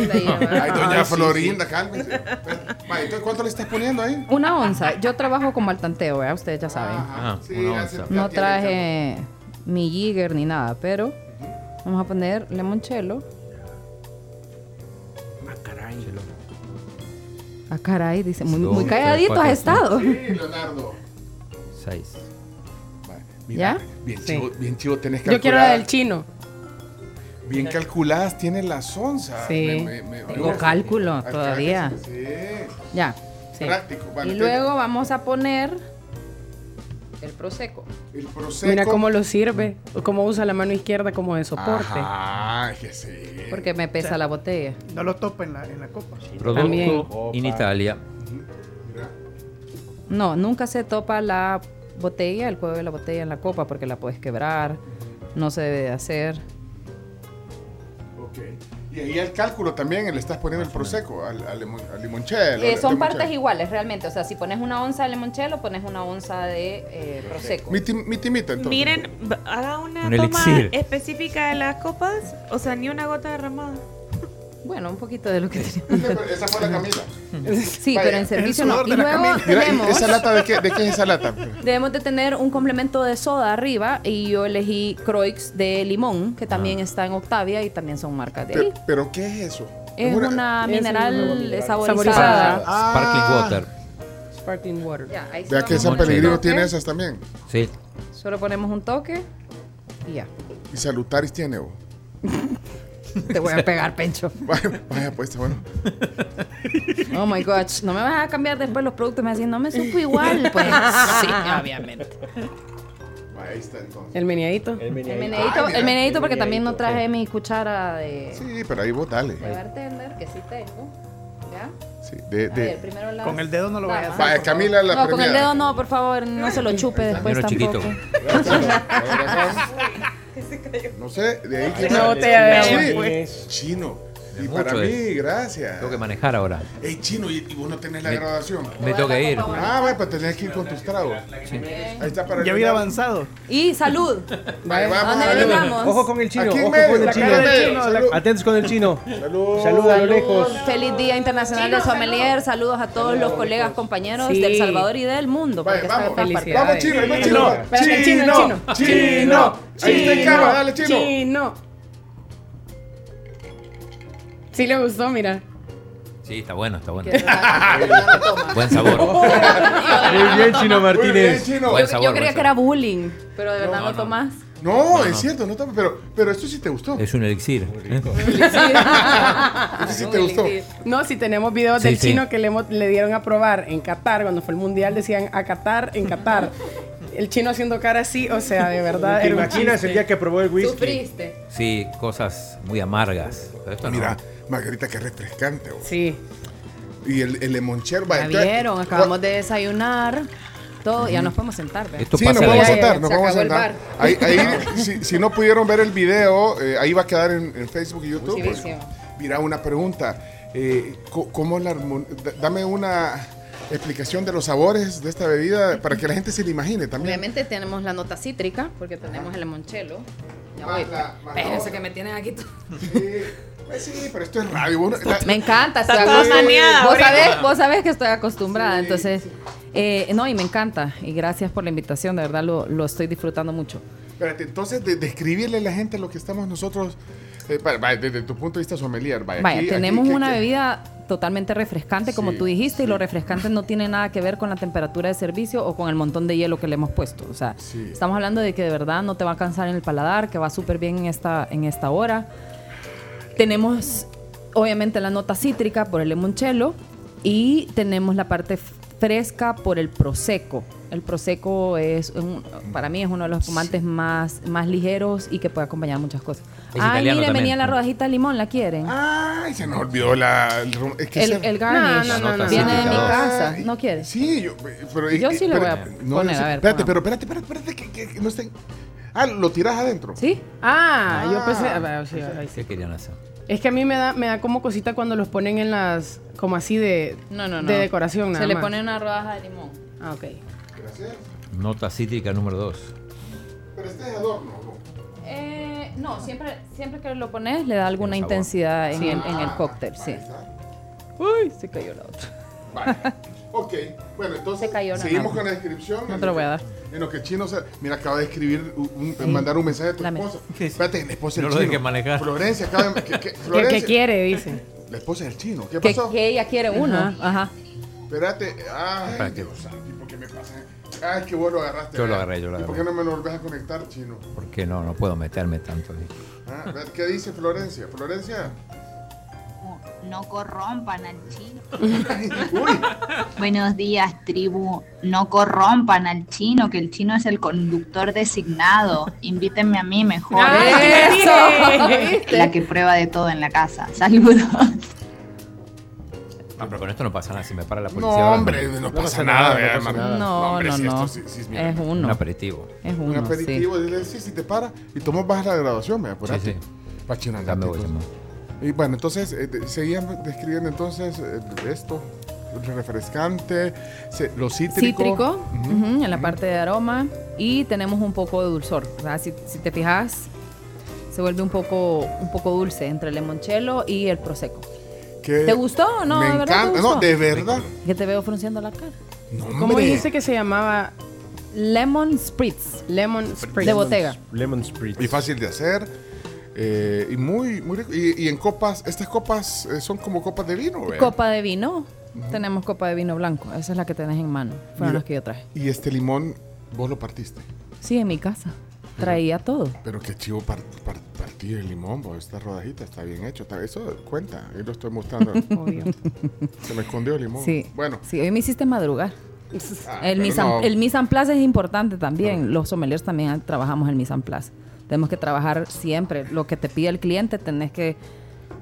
[SPEAKER 5] <laughs>
[SPEAKER 3] doña Florinda, cálmese. Va, entonces, ¿cuánto le estás poniendo ahí?
[SPEAKER 4] Una onza, yo trabajo como al tanteo, ¿verdad? ustedes ya saben.
[SPEAKER 3] Ajá,
[SPEAKER 5] Ah,
[SPEAKER 3] sí,
[SPEAKER 5] una
[SPEAKER 3] ya
[SPEAKER 5] onza.
[SPEAKER 3] se- ya
[SPEAKER 4] No
[SPEAKER 3] tiene
[SPEAKER 4] traje mi jigger ni nada, pero vamos a poner limonchelo.
[SPEAKER 10] Ah, caray.
[SPEAKER 4] Ah, caray, dice, muy,
[SPEAKER 5] Dos,
[SPEAKER 4] muy
[SPEAKER 5] tres,
[SPEAKER 4] calladito has
[SPEAKER 5] cuatro,
[SPEAKER 4] estado.
[SPEAKER 3] el chavo. Sí, Leonardo.
[SPEAKER 5] Seis.
[SPEAKER 3] Va, mira,
[SPEAKER 4] ¿Ya?
[SPEAKER 3] Bien
[SPEAKER 6] Sí.
[SPEAKER 3] chivo, bien chivo, tenés
[SPEAKER 6] Yo quiero la
[SPEAKER 3] calculada-
[SPEAKER 6] del chino.
[SPEAKER 3] Bien calculadas tiene las onzas.
[SPEAKER 6] Sí.
[SPEAKER 4] Tengo cálculo
[SPEAKER 3] Alcácer,
[SPEAKER 4] todavía.
[SPEAKER 3] Sí.
[SPEAKER 4] Ya. sí.
[SPEAKER 3] Práctico, vale,
[SPEAKER 4] y
[SPEAKER 3] te-
[SPEAKER 4] luego vamos a poner el prosecco.
[SPEAKER 3] El proceso.
[SPEAKER 6] Mira cómo lo sirve, o cómo usa la mano izquierda como de soporte.
[SPEAKER 3] Ah, que sí.
[SPEAKER 4] Porque me pesa la botella.
[SPEAKER 11] No lo topa en la, en la copa.
[SPEAKER 5] Producto
[SPEAKER 6] También.
[SPEAKER 5] in Italia.
[SPEAKER 3] Mira.
[SPEAKER 4] No, nunca se topa la botella, el cuello de la botella en la copa porque la puedes quebrar. No se debe de hacer.
[SPEAKER 3] Ok. Y ahí el cálculo también, le estás poniendo el proseco al, al, limon- al limonchelo.
[SPEAKER 4] Eh,
[SPEAKER 3] al
[SPEAKER 4] son
[SPEAKER 3] limonchelo.
[SPEAKER 4] partes iguales realmente. O sea, si pones una onza de limonchelo, pones una onza de eh, prosecco.
[SPEAKER 3] Miti- Mitimita, entonces.
[SPEAKER 7] Miren, b- haga una
[SPEAKER 5] Un
[SPEAKER 7] toma
[SPEAKER 5] elixir.
[SPEAKER 7] específica de las copas. O sea, ni una gota derramada.
[SPEAKER 4] Bueno, un poquito de lo que tenemos.
[SPEAKER 3] <laughs> Esa fue la camisa.
[SPEAKER 4] <laughs> Sí,
[SPEAKER 3] Vaya,
[SPEAKER 4] pero en
[SPEAKER 3] el
[SPEAKER 4] servicio
[SPEAKER 11] sudor
[SPEAKER 4] no. Y
[SPEAKER 11] de la
[SPEAKER 4] luego
[SPEAKER 11] camisa.
[SPEAKER 3] <laughs> Mira, ¿y
[SPEAKER 4] tenemos...
[SPEAKER 3] ¿esa lata de qué, de qué es esa lata?
[SPEAKER 4] Debemos de tener un complemento de soda arriba y yo elegí Croix de limón, que también está en Octavia y también son marcas de ahí.
[SPEAKER 3] Ah. Pero, pero ¿qué es eso?
[SPEAKER 4] Es una
[SPEAKER 6] es una
[SPEAKER 4] mineral
[SPEAKER 6] mineral.
[SPEAKER 4] saborizada.
[SPEAKER 6] Saborizada.
[SPEAKER 5] Sparkling Water.
[SPEAKER 6] Sparkling water.
[SPEAKER 4] Ya, ahí sí
[SPEAKER 3] Vea que
[SPEAKER 4] vamos a
[SPEAKER 5] Limonchelo.
[SPEAKER 3] San
[SPEAKER 4] poner un
[SPEAKER 3] Pellegrino
[SPEAKER 4] toque.
[SPEAKER 3] tiene esas también.
[SPEAKER 5] Sí.
[SPEAKER 4] Solo ponemos un toque y ya.
[SPEAKER 3] Y Salutaris tiene. vos. <laughs>
[SPEAKER 4] Te voy a pegar, Pencho.
[SPEAKER 3] Vaya, vaya, pues está bueno.
[SPEAKER 4] Oh my gosh. No me vas a cambiar después los productos. Me vas a decir, no me supo igual. Pues sí, obviamente.
[SPEAKER 3] Vaya, ahí está entonces.
[SPEAKER 6] El meneadito.
[SPEAKER 4] El menedito,
[SPEAKER 3] mira.
[SPEAKER 4] el menedito porque también no traje mi cuchara de,
[SPEAKER 3] Sí, pero ahí vos dale.
[SPEAKER 4] de bartender, que sí tengo. ¿Ya?
[SPEAKER 3] Sí, de,
[SPEAKER 4] A
[SPEAKER 3] de-
[SPEAKER 4] ver, primero las
[SPEAKER 11] Con el dedo no lo vayas a
[SPEAKER 4] damas.
[SPEAKER 11] hacer.
[SPEAKER 3] Vaya, Camila la
[SPEAKER 4] No, con el
[SPEAKER 3] premiada.
[SPEAKER 4] dedo no, por favor, no se lo chupe después
[SPEAKER 5] Menos
[SPEAKER 4] tampoco.
[SPEAKER 5] chiquito.
[SPEAKER 3] No sé, de ahí que
[SPEAKER 6] Una botella de agua.
[SPEAKER 3] Sí, Chino, Y
[SPEAKER 5] Mucho
[SPEAKER 3] para
[SPEAKER 5] de-
[SPEAKER 3] mí, gracias.
[SPEAKER 5] Tengo que manejar ahora.
[SPEAKER 3] Ey, chino, y, y vos no tenés la
[SPEAKER 5] Me-
[SPEAKER 3] graduación.
[SPEAKER 5] me tengo que ir.
[SPEAKER 3] Ah, bueno, pues tenés que ir con tus tragos. Ahí está para
[SPEAKER 11] Ya
[SPEAKER 3] el-
[SPEAKER 11] hubiera avanzado.
[SPEAKER 4] Y salud.
[SPEAKER 3] Vale, vamos,
[SPEAKER 4] ¿Dónde
[SPEAKER 3] vamos.
[SPEAKER 4] brindamos?
[SPEAKER 10] Ojo con el chino,
[SPEAKER 3] Aquí en
[SPEAKER 10] ojo
[SPEAKER 3] medio,
[SPEAKER 10] con el
[SPEAKER 3] la
[SPEAKER 10] chino.
[SPEAKER 3] cara del chino, la-
[SPEAKER 10] Atentos con el chino.
[SPEAKER 3] Salud.
[SPEAKER 10] Saluda a lo lejos.
[SPEAKER 4] Feliz Día Internacional del Sommelier. Saludos a todos los colegas, compañeros
[SPEAKER 6] Sí.
[SPEAKER 4] del Salvador y del mundo.
[SPEAKER 3] Vale,
[SPEAKER 4] porque
[SPEAKER 3] pues. vamos.
[SPEAKER 4] está en
[SPEAKER 3] Vamos,
[SPEAKER 4] todas
[SPEAKER 6] Felicidades.
[SPEAKER 4] partes.
[SPEAKER 3] chino, ahí va
[SPEAKER 6] Chino,
[SPEAKER 3] chino.
[SPEAKER 6] espérate, chino,
[SPEAKER 3] Chino,
[SPEAKER 6] chino,
[SPEAKER 3] chino. Ahí está en cámara, dale, chino.
[SPEAKER 6] Chino. Sí le gustó, mira.
[SPEAKER 5] Sí, está bueno, está bueno.
[SPEAKER 4] Que de verdad, que de verdad no
[SPEAKER 3] <laughs>
[SPEAKER 4] toma.
[SPEAKER 5] Buen
[SPEAKER 6] <laughs>
[SPEAKER 5] sabor.
[SPEAKER 4] Oh.
[SPEAKER 10] Muy bien, Chino
[SPEAKER 3] Muy bien,
[SPEAKER 10] Martínez.
[SPEAKER 3] chino.
[SPEAKER 5] Buen
[SPEAKER 4] Yo-
[SPEAKER 5] sabor,
[SPEAKER 4] Yo creía
[SPEAKER 5] buen
[SPEAKER 4] que era bullying, pero de verdad no, tomás.
[SPEAKER 3] No, es cierto, no toma, pero, pero esto sí te gustó.
[SPEAKER 5] Es un elixir. ¿eh?
[SPEAKER 4] <laughs>
[SPEAKER 3] Esto sí te gustó.
[SPEAKER 6] No, si tenemos videos
[SPEAKER 5] Sí,
[SPEAKER 6] del
[SPEAKER 5] sí.
[SPEAKER 6] chino que le, hemos- le dieron a probar en Qatar, cuando fue el mundial, decían a Qatar, en Qatar. El chino haciendo cara así, o sea, de verdad.
[SPEAKER 10] ¿Te
[SPEAKER 6] era un
[SPEAKER 10] imaginas
[SPEAKER 6] chiste.
[SPEAKER 10] el día que probó el whisky?
[SPEAKER 4] Sufriste.
[SPEAKER 5] Sí, cosas muy amargas. Pero esto no.
[SPEAKER 3] Mira, Margarita, qué refrescante. vos.
[SPEAKER 6] Sí.
[SPEAKER 3] Y el, el limonchero.
[SPEAKER 4] Ya vieron, acabamos de desayunar. Todo, ya nos podemos sentar. ¿verdad?
[SPEAKER 5] Esto
[SPEAKER 3] Sí, nos
[SPEAKER 5] pasa
[SPEAKER 3] vamos
[SPEAKER 5] de-
[SPEAKER 3] a
[SPEAKER 4] aire.
[SPEAKER 3] sentar, nos
[SPEAKER 4] Se
[SPEAKER 3] vamos a
[SPEAKER 4] acabó el
[SPEAKER 3] sentar. Ahí, ahí, si, si no pudieron ver el video, eh, ahí va a quedar en, en Facebook y YouTube. pues,
[SPEAKER 4] Buenísimo.
[SPEAKER 3] mira, una pregunta. eh, co- ¿Cómo la armon- da- Dame una explicación de los sabores de esta bebida para que la gente se la imagine también.
[SPEAKER 4] Obviamente tenemos la nota cítrica, porque tenemos el limonchelo. Ya
[SPEAKER 3] Más
[SPEAKER 4] voy.
[SPEAKER 3] la- más la
[SPEAKER 4] Espérense
[SPEAKER 3] otra.
[SPEAKER 4] que me tienen
[SPEAKER 3] <laughs>
[SPEAKER 4] aquí todo.
[SPEAKER 3] Sí, pues sí, pero esto es radio. vos no- la-
[SPEAKER 4] Me encanta. estoy
[SPEAKER 7] toda
[SPEAKER 4] acostumbrada.
[SPEAKER 7] maniada
[SPEAKER 4] Vos
[SPEAKER 7] ahorita.
[SPEAKER 4] sabés, vos sabés que estoy acostumbrada,
[SPEAKER 3] Sí,
[SPEAKER 4] entonces... eh, no, y me encanta. Y gracias por la invitación, de verdad lo, lo estoy disfrutando mucho.
[SPEAKER 3] Espérate, entonces, de- describirle a la gente lo que estamos nosotros, eh, va- va, desde tu punto de vista sommelier, vaya.
[SPEAKER 4] Vaya,
[SPEAKER 3] aquí- aquí,
[SPEAKER 4] tenemos
[SPEAKER 3] ¿qué-
[SPEAKER 4] una
[SPEAKER 3] qué-
[SPEAKER 4] bebida totalmente refrescante, como
[SPEAKER 3] Sí,
[SPEAKER 4] tú dijiste, y
[SPEAKER 3] sí.
[SPEAKER 4] lo refrescante no tiene nada que ver con la temperatura de servicio o con el montón de hielo que le hemos puesto. O sea,
[SPEAKER 3] Sí.
[SPEAKER 4] estamos hablando de que de verdad no te va a cansar en el paladar, que va súper bien en esta, en esta hora. Tenemos, obviamente, la nota cítrica por el limoncello y tenemos la parte f- fresca por el prosecco. El prosecco es, un- para mí, es uno de los espumantes más, más ligeros y que puede acompañar muchas cosas.
[SPEAKER 5] Es
[SPEAKER 4] Ay,
[SPEAKER 5] italiano
[SPEAKER 4] miren,
[SPEAKER 5] también.
[SPEAKER 4] venía la rodajita de limón, ¿la quieren?
[SPEAKER 3] Ay, se nos olvidó la. el rum- es que
[SPEAKER 4] El,
[SPEAKER 3] se-
[SPEAKER 4] el garnish
[SPEAKER 6] No, no, no, no,
[SPEAKER 4] viene de mi
[SPEAKER 5] no.
[SPEAKER 4] casa.
[SPEAKER 3] Ay,
[SPEAKER 4] ¿No quieres?
[SPEAKER 3] Sí, yo, pero,
[SPEAKER 4] Yo sí lo voy a poner,
[SPEAKER 3] sé,
[SPEAKER 4] a ver,
[SPEAKER 3] Espérate,
[SPEAKER 4] pongamos.
[SPEAKER 3] pero espérate, espérate, espérate, que, que- que no estén. Ah, lo tiras adentro.
[SPEAKER 4] ¿Sí?
[SPEAKER 6] Ah,
[SPEAKER 3] Ah.
[SPEAKER 6] yo pensé. a ver, sí, ahí sí.
[SPEAKER 5] ¿Qué querían hacer?
[SPEAKER 6] Es que a mí me da, me da como cosita cuando los ponen en las. como así de.
[SPEAKER 4] No, no, no.
[SPEAKER 6] De decoración, nada
[SPEAKER 4] Se le
[SPEAKER 6] más.
[SPEAKER 4] pone una rodaja de limón.
[SPEAKER 6] Ah, ok.
[SPEAKER 3] Gracias.
[SPEAKER 5] Nota cítrica número 2.
[SPEAKER 3] Pero este es adorno.
[SPEAKER 4] Eh, no, siempre, siempre que lo pones le da alguna
[SPEAKER 5] Tiene sabor.
[SPEAKER 4] intensidad en, el, en el cóctel, sí. Uy, se cayó la otra. <laughs>
[SPEAKER 3] Vale. Ok, bueno, entonces
[SPEAKER 4] Se cayó, no,
[SPEAKER 3] seguimos
[SPEAKER 4] no.
[SPEAKER 3] con la descripción.
[SPEAKER 4] No te lo voy a dar.
[SPEAKER 3] En lo que Chino se- Mira, acaba de escribir, un- un- mandar un mensaje a tu
[SPEAKER 4] Dame.
[SPEAKER 3] esposa. Espérate, la esposa
[SPEAKER 5] No
[SPEAKER 3] del
[SPEAKER 5] lo
[SPEAKER 3] Chino.
[SPEAKER 5] dejes manejar.
[SPEAKER 3] Florencia, acaba de. que-
[SPEAKER 4] <laughs>
[SPEAKER 3] que-
[SPEAKER 6] ¿Qué,
[SPEAKER 3] Florencia,
[SPEAKER 6] quiere? Dicen.
[SPEAKER 3] La esposa del Chino. ¿Qué
[SPEAKER 4] Que,
[SPEAKER 3] pasó?
[SPEAKER 4] que ella quiere uno.
[SPEAKER 6] Ajá.
[SPEAKER 4] Ajá.
[SPEAKER 3] Espérate. Ay,
[SPEAKER 5] Espérate.
[SPEAKER 3] Dios santo, ¿por qué me pasa? Ay, que vos lo agarraste.
[SPEAKER 5] Yo lo
[SPEAKER 3] ¿verdad?
[SPEAKER 5] agarré, yo lo
[SPEAKER 3] ¿Y por
[SPEAKER 5] agarré.
[SPEAKER 3] qué no me lo volvés a conectar, Chino?
[SPEAKER 5] Porque no, no puedo meterme tanto. ahí.
[SPEAKER 3] Ah, a ver, ¿Qué dice Florencia?
[SPEAKER 5] <laughs>
[SPEAKER 3] Florencia.
[SPEAKER 12] No corrompan al chino.
[SPEAKER 3] Uy,
[SPEAKER 12] Buenos días, tribu. No corrompan al chino, que el chino es el conductor designado. Invítenme a mí mejor.
[SPEAKER 7] Ah,
[SPEAKER 12] La que prueba de todo en la casa. Saludos.
[SPEAKER 5] Ah, pero con esto no pasa nada. Si me para la policía.
[SPEAKER 3] no,
[SPEAKER 5] ahora,
[SPEAKER 3] hombre, no, pasa nada,
[SPEAKER 10] no
[SPEAKER 3] vea,
[SPEAKER 10] pasa
[SPEAKER 3] hermano.
[SPEAKER 10] nada.
[SPEAKER 4] No,
[SPEAKER 3] hombre,
[SPEAKER 4] no,
[SPEAKER 3] si esto
[SPEAKER 4] no.
[SPEAKER 3] sí- sí es mierda.
[SPEAKER 4] Es
[SPEAKER 5] Un
[SPEAKER 4] uno.
[SPEAKER 5] aperitivo.
[SPEAKER 4] Es
[SPEAKER 3] un
[SPEAKER 4] uno, sí.
[SPEAKER 3] aperitivo, dile, sí, si te para y tomas bajas la graduación, me apurate.
[SPEAKER 5] Sí, sí.
[SPEAKER 3] Pa' China,
[SPEAKER 5] Ya me
[SPEAKER 3] andate,
[SPEAKER 5] voy, ya
[SPEAKER 3] pues.
[SPEAKER 5] me voy.
[SPEAKER 3] Y bueno, entonces eh, de- seguían describiendo entonces eh, esto, refrescante, se- lo cítrico.
[SPEAKER 4] Cítrico,
[SPEAKER 3] Este Ujú.
[SPEAKER 4] ujú, en la parte de aroma. Y tenemos un poco de dulzor. O sea, si, si te fijas, se vuelve un poco, un poco dulce entre el limoncello y el prosecco.
[SPEAKER 3] Que
[SPEAKER 4] ¿Te gustó o no?
[SPEAKER 3] Eh, Me
[SPEAKER 4] ¿De verdad te
[SPEAKER 3] encanta,
[SPEAKER 4] gustó?
[SPEAKER 3] no, de verdad.
[SPEAKER 4] Que te veo frunciendo la cara.
[SPEAKER 3] No,
[SPEAKER 6] ¿Cómo
[SPEAKER 3] hombre.
[SPEAKER 6] dice que se llamaba
[SPEAKER 4] Lemon Spritz.
[SPEAKER 6] Lemon Spring?
[SPEAKER 4] De botega.
[SPEAKER 10] Lemon Spritz.
[SPEAKER 3] Y fácil de hacer. eh, y muy, muy rico. Y, y en copas, estas copas eh, son como copas de vino, ¿eh? vea.
[SPEAKER 4] Copa de vino. Tenemos copa de vino blanco. Esa es la que tenés en mano.
[SPEAKER 3] Mira.
[SPEAKER 4] Fueron las que yo traje.
[SPEAKER 3] Y este limón, vos lo partiste.
[SPEAKER 4] Sí, en mi casa. Traía todo.
[SPEAKER 3] Pero qué chivo par- par- partir el limón, vos, esta rodajita está bien hecho. está- eso cuenta, yo lo estoy
[SPEAKER 4] <laughs>
[SPEAKER 3] mostrando.
[SPEAKER 6] Obvio.
[SPEAKER 3] Se me escondió el limón.
[SPEAKER 4] Sí.
[SPEAKER 3] Bueno,
[SPEAKER 4] Sí, hoy me hiciste madrugar.
[SPEAKER 3] Ah,
[SPEAKER 4] el,
[SPEAKER 3] pero
[SPEAKER 4] mise en-
[SPEAKER 3] no.
[SPEAKER 4] <laughs> el mise en place es importante también. Los sommeliers también ah, trabajamos el mise en place. Tenemos que trabajar siempre. Lo que te pide el cliente, tenés que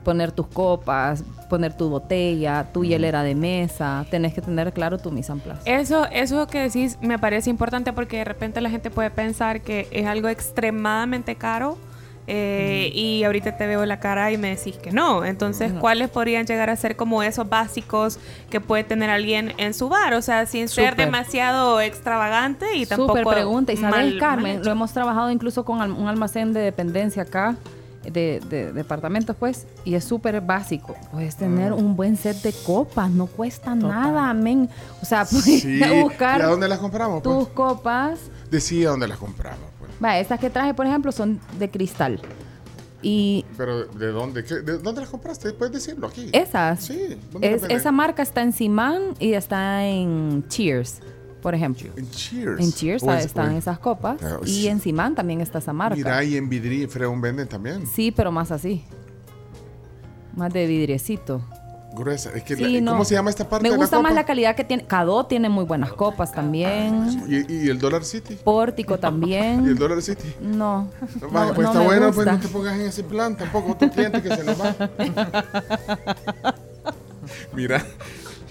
[SPEAKER 4] poner tus copas, poner tu botella, tu hielera de mesa. Tenés que tener claro tu mise en place.
[SPEAKER 7] <laughs> Eso, eso que decís me parece importante porque de repente la gente puede pensar que es algo extremadamente caro eh, y ahorita te veo la cara y me decís que no. Entonces,
[SPEAKER 4] Ujú.
[SPEAKER 7] ¿cuáles podrían llegar a ser como esos básicos que puede tener alguien en su bar? O sea, sin ser
[SPEAKER 4] Súper.
[SPEAKER 7] demasiado extravagante y tampoco...
[SPEAKER 4] Súper pregunta. Y sabes,
[SPEAKER 7] mal-
[SPEAKER 4] Carmen,
[SPEAKER 7] mal
[SPEAKER 4] lo hemos trabajado incluso con al- un almacén de dependencia acá, de, de departamentos, pues, y es súper básico. Puedes
[SPEAKER 3] Ah.
[SPEAKER 4] tener un buen set de copas, no cuesta nada, amén. O sea, <laughs> puedes
[SPEAKER 3] Sí,
[SPEAKER 4] buscar
[SPEAKER 3] ¿y a dónde las compramos, pues?
[SPEAKER 4] tus copas.
[SPEAKER 3] Decía dónde las compramos. pues.
[SPEAKER 4] Va, estas que traje, por ejemplo, son de cristal. Y
[SPEAKER 3] Pero ¿de dónde? ¿Qué- ¿De dónde las compraste? Puedes decirlo aquí.
[SPEAKER 4] esas,
[SPEAKER 3] Sí. ¿dónde las
[SPEAKER 4] es-
[SPEAKER 3] venden?
[SPEAKER 4] esa marca está en Simán y está en Cheers, por ejemplo.
[SPEAKER 3] En Cheers. Pues,
[SPEAKER 4] En Cheers
[SPEAKER 3] O en-
[SPEAKER 4] están
[SPEAKER 3] o en-
[SPEAKER 4] esas copas.
[SPEAKER 3] Ah,
[SPEAKER 4] y
[SPEAKER 3] sí.
[SPEAKER 4] en Simán también está esa marca.
[SPEAKER 3] Mira, y en Vidri y Freón venden también.
[SPEAKER 4] Sí, pero más así. Más de vidriecito.
[SPEAKER 3] Gruesa. Es que la- eh,
[SPEAKER 4] Sí,
[SPEAKER 3] ¿Cómo
[SPEAKER 4] no.
[SPEAKER 3] se llama esta parte
[SPEAKER 4] Me
[SPEAKER 3] de la
[SPEAKER 4] gusta más
[SPEAKER 3] copa?
[SPEAKER 4] la calidad que tiene. Cadó tiene muy buenas copas también.
[SPEAKER 3] ¿Y, y el Dollar City?
[SPEAKER 4] Pórtico también.
[SPEAKER 3] <laughs> ¿Y el Dollar City?
[SPEAKER 4] No. Mm. No,
[SPEAKER 3] Vaya, pues
[SPEAKER 4] no
[SPEAKER 3] está
[SPEAKER 4] me
[SPEAKER 3] bueno, pues
[SPEAKER 4] gusta.
[SPEAKER 3] no te pongas en ese plan tampoco. Otro cliente que se nos va.
[SPEAKER 4] <laughs>
[SPEAKER 3] Mira.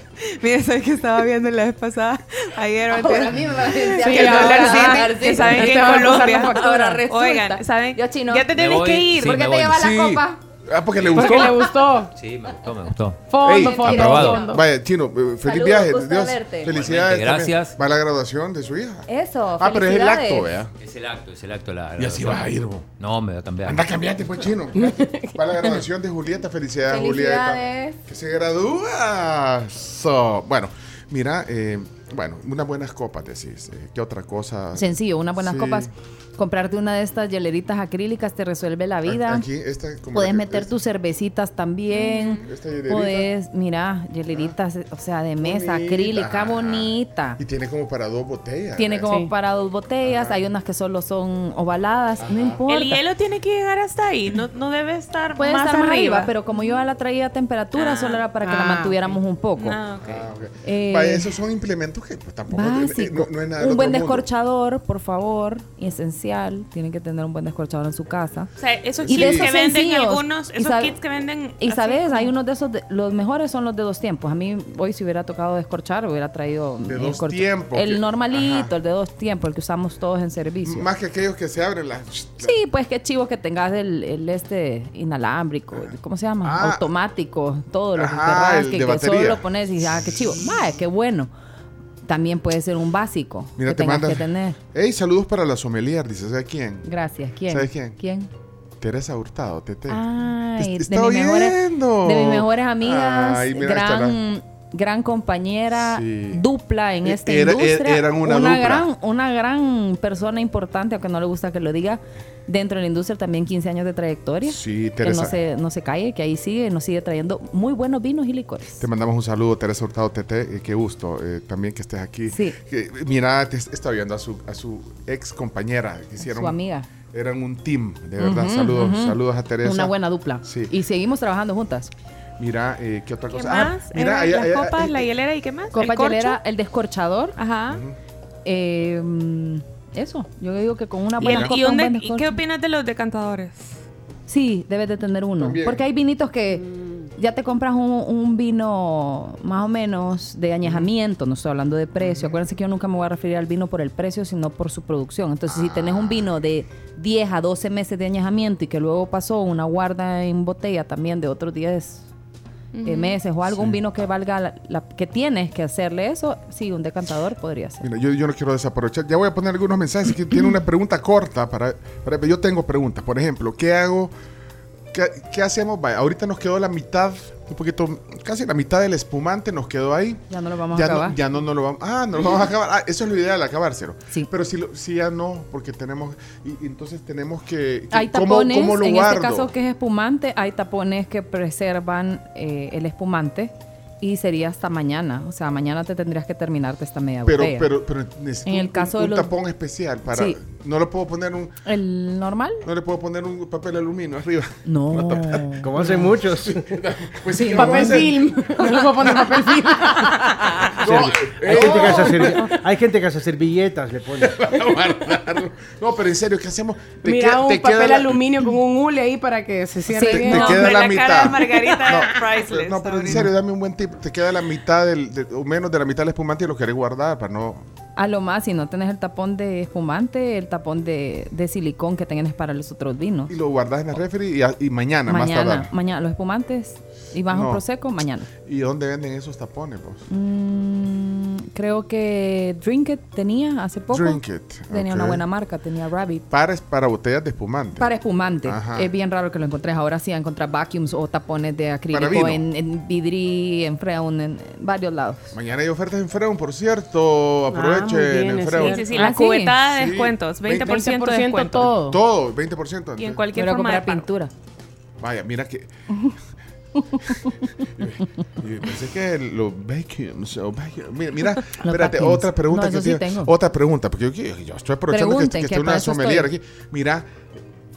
[SPEAKER 7] <laughs> Mira, ¿sabes que estaba viendo la vez pasada? Ayer o
[SPEAKER 4] Ahora
[SPEAKER 7] antes.
[SPEAKER 4] mismo la gente
[SPEAKER 7] Sí,
[SPEAKER 4] hace
[SPEAKER 7] el
[SPEAKER 4] ahora,
[SPEAKER 7] dólar sí,
[SPEAKER 4] ahora sí.
[SPEAKER 7] que saben que
[SPEAKER 4] Te va a
[SPEAKER 7] en
[SPEAKER 4] pasar
[SPEAKER 7] Colombia.
[SPEAKER 4] la factura. Ahora resulta.
[SPEAKER 7] Oigan, ¿saben?
[SPEAKER 4] Yo, chino.
[SPEAKER 7] Ya te
[SPEAKER 5] Me
[SPEAKER 7] tenés
[SPEAKER 5] voy,
[SPEAKER 7] que ir.
[SPEAKER 5] sí,
[SPEAKER 7] porque
[SPEAKER 5] me voy.
[SPEAKER 4] lleva la copa?
[SPEAKER 3] Ah, porque le gustó.
[SPEAKER 6] Porque le gustó.
[SPEAKER 5] Sí, me gustó, me gustó.
[SPEAKER 6] Fondo,
[SPEAKER 3] Ey,
[SPEAKER 6] fondo,
[SPEAKER 5] aprobado.
[SPEAKER 6] fondo.
[SPEAKER 3] Vaya, Chino, eh, feliz
[SPEAKER 4] Saludos,
[SPEAKER 3] viaje.
[SPEAKER 4] gusto
[SPEAKER 3] Dios,
[SPEAKER 4] verte.
[SPEAKER 3] felicidades.
[SPEAKER 5] Igualmente,
[SPEAKER 3] también.
[SPEAKER 5] gracias.
[SPEAKER 3] Va a la graduación de su hija.
[SPEAKER 4] Eso.
[SPEAKER 3] Ah, pero es el acto,
[SPEAKER 4] felicidades.
[SPEAKER 3] vea.
[SPEAKER 5] Es el acto, es el acto. La,
[SPEAKER 3] Y así
[SPEAKER 5] la-
[SPEAKER 3] vas a ir, vos.
[SPEAKER 5] No, me va a cambiar.
[SPEAKER 3] Anda, cambiate, pues, Chino. Va a la graduación de Julieta. Felicidades,
[SPEAKER 4] Felicidades.
[SPEAKER 3] Julieta. Que se gradúa. So, bueno, mira, eh, bueno, unas buenas copas, decís. Eh, ¿Qué otra cosa?
[SPEAKER 4] Sencillo, unas buenas
[SPEAKER 3] Sí.
[SPEAKER 4] copas. Comprarte una de estas hieleritas acrílicas te resuelve la vida.
[SPEAKER 3] Aquí, esta, como
[SPEAKER 4] Puedes
[SPEAKER 3] la que-
[SPEAKER 4] meter tus cervecitas también.
[SPEAKER 3] Esta hielerita.
[SPEAKER 4] Puedes, mira, hieleritas, o sea, de mesa,
[SPEAKER 3] Bonita.
[SPEAKER 4] acrílica, bonita.
[SPEAKER 3] Y tiene como para dos botellas.
[SPEAKER 4] Tiene
[SPEAKER 3] ¿eh?
[SPEAKER 4] como
[SPEAKER 6] Sí.
[SPEAKER 4] para dos botellas, hay unas que solo son ovaladas, no importa.
[SPEAKER 7] El hielo tiene que llegar hasta ahí. No, no debe estar
[SPEAKER 4] Puede
[SPEAKER 7] más
[SPEAKER 4] estar más arriba,
[SPEAKER 7] arriba.
[SPEAKER 4] pero como yo la traía a temperatura, solo era para que la
[SPEAKER 6] ah,
[SPEAKER 4] mantuviéramos un poco.
[SPEAKER 7] Ah, ok.
[SPEAKER 3] Ah, ok.
[SPEAKER 4] Eh,
[SPEAKER 3] Vaya, esos son implementos que pues, tampoco eh,
[SPEAKER 4] Básico.
[SPEAKER 3] no, no es nada del
[SPEAKER 4] un buen
[SPEAKER 3] otro mundo.
[SPEAKER 4] descorchador, por favor, esencial. Tienen que tener un buen descorchador en su casa.
[SPEAKER 7] O sea, esos
[SPEAKER 4] Y
[SPEAKER 7] kits
[SPEAKER 4] de
[SPEAKER 7] que
[SPEAKER 4] esos
[SPEAKER 7] venden
[SPEAKER 4] sencillos.
[SPEAKER 7] algunos,
[SPEAKER 4] Y
[SPEAKER 7] esos
[SPEAKER 4] sabe-
[SPEAKER 7] kits que venden.
[SPEAKER 4] Y
[SPEAKER 7] así
[SPEAKER 4] sabes,
[SPEAKER 7] como-
[SPEAKER 4] hay unos de esos, de- los mejores son los de dos tiempos. A mí hoy si hubiera tocado descorchar, hubiera traído...
[SPEAKER 3] De
[SPEAKER 4] mi
[SPEAKER 3] dos
[SPEAKER 4] descorcha-
[SPEAKER 3] tiempos,
[SPEAKER 4] El
[SPEAKER 3] que-
[SPEAKER 4] normalito,
[SPEAKER 3] ajá.
[SPEAKER 4] el de dos tiempos, el que usamos todos en servicio.
[SPEAKER 3] Más que aquellos que se abren las.
[SPEAKER 4] Sí, pues qué chivo que tengas el, el este inalámbrico, ¿cómo se llama?
[SPEAKER 3] Ah.
[SPEAKER 4] Automático, todo lo que
[SPEAKER 3] Ajá,
[SPEAKER 4] querrás,
[SPEAKER 3] el
[SPEAKER 4] que,
[SPEAKER 3] de
[SPEAKER 4] que solo
[SPEAKER 3] batería.
[SPEAKER 4] lo pones y ah, qué chivo. Vaya, qué bueno. También puede ser un básico
[SPEAKER 3] Mira,
[SPEAKER 4] que
[SPEAKER 3] te
[SPEAKER 4] tengas
[SPEAKER 3] mandan.
[SPEAKER 4] que tener.
[SPEAKER 3] Ey, saludos para la sommelier, dice. ¿Sabes quién?
[SPEAKER 4] Gracias. ¿Quién?
[SPEAKER 3] ¿Sabes quién?
[SPEAKER 4] ¿Quién?
[SPEAKER 3] Teresa Hurtado, Tete.
[SPEAKER 4] Ay,
[SPEAKER 3] Te
[SPEAKER 4] de,
[SPEAKER 3] está
[SPEAKER 4] mis mejores,
[SPEAKER 3] oyendo.
[SPEAKER 4] de mis mejores amigas,
[SPEAKER 3] Ay, mira, ahí está
[SPEAKER 4] gran, gran compañera,
[SPEAKER 3] Sí.
[SPEAKER 4] dupla en
[SPEAKER 3] E-
[SPEAKER 4] esta
[SPEAKER 3] era- e-
[SPEAKER 4] industria.
[SPEAKER 3] eran una dupla.
[SPEAKER 4] gran, una gran persona importante, aunque no le gusta que lo diga, dentro de la industria también 15 años de trayectoria.
[SPEAKER 3] Sí,
[SPEAKER 4] que
[SPEAKER 3] Teresa.
[SPEAKER 4] no se, no se calle, que ahí sigue, nos sigue trayendo muy buenos vinos y licores.
[SPEAKER 3] Te mandamos un saludo, Teresa Hurtado, Tete. eh, qué gusto eh, también que estés aquí.
[SPEAKER 4] Sí.
[SPEAKER 3] Que, mira, te está viendo a su, a su ex compañera. Que hicieron,
[SPEAKER 4] Su amiga.
[SPEAKER 3] Eran un team, de verdad.
[SPEAKER 4] Ujú,
[SPEAKER 3] saludos,
[SPEAKER 4] ujú.
[SPEAKER 3] saludos a Teresa.
[SPEAKER 4] Una buena dupla.
[SPEAKER 3] Sí.
[SPEAKER 4] Y seguimos trabajando juntas.
[SPEAKER 3] Mira, eh, ¿qué otra
[SPEAKER 7] ¿Qué
[SPEAKER 3] cosa?
[SPEAKER 7] más?
[SPEAKER 3] mira,
[SPEAKER 4] Eh,
[SPEAKER 7] Era
[SPEAKER 3] ahí-
[SPEAKER 7] las
[SPEAKER 3] ahí-
[SPEAKER 7] copas,
[SPEAKER 3] ahí-
[SPEAKER 7] la hielera y qué más?
[SPEAKER 4] Copa
[SPEAKER 7] ¿El corcho?
[SPEAKER 4] hielera, el descorchador.
[SPEAKER 7] Ajá.
[SPEAKER 4] eh, mm, eso, yo digo que con una
[SPEAKER 7] ¿Y, el-
[SPEAKER 4] buena copa,
[SPEAKER 7] y un
[SPEAKER 4] un
[SPEAKER 7] de-
[SPEAKER 4] buen
[SPEAKER 7] y
[SPEAKER 4] descorche.
[SPEAKER 7] qué opinas de los decantadores?
[SPEAKER 4] Sí, debes de tener uno.
[SPEAKER 3] También.
[SPEAKER 4] Porque hay vinitos que ya te compras un, un vino más o menos de añejamiento, no estoy hablando de precio. Acuérdense que yo nunca me voy a referir al vino por el precio, sino por su producción. Entonces, si tenés
[SPEAKER 3] Ah.
[SPEAKER 4] un vino de 10 a 12 meses de añejamiento y que luego pasó una guarda en botella también de otros 10 eh, meses o algo, un vino que valga la, la- que tienes que hacerle eso, sí, un decantador podría ser.
[SPEAKER 3] Mira, yo, yo no quiero desaprovechar. Ya voy a poner algunos mensajes que tiene una pregunta corta. Para, para- yo tengo preguntas. Por ejemplo, ¿qué hago? ¿Qué, qué hacemos? Vaya, ahorita nos quedó la mitad, un poquito, casi la mitad del espumante nos quedó ahí.
[SPEAKER 4] Ya no lo vamos
[SPEAKER 3] ya
[SPEAKER 4] a acabar.
[SPEAKER 3] No, ya no, no lo vamos. Ah, no lo vamos a acabar. Ah, eso es lo ideal, acabárselo.
[SPEAKER 4] Sí.
[SPEAKER 3] Pero si, lo- si ya no, porque tenemos. Y, y entonces tenemos que. que-
[SPEAKER 4] Hay
[SPEAKER 3] ¿cómo-
[SPEAKER 4] tapones,
[SPEAKER 3] cómo lo
[SPEAKER 4] en
[SPEAKER 3] guardo?
[SPEAKER 4] este caso que es espumante, hay tapones que preservan eh, el espumante y sería hasta mañana. O sea, mañana te tendrías que terminarte esta media
[SPEAKER 3] pero,
[SPEAKER 4] botella.
[SPEAKER 3] pero, pero necesito
[SPEAKER 4] En el
[SPEAKER 3] un-
[SPEAKER 4] caso
[SPEAKER 3] un,
[SPEAKER 4] de los-
[SPEAKER 3] tapón especial para.
[SPEAKER 4] Sí.
[SPEAKER 3] No lo puedo poner un.
[SPEAKER 4] ¿El normal?
[SPEAKER 3] No le puedo poner un papel aluminio arriba. <laughs>
[SPEAKER 4] No.
[SPEAKER 10] Como hacen muchos.
[SPEAKER 3] Pues sí, que lo voy a
[SPEAKER 6] Papel
[SPEAKER 3] hacer.
[SPEAKER 6] film. No le puedo poner papel film.
[SPEAKER 3] No, eh,
[SPEAKER 10] Hay gente que hace servi- hay gente que hace servilletas, le pone.
[SPEAKER 3] guardarlo. No, pero en serio, ¿qué hacemos? Te
[SPEAKER 6] Mira
[SPEAKER 3] queda-
[SPEAKER 6] un
[SPEAKER 3] te queda
[SPEAKER 6] papel
[SPEAKER 3] la-
[SPEAKER 6] aluminio con un hule ahí para que se cierre
[SPEAKER 4] Sí.
[SPEAKER 3] Te,
[SPEAKER 6] bien.
[SPEAKER 3] te
[SPEAKER 7] No,
[SPEAKER 3] queda
[SPEAKER 7] hombre,
[SPEAKER 3] la,
[SPEAKER 7] la
[SPEAKER 3] mitad.
[SPEAKER 7] cara de
[SPEAKER 3] <laughs>
[SPEAKER 7] Margarita
[SPEAKER 3] no,
[SPEAKER 7] es priceless,
[SPEAKER 3] pero- no, pero en
[SPEAKER 7] ahorita.
[SPEAKER 3] serio, dame un buen tip. Te queda la mitad del, de- o menos de la mitad del espumante y lo querés guardar para no
[SPEAKER 4] A lo más, si no tenés el tapón de espumante, el tapón de, de silicón que tenés para los otros vinos.
[SPEAKER 3] Y lo guardas en la refri y, a- y mañana, más
[SPEAKER 4] mañana,
[SPEAKER 3] tardar.
[SPEAKER 4] mañana, los espumantes y bajo
[SPEAKER 3] No.
[SPEAKER 4] un proseco, mañana.
[SPEAKER 3] ¿Y dónde venden esos tapones vos?
[SPEAKER 4] Mm, creo que Drinkit tenía hace poco.
[SPEAKER 3] Drinkit,
[SPEAKER 4] Tenía una
[SPEAKER 3] ok.
[SPEAKER 4] buena marca, tenía Rabbit.
[SPEAKER 3] Pares para botellas de espumante.
[SPEAKER 4] Para espumante.
[SPEAKER 3] Ajá.
[SPEAKER 4] Es bien raro que lo encontres. Ahora sí, encontrar vacuums o tapones de
[SPEAKER 3] vino.
[SPEAKER 4] acrílico en, en vidri, en freon, en varios lados.
[SPEAKER 3] Mañana hay ofertas en Freon, por cierto. Aprovechen
[SPEAKER 4] Ah, bien,
[SPEAKER 3] en
[SPEAKER 4] es
[SPEAKER 3] Freon.
[SPEAKER 4] cierto. Sí, sí, sí, la Ah, sí. cubetada de descuentos, 20% de descuento. todo.
[SPEAKER 3] Todo, 20%.
[SPEAKER 4] Y en
[SPEAKER 7] cualquier
[SPEAKER 4] Voy a
[SPEAKER 7] forma
[SPEAKER 4] comprar
[SPEAKER 7] de pago.
[SPEAKER 4] pintura.
[SPEAKER 3] Vaya, mira
[SPEAKER 13] <laughs>
[SPEAKER 3] que. <laughs> Yo pensé que los vacuums o vacuum- Mira, mira espérate,
[SPEAKER 13] vacuums.
[SPEAKER 3] otra pregunta
[SPEAKER 13] No,
[SPEAKER 3] que
[SPEAKER 13] eso sí
[SPEAKER 3] tiene-
[SPEAKER 13] tengo.
[SPEAKER 3] Otra pregunta, porque yo, yo estoy aprovechando que,
[SPEAKER 13] Pregunten,
[SPEAKER 3] que
[SPEAKER 13] que
[SPEAKER 3] estoy
[SPEAKER 13] para
[SPEAKER 3] una
[SPEAKER 13] eso
[SPEAKER 3] sommelier
[SPEAKER 13] estoy.
[SPEAKER 3] aquí. Mira,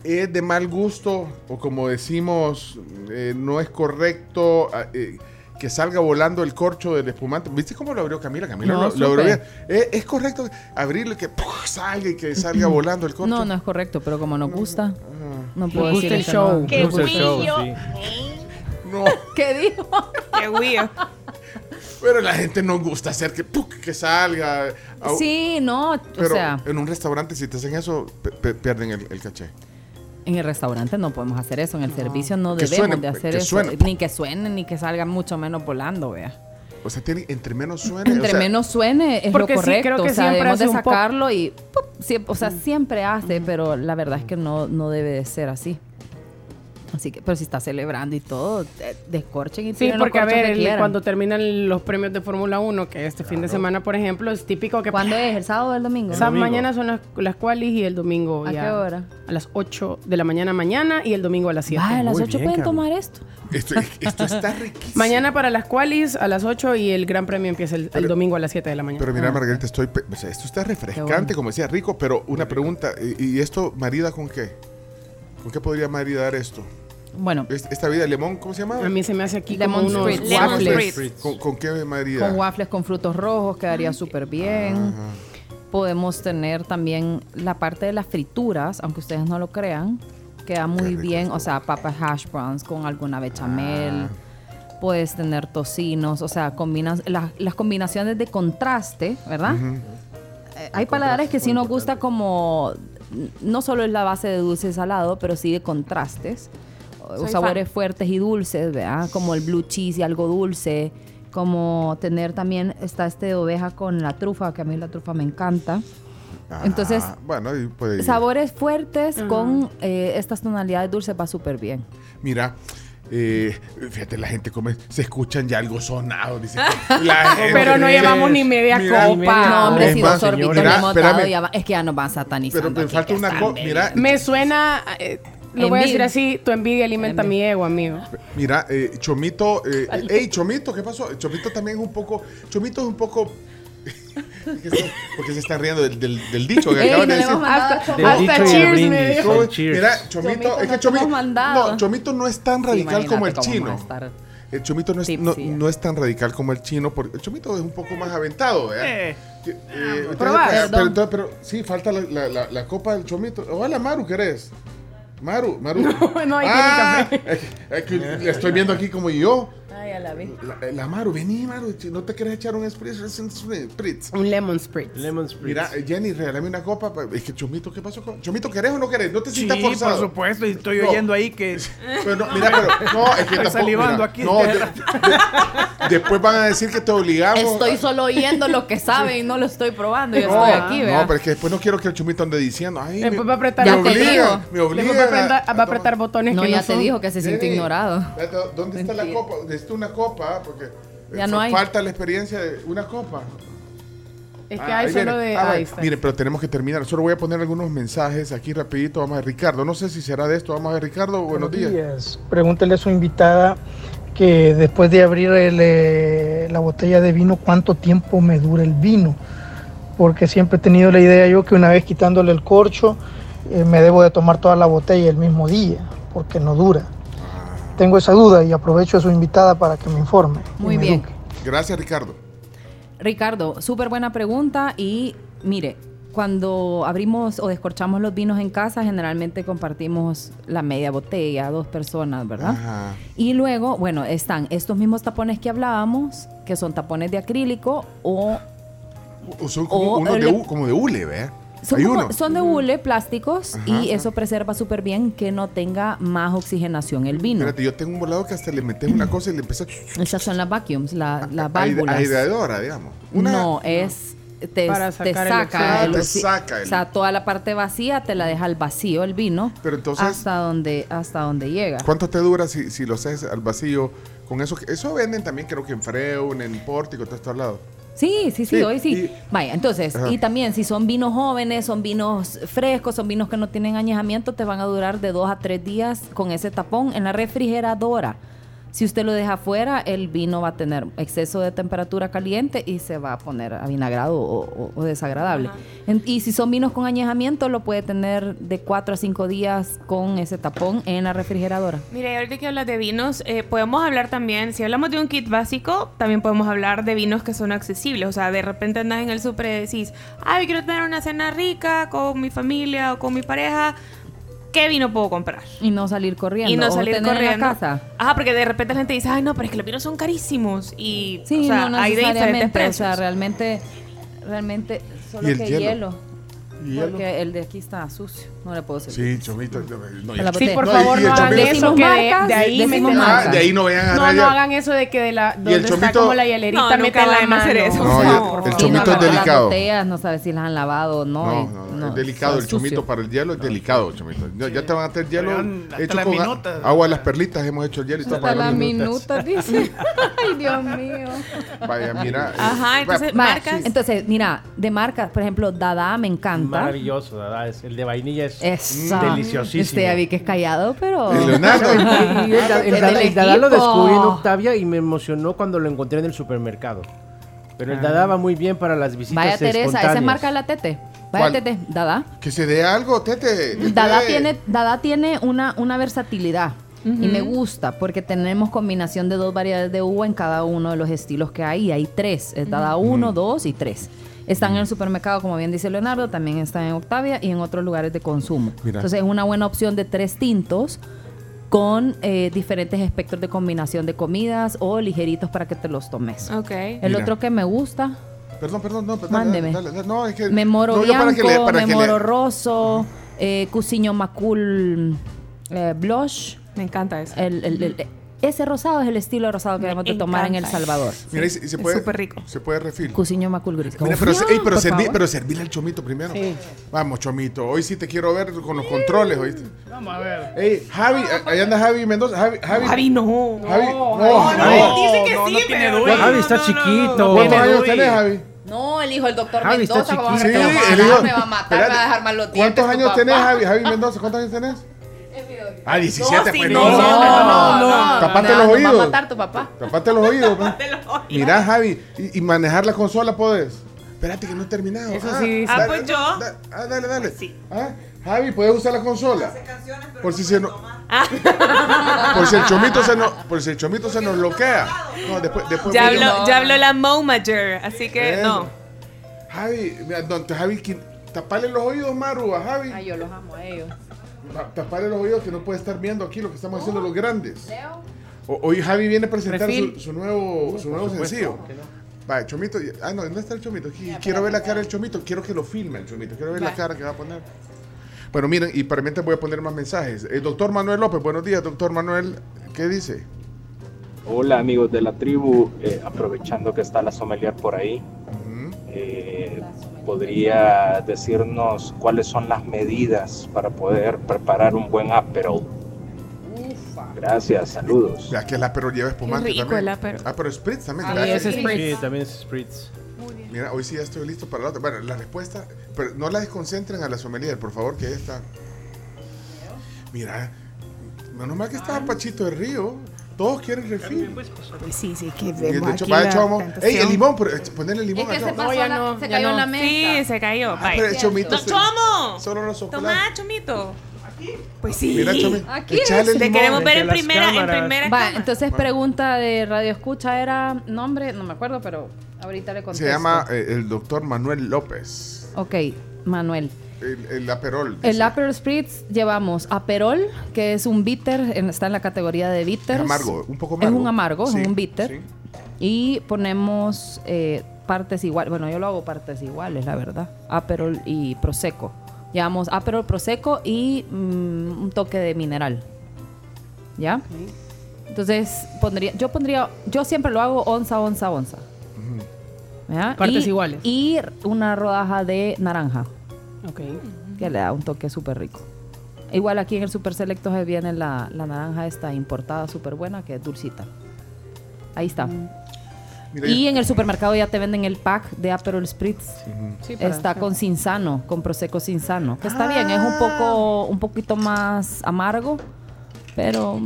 [SPEAKER 3] es de mal gusto, o como decimos, eh, no es correcto ah, eh, que salga volando el corcho del espumante. ¿Viste cómo lo abrió Camila? Camila
[SPEAKER 4] No,
[SPEAKER 3] lo, lo abrió
[SPEAKER 4] supe.
[SPEAKER 3] bien. Eh, es correcto abrirlo y que ¡puf! salga y que
[SPEAKER 13] <clears throat>
[SPEAKER 3] salga volando el corcho.
[SPEAKER 4] No, no es correcto, pero como nos gusta, no
[SPEAKER 3] Nos
[SPEAKER 4] puedo
[SPEAKER 3] gusta
[SPEAKER 4] decir
[SPEAKER 3] el
[SPEAKER 4] eso,
[SPEAKER 3] show.
[SPEAKER 4] no.
[SPEAKER 3] Que Nos gusta el show,
[SPEAKER 13] yo- sí.
[SPEAKER 3] No.
[SPEAKER 4] ¿Qué dijo?
[SPEAKER 7] Qué guío.
[SPEAKER 3] Pero la gente no gusta hacer que, ¡puc! que salga. Au-
[SPEAKER 4] Sí, no,
[SPEAKER 3] Pero eh,
[SPEAKER 4] o sea,
[SPEAKER 3] en un restaurante, si te hacen eso, pe- pe- pierden el, el caché.
[SPEAKER 4] en el restaurante no podemos hacer eso, en el servicio no
[SPEAKER 3] Que
[SPEAKER 4] debemos
[SPEAKER 3] suene, pues,
[SPEAKER 4] de hacer
[SPEAKER 3] que
[SPEAKER 4] eso,
[SPEAKER 3] suene.
[SPEAKER 4] ni que suene, ni que salga mucho menos volando, vea.
[SPEAKER 3] O sea, tiene, entre menos suene.
[SPEAKER 4] Entre
[SPEAKER 3] o sea,
[SPEAKER 4] menos suene es
[SPEAKER 6] porque sí,
[SPEAKER 4] lo correcto,
[SPEAKER 6] creo que
[SPEAKER 4] o sea,
[SPEAKER 6] siempre
[SPEAKER 4] debemos de
[SPEAKER 6] hace un pop.
[SPEAKER 4] sacarlo y ¡pup! Siem- o sea, siempre hace, pero la verdad es que no no debe de ser así. Así que, pero si está celebrando y todo, eh, descorchen y
[SPEAKER 6] Sí,
[SPEAKER 4] tiren los
[SPEAKER 6] porque a
[SPEAKER 4] corchos
[SPEAKER 6] ver,
[SPEAKER 4] que
[SPEAKER 6] el-
[SPEAKER 4] quieran.
[SPEAKER 6] cuando terminan los premios de Fórmula 1, que este fin de semana, por ejemplo, es típico que...
[SPEAKER 4] ¿Cuándo es? ¿El sábado o el domingo?
[SPEAKER 6] O sea, mañana son las, las cuales y el domingo
[SPEAKER 4] ¿A
[SPEAKER 6] ya-
[SPEAKER 4] qué hora?
[SPEAKER 6] A las 8 de la mañana mañana y el domingo a las 7.
[SPEAKER 4] Ah, a las 8 pueden tomar esto.
[SPEAKER 3] Esto, esto está riquísimo.
[SPEAKER 6] Mañana para las cuales a las 8 y el Gran Premio empieza el, el domingo a las 7 de la mañana.
[SPEAKER 3] Pero
[SPEAKER 4] Ah.
[SPEAKER 3] mira, Margarita, estoy, pe- o sea, esto está refrescante, como decía Rico, pero una pregunta. ¿y, y esto marida con qué? ¿Con qué podría maridar esto?
[SPEAKER 4] Bueno.
[SPEAKER 3] Esta vida, limón, ¿cómo se llama?
[SPEAKER 6] A mí se me hace aquí
[SPEAKER 4] Lemon
[SPEAKER 6] como unos
[SPEAKER 4] spritz. Lemon
[SPEAKER 6] waffles.
[SPEAKER 4] spritz.
[SPEAKER 3] ¿Con, con qué marida?
[SPEAKER 4] Con waffles con frutos rojos quedaría súper bien.
[SPEAKER 3] Ajá.
[SPEAKER 4] Podemos tener también la parte de las frituras, aunque ustedes no lo crean, queda muy bien. O sea, papas hash browns con alguna bechamel. Puedes tener tocinos, o sea, combinas, las, las combinaciones de contraste, ¿verdad? Eh, Hay paladares que sí nos gusta como, n- no solo es la base de dulce y salado, pero sí de contrastes, o-
[SPEAKER 7] Soy
[SPEAKER 4] sabores fuertes y dulces, ¿verdad? Como el blue cheese y algo dulce, como tener también, está este de oveja con la trufa, que a mí la trufa me encanta.
[SPEAKER 3] Ah,
[SPEAKER 4] Entonces,
[SPEAKER 3] Bueno, y puede ir.
[SPEAKER 4] sabores fuertes con eh, estas tonalidades dulces va súper bien.
[SPEAKER 3] Mira. eh, fíjate, la gente come, se escuchan ya algo sonado. dice,
[SPEAKER 13] Ah. <laughs>
[SPEAKER 3] la gente-
[SPEAKER 6] Pero no llevamos ni media
[SPEAKER 3] Mira,
[SPEAKER 6] copa.
[SPEAKER 4] No, hombre,
[SPEAKER 3] Es
[SPEAKER 4] si
[SPEAKER 3] más,
[SPEAKER 4] dos sorbitos
[SPEAKER 3] señora,
[SPEAKER 4] le hemos dado,
[SPEAKER 3] espérame.
[SPEAKER 4] ya va- es que ya nos van satanizando.
[SPEAKER 3] Pero me
[SPEAKER 4] aquí,
[SPEAKER 3] falta
[SPEAKER 4] que
[SPEAKER 3] una
[SPEAKER 4] están
[SPEAKER 3] cosa.
[SPEAKER 4] bien.
[SPEAKER 3] Mira,
[SPEAKER 6] Me suena, eh, lo voy a decir
[SPEAKER 4] Envidia.
[SPEAKER 6] así, tu envidia alimenta mi ego, amigo.
[SPEAKER 3] Mira, eh, Chomito, eh, hey Chomito, ¿qué pasó? Chomito también es un poco, Chomito es un poco, porque se están riendo del, del- del dicho que
[SPEAKER 13] Ey,
[SPEAKER 3] acaban
[SPEAKER 13] no
[SPEAKER 3] de
[SPEAKER 13] le
[SPEAKER 3] decir.
[SPEAKER 13] hemos mandado Hasta-
[SPEAKER 6] Chomito. hasta Del dicho y el cheers me brindis, dio.
[SPEAKER 3] ¿Cómo?
[SPEAKER 13] el cheers.
[SPEAKER 3] Mira, Chomito,
[SPEAKER 13] Chomito,
[SPEAKER 3] es que
[SPEAKER 13] no
[SPEAKER 3] Chomito,
[SPEAKER 13] hemos mandado.
[SPEAKER 3] no, Chomito no es tan
[SPEAKER 13] Sí,
[SPEAKER 3] radical como el
[SPEAKER 13] imagínate cómo
[SPEAKER 3] chino.
[SPEAKER 13] vamos a estar
[SPEAKER 3] El Chomito no es, no, no es tan radical como el chino, porque el Chomito es un poco más aventado, ¿verdad? Que, eh, entonces,
[SPEAKER 13] probá,
[SPEAKER 3] pero-
[SPEAKER 13] perdón.
[SPEAKER 3] pero, entonces, pero sí, falta la, la- la- la copa del Chomito. Hola, Maru, ¿querés? Maru, Maru. <laughs> Ah, No,
[SPEAKER 6] no, ahí
[SPEAKER 3] tiene café. la estoy viendo aquí como yo.
[SPEAKER 4] Ay, a la vez.
[SPEAKER 3] La, la Maru, vení, Maru. si ¿No te querés echar un spritz? Es un spritz.
[SPEAKER 6] Un lemon spritz.
[SPEAKER 10] Lemon spritz.
[SPEAKER 3] Mira, eh, Jenny, regálame una copa. pa- Es que Chomito, ¿qué pasó con Chomito? ¿Querés o no querés? No te
[SPEAKER 11] Sí,
[SPEAKER 3] sientas forzado.
[SPEAKER 11] por supuesto, y estoy
[SPEAKER 3] No.
[SPEAKER 11] oyendo ahí que.
[SPEAKER 3] <laughs> Pero no, mira, pero no, es que
[SPEAKER 11] estoy
[SPEAKER 3] tampoco,
[SPEAKER 11] salivando
[SPEAKER 3] mira,
[SPEAKER 11] aquí.
[SPEAKER 3] no, de- de- después van a decir que te obligamos.
[SPEAKER 4] Estoy solo oyendo lo que sabe y no lo estoy probando.
[SPEAKER 3] <laughs>
[SPEAKER 4] Yo
[SPEAKER 3] no,
[SPEAKER 4] estoy aquí, Eh,
[SPEAKER 3] no,
[SPEAKER 4] ¿verdad?
[SPEAKER 3] pero es que después no quiero que el Chomito ande diciendo. Ay,
[SPEAKER 6] Después va a apretar
[SPEAKER 3] me
[SPEAKER 6] el
[SPEAKER 3] obliga, me
[SPEAKER 6] Después va a
[SPEAKER 3] obliga.
[SPEAKER 6] apretar, va a apretar botones
[SPEAKER 4] No,
[SPEAKER 6] que
[SPEAKER 4] ya
[SPEAKER 6] no
[SPEAKER 4] te
[SPEAKER 6] son.
[SPEAKER 4] dijo que se sintió
[SPEAKER 3] Jenny,
[SPEAKER 4] ignorado.
[SPEAKER 3] espérate, ¿Dónde está la copa? Necesito una copa, porque eh,
[SPEAKER 4] Ya no
[SPEAKER 3] fa-
[SPEAKER 4] hay.
[SPEAKER 3] falta la experiencia de una copa.
[SPEAKER 6] Es que
[SPEAKER 3] Ah,
[SPEAKER 6] hay
[SPEAKER 3] ahí
[SPEAKER 6] solo
[SPEAKER 3] viene.
[SPEAKER 6] de...
[SPEAKER 3] Ah,
[SPEAKER 6] ahí
[SPEAKER 3] bueno.
[SPEAKER 6] está.
[SPEAKER 3] Miren, pero tenemos que terminar. Solo voy a poner algunos mensajes aquí rapidito. Vamos a ver, Ricardo. No sé si será de esto. Vamos a ver, Ricardo. Buenos, días.
[SPEAKER 14] Pregúntele a su invitada que después de abrir el, eh, la botella de vino, cuánto tiempo me dura el vino. Porque siempre he tenido la idea yo que una vez quitándole el corcho, eh, me debo de tomar toda la botella el mismo día, porque no dura.
[SPEAKER 4] Ah.
[SPEAKER 14] Tengo esa duda y aprovecho a su invitada para que me informe. y
[SPEAKER 4] Muy
[SPEAKER 14] me
[SPEAKER 4] bien.
[SPEAKER 3] Gracias, Ricardo.
[SPEAKER 4] Ricardo, súper buena pregunta y mire, cuando abrimos o descorchamos los vinos en casa, generalmente compartimos la media botella, dos personas, ¿verdad?
[SPEAKER 13] Ajá.
[SPEAKER 4] Y luego, bueno, están estos mismos tapones que hablábamos, que son tapones de acrílico o
[SPEAKER 3] o son como,
[SPEAKER 4] O eh,
[SPEAKER 3] unos de,
[SPEAKER 4] le-
[SPEAKER 3] hu- como de hule, ¿ve?
[SPEAKER 4] Son,
[SPEAKER 3] Hay
[SPEAKER 4] como-
[SPEAKER 3] uno.
[SPEAKER 4] son de hule, plásticos,
[SPEAKER 3] Ajá,
[SPEAKER 4] y
[SPEAKER 3] ajá.
[SPEAKER 4] eso preserva súper bien que no tenga más oxigenación el vino.
[SPEAKER 3] Espérate, yo tengo un volado que hasta le metes una cosa y le empieza a
[SPEAKER 4] Esas son las vacuums, la- las
[SPEAKER 3] aire-
[SPEAKER 4] válvulas.
[SPEAKER 3] aireadora, digamos.
[SPEAKER 4] no, es. Te,
[SPEAKER 6] Para
[SPEAKER 4] te
[SPEAKER 6] sacar el
[SPEAKER 4] saca
[SPEAKER 3] oxígeno. Ah, te
[SPEAKER 4] oxi-
[SPEAKER 3] saca el-
[SPEAKER 4] O sea, toda la parte vacía te la deja al vacío el vino.
[SPEAKER 3] Pero entonces-
[SPEAKER 4] Hasta donde, hasta donde llega.
[SPEAKER 3] ¿Cuánto te dura si, si lo haces al vacío? Con eso, que- eso venden también, creo que en Freun, en Pórtico, todo esto al lado.
[SPEAKER 4] Sí, sí, sí,
[SPEAKER 3] Sí,
[SPEAKER 4] hoy sí. Vaya, entonces,
[SPEAKER 3] Ajá.
[SPEAKER 4] y también si son vinos jóvenes, son vinos frescos, son vinos que no tienen añejamiento, te van a durar de dos a tres días con ese tapón en la refrigeradora. Si usted lo deja afuera, el vino va a tener exceso de temperatura caliente y se va a poner avinagrado o, o- o desagradable. En- y si son vinos con añejamiento, lo puede tener de cuatro a cinco días con ese tapón en la refrigeradora.
[SPEAKER 7] Mira, y ahorita que hablas de vinos, eh, podemos hablar también, si hablamos de un kit básico, también podemos hablar de vinos que son accesibles. O sea, de repente andas en el súper y decís, ay, quiero tener una cena rica con mi familia o con mi pareja. ¿Qué vino puedo comprar?
[SPEAKER 4] Y no salir corriendo.
[SPEAKER 7] Y no
[SPEAKER 4] o
[SPEAKER 7] salir
[SPEAKER 4] tener en la
[SPEAKER 7] corriendo.
[SPEAKER 4] casa.
[SPEAKER 7] Ajá, porque de repente la gente dice, ay, no, pero es que los vinos son carísimos. Y,
[SPEAKER 4] Sí,
[SPEAKER 7] o sea,
[SPEAKER 4] no
[SPEAKER 7] hay de diferentes
[SPEAKER 4] necesariamente, o
[SPEAKER 7] precios.
[SPEAKER 4] sea, realmente, realmente, solo
[SPEAKER 3] ¿Y el
[SPEAKER 4] que
[SPEAKER 3] hielo?
[SPEAKER 4] hielo.
[SPEAKER 3] ¿Y hielo?
[SPEAKER 4] Porque el de aquí está sucio, no le puedo servir.
[SPEAKER 3] Sí, chomito. no, no,
[SPEAKER 4] Se la
[SPEAKER 3] ya-
[SPEAKER 4] boté.
[SPEAKER 3] no,
[SPEAKER 6] por
[SPEAKER 3] y-
[SPEAKER 6] favor,
[SPEAKER 3] y el
[SPEAKER 6] no hagan
[SPEAKER 3] chomito- Ah,
[SPEAKER 6] eso, que de, de ahí
[SPEAKER 4] decimos
[SPEAKER 6] meten la
[SPEAKER 3] marcas.
[SPEAKER 6] mano.
[SPEAKER 3] Ah, de ahí no vayan a
[SPEAKER 6] No,
[SPEAKER 3] agarrar
[SPEAKER 6] no
[SPEAKER 3] ya.
[SPEAKER 6] hagan eso de que de la donde está
[SPEAKER 3] chomito-
[SPEAKER 6] como la hielerita
[SPEAKER 7] No, nunca
[SPEAKER 6] meten
[SPEAKER 7] van
[SPEAKER 6] la
[SPEAKER 7] a
[SPEAKER 6] mano.
[SPEAKER 7] hacer eso.
[SPEAKER 3] No,
[SPEAKER 7] Por
[SPEAKER 3] y el-
[SPEAKER 7] favor.
[SPEAKER 3] el
[SPEAKER 4] Sí, no,
[SPEAKER 3] chomito es
[SPEAKER 4] agarrar Las
[SPEAKER 3] delicado.
[SPEAKER 4] botellas, no sabes si las han lavado o no.
[SPEAKER 3] No,
[SPEAKER 4] y-
[SPEAKER 3] no, no,
[SPEAKER 4] no,
[SPEAKER 3] es delicado. El
[SPEAKER 4] está sucio.
[SPEAKER 3] chomito para el hielo es delicado, chomito. No, Ya te van a hacer hielo
[SPEAKER 11] hasta
[SPEAKER 3] hecho
[SPEAKER 11] la
[SPEAKER 3] con a-
[SPEAKER 11] minuta.
[SPEAKER 3] agua de las perlitas. Hemos hecho el hielo y todo
[SPEAKER 4] Hasta
[SPEAKER 3] para
[SPEAKER 4] la
[SPEAKER 3] las <laughs>
[SPEAKER 4] minuta, dice. Ay, Dios mío.
[SPEAKER 3] Vaya, mira. eh,
[SPEAKER 7] Ajá, entonces,
[SPEAKER 4] Vaya,
[SPEAKER 7] marcas.
[SPEAKER 4] Entonces, mira, de marcas, por ejemplo, Dada me encanta.
[SPEAKER 10] <laughs> Maravilloso, ¿verdad? Es- el de vainilla es
[SPEAKER 4] Esa.
[SPEAKER 10] deliciosísimo.
[SPEAKER 4] Usted ya vi que es callado, pero.
[SPEAKER 3] Y Mm,
[SPEAKER 4] <laughs>
[SPEAKER 3] Leonardo.
[SPEAKER 4] Ah,
[SPEAKER 10] Y el, da- el
[SPEAKER 4] Del
[SPEAKER 10] Dada- el Dada lo
[SPEAKER 4] equipo.
[SPEAKER 10] descubrí en Octavia y me emocionó cuando lo encontré en el supermercado. Pero el Dada va muy bien para las visitas
[SPEAKER 4] Vaya Teresa, esa es
[SPEAKER 10] espontáneas.
[SPEAKER 4] marca la Tete. Vaya
[SPEAKER 3] ¿Cuál?
[SPEAKER 4] Tete, Dada.
[SPEAKER 3] Que se dé algo, Tete. Tete.
[SPEAKER 4] Dada tiene, Dada tiene una, una versatilidad. Y me gusta porque tenemos combinación de dos variedades de uva en cada uno de los estilos que hay. Y hay tres. Es Dada
[SPEAKER 3] Mm.
[SPEAKER 4] 1, 2 y 3. Están en el supermercado, como bien dice Leonardo, también están en Octavia y en otros lugares de consumo.
[SPEAKER 3] Mira.
[SPEAKER 4] Entonces es una buena opción de tres tintos con eh, diferentes espectros de combinación de comidas o ligeritos para que te los tomes.
[SPEAKER 7] Ok.
[SPEAKER 4] El
[SPEAKER 3] Ah. Mira.
[SPEAKER 4] otro que me gusta,
[SPEAKER 3] Perdón, perdón, no, perdón.
[SPEAKER 4] Mándeme.
[SPEAKER 3] dale, dale, no, es que.
[SPEAKER 4] Memoro
[SPEAKER 3] no, yo
[SPEAKER 4] Bianco,
[SPEAKER 3] para que le- para que le-
[SPEAKER 4] Memoro Rosso, eh, Cusiño Macul eh, Blush.
[SPEAKER 7] Me encanta eso.
[SPEAKER 4] El- el- el- ese rosado es el estilo rosado que debemos de tomar en El
[SPEAKER 7] encanta.
[SPEAKER 4] Salvador.
[SPEAKER 3] Mira, y se, y se
[SPEAKER 7] Es
[SPEAKER 3] puede.
[SPEAKER 7] súper rico.
[SPEAKER 3] Se puede refil.
[SPEAKER 4] Cusiño Macul Gris.
[SPEAKER 3] Mira, pero, se-
[SPEAKER 4] Confía,
[SPEAKER 3] ey, pero,
[SPEAKER 4] por
[SPEAKER 3] serví,
[SPEAKER 4] favor.
[SPEAKER 3] pero servile al chomito primero. Vamos, chomito. Hoy sí te quiero ver con los controles, ¿oíste?
[SPEAKER 11] Vamos a ver.
[SPEAKER 3] Ey, Javi, a- ahí anda Javi Mendoza. Javi, Javi.
[SPEAKER 7] Javi, no.
[SPEAKER 3] Javi, Oh, no, Javi.
[SPEAKER 11] No,
[SPEAKER 7] dice que
[SPEAKER 11] no,
[SPEAKER 7] sí,
[SPEAKER 11] no tiene
[SPEAKER 7] pero-
[SPEAKER 11] duda.
[SPEAKER 10] Javi está chiquito.
[SPEAKER 3] ¿Cuántos años
[SPEAKER 11] Uy.
[SPEAKER 3] tenés, Javi?
[SPEAKER 4] No, el hijo del doctor
[SPEAKER 10] Javi está
[SPEAKER 4] Mendoza, ¿cómo vas a
[SPEAKER 10] chiquito.
[SPEAKER 4] creer que lo
[SPEAKER 10] Sí,
[SPEAKER 4] va a
[SPEAKER 3] el
[SPEAKER 4] matar?
[SPEAKER 3] hijo-
[SPEAKER 4] me va a matar, me va a
[SPEAKER 3] espérate.
[SPEAKER 4] dejar mal los dientes.
[SPEAKER 3] ¿Cuántos
[SPEAKER 4] tu
[SPEAKER 3] años
[SPEAKER 4] papá.
[SPEAKER 3] tenés, Javi? Javi Mendoza, ¿cuántos años tenés? Ah, 17, pues no.
[SPEAKER 4] No, no, no, no.
[SPEAKER 3] Tapate
[SPEAKER 4] No,
[SPEAKER 3] los
[SPEAKER 4] nos va a
[SPEAKER 3] oídos.
[SPEAKER 4] matar tu papá.
[SPEAKER 3] Tapate los oídos. pa. Mirá, Javi, y, y manejar la consola podés. Espérate que no he terminado.
[SPEAKER 6] Eso sí dice.
[SPEAKER 7] Ah,
[SPEAKER 3] dale,
[SPEAKER 7] pues yo.
[SPEAKER 3] da- ah, dale, dale.
[SPEAKER 7] Sí.
[SPEAKER 3] Ah, Javi, ¿puedes usar la consola? Por si se no- Por si el chomito se nos, por si el chomito se nos bloquea. No, Eh. después, después
[SPEAKER 7] Ya
[SPEAKER 3] voy yo.
[SPEAKER 7] habló, ya habló la Momager, así que
[SPEAKER 3] Eso.
[SPEAKER 7] no.
[SPEAKER 3] Javi, mira, don Javi, quin- tapale los oídos, Maru, a Javi.
[SPEAKER 4] Ay, yo los amo a ellos.
[SPEAKER 3] Ta- Tapale los oídos que no puede estar viendo aquí lo que estamos haciendo los grandes. O- hoy Javi viene a presentar su,
[SPEAKER 6] Refil.
[SPEAKER 3] su nuevo, su nuevo sencillo. Va, Chomito, ah, no, no está el Chomito. Aquí. Quiero ver la cara del Chomito, quiero que lo filme el Chomito, quiero ver la cara que va a poner. Bueno, miren, y para mientras voy a poner más mensajes. El doctor Manuel López, buenos días, doctor Manuel, ¿qué dice?
[SPEAKER 13] Hola amigos de la tribu, Eh, aprovechando que está la sommelier por ahí,
[SPEAKER 3] Ujú.
[SPEAKER 13] eh, ¿podría decirnos cuáles son las medidas para poder preparar un buen apero? Gracias, saludos.
[SPEAKER 3] Ya que el Aperol lleva espumante
[SPEAKER 7] Qué rico
[SPEAKER 3] también.
[SPEAKER 7] el Aperol.
[SPEAKER 3] Ah, pero Spritz también.
[SPEAKER 6] Sí,
[SPEAKER 3] ¿verdad?
[SPEAKER 6] ese Spritz.
[SPEAKER 10] Sí, también es Spritz.
[SPEAKER 3] Mira, hoy sí ya estoy listo para la otra. Bueno, la respuesta, pero no la desconcentren a la sommelier, por favor, que esta. Mira, menos mal que estaba Pachito de Río. Todos quieren refil.
[SPEAKER 4] pues,
[SPEAKER 7] Pues Sí, sí, que
[SPEAKER 3] Y de hecho, vaya chomo. Ey, el limón, pero, eh, ponerle limón
[SPEAKER 4] Es que
[SPEAKER 3] al
[SPEAKER 4] se
[SPEAKER 3] chomo.
[SPEAKER 4] pasó,
[SPEAKER 6] ya
[SPEAKER 4] la-
[SPEAKER 6] no,
[SPEAKER 4] se
[SPEAKER 6] ya
[SPEAKER 4] cayó
[SPEAKER 6] no.
[SPEAKER 4] en la
[SPEAKER 7] Sí,
[SPEAKER 4] mesa.
[SPEAKER 7] se cayó.
[SPEAKER 3] Ah,
[SPEAKER 7] bye.
[SPEAKER 3] pero el chomito.
[SPEAKER 7] ¡No,
[SPEAKER 3] se-
[SPEAKER 7] chomo!
[SPEAKER 3] Solo lo soplás.
[SPEAKER 7] Tomá, chomito. Pues sí.
[SPEAKER 3] Mira, chomito.
[SPEAKER 4] Aquí
[SPEAKER 3] Echale
[SPEAKER 4] es.
[SPEAKER 3] el
[SPEAKER 7] Te
[SPEAKER 3] limón.
[SPEAKER 7] queremos ver en
[SPEAKER 10] Las
[SPEAKER 7] primera, en
[SPEAKER 10] cámaras.
[SPEAKER 7] primera
[SPEAKER 4] Va,
[SPEAKER 7] cama.
[SPEAKER 4] entonces pregunta de Radio Escucha era nombre, no me acuerdo, pero ahorita le contesto.
[SPEAKER 3] Se llama eh, el doctor Manuel López.
[SPEAKER 4] Ok, Manuel.
[SPEAKER 3] El, el Aperol.
[SPEAKER 4] El
[SPEAKER 3] dice.
[SPEAKER 4] Aperol Spritz llevamos Aperol, que es un bitter, en- está en la categoría de bitters.
[SPEAKER 3] Es amargo, un poco amargo.
[SPEAKER 4] Es un amargo,
[SPEAKER 3] Sí,
[SPEAKER 4] es un bitter.
[SPEAKER 3] sí.
[SPEAKER 4] Y ponemos eh, partes iguales. Bueno, yo lo hago partes iguales, la verdad. Aperol y Prosecco. Llevamos Aperol, Prosecco y mm, un toque de mineral. ¿Ya? Entonces, pondría, yo pondría, yo siempre lo hago onza, onza, onza. ¿ya?
[SPEAKER 6] Partes
[SPEAKER 4] Y-
[SPEAKER 6] iguales.
[SPEAKER 4] Y una rodaja de naranja,
[SPEAKER 6] Ok.
[SPEAKER 4] que le da un toque súper rico. Igual aquí en el Super Selecto se viene la, la naranja esta importada súper buena, que es dulcita. Ahí está.
[SPEAKER 6] Mm. Mira,
[SPEAKER 4] y
[SPEAKER 6] yo-
[SPEAKER 4] en el supermercado ya te venden el pack de Aperol Spritz.
[SPEAKER 6] Sí, para
[SPEAKER 4] está
[SPEAKER 6] hacer. Ah.
[SPEAKER 4] con Cinzano, con Prosecco Cinzano. Que está bien, es un poco, un poquito más amargo, pero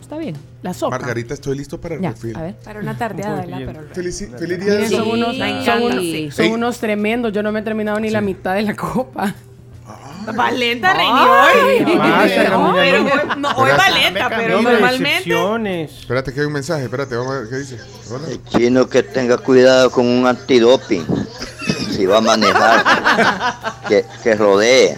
[SPEAKER 4] está bien.
[SPEAKER 6] La
[SPEAKER 3] Margarita, estoy listo para el
[SPEAKER 4] Ya,
[SPEAKER 3] perfil.
[SPEAKER 4] a ver.
[SPEAKER 7] Para una tardeada,
[SPEAKER 3] Bien.
[SPEAKER 7] ¿verdad? Pero-
[SPEAKER 3] Felici-
[SPEAKER 7] ¿verdad?
[SPEAKER 3] feliz día de
[SPEAKER 7] Miren,
[SPEAKER 3] San-
[SPEAKER 6] Son unos,
[SPEAKER 7] Sí, me
[SPEAKER 6] son
[SPEAKER 7] encanta.
[SPEAKER 6] un-
[SPEAKER 7] Sí.
[SPEAKER 6] son unos tremendos. Yo no me he terminado ni la mitad de la copa.
[SPEAKER 7] Valenta,
[SPEAKER 6] Ay,
[SPEAKER 7] Reinior.
[SPEAKER 6] pasa,
[SPEAKER 7] No,
[SPEAKER 6] Camila,
[SPEAKER 7] pero-
[SPEAKER 6] no.
[SPEAKER 7] no, hoy
[SPEAKER 3] Gracias.
[SPEAKER 7] Valenta, pero
[SPEAKER 3] No me
[SPEAKER 7] normalmente.
[SPEAKER 3] Espérate que hay un mensaje, espérate, vamos a ver qué dice. Hola.
[SPEAKER 15] Chino que tenga cuidado con un antidoping. Si va a manejar,
[SPEAKER 16] <laughs>
[SPEAKER 15] que, que rodee.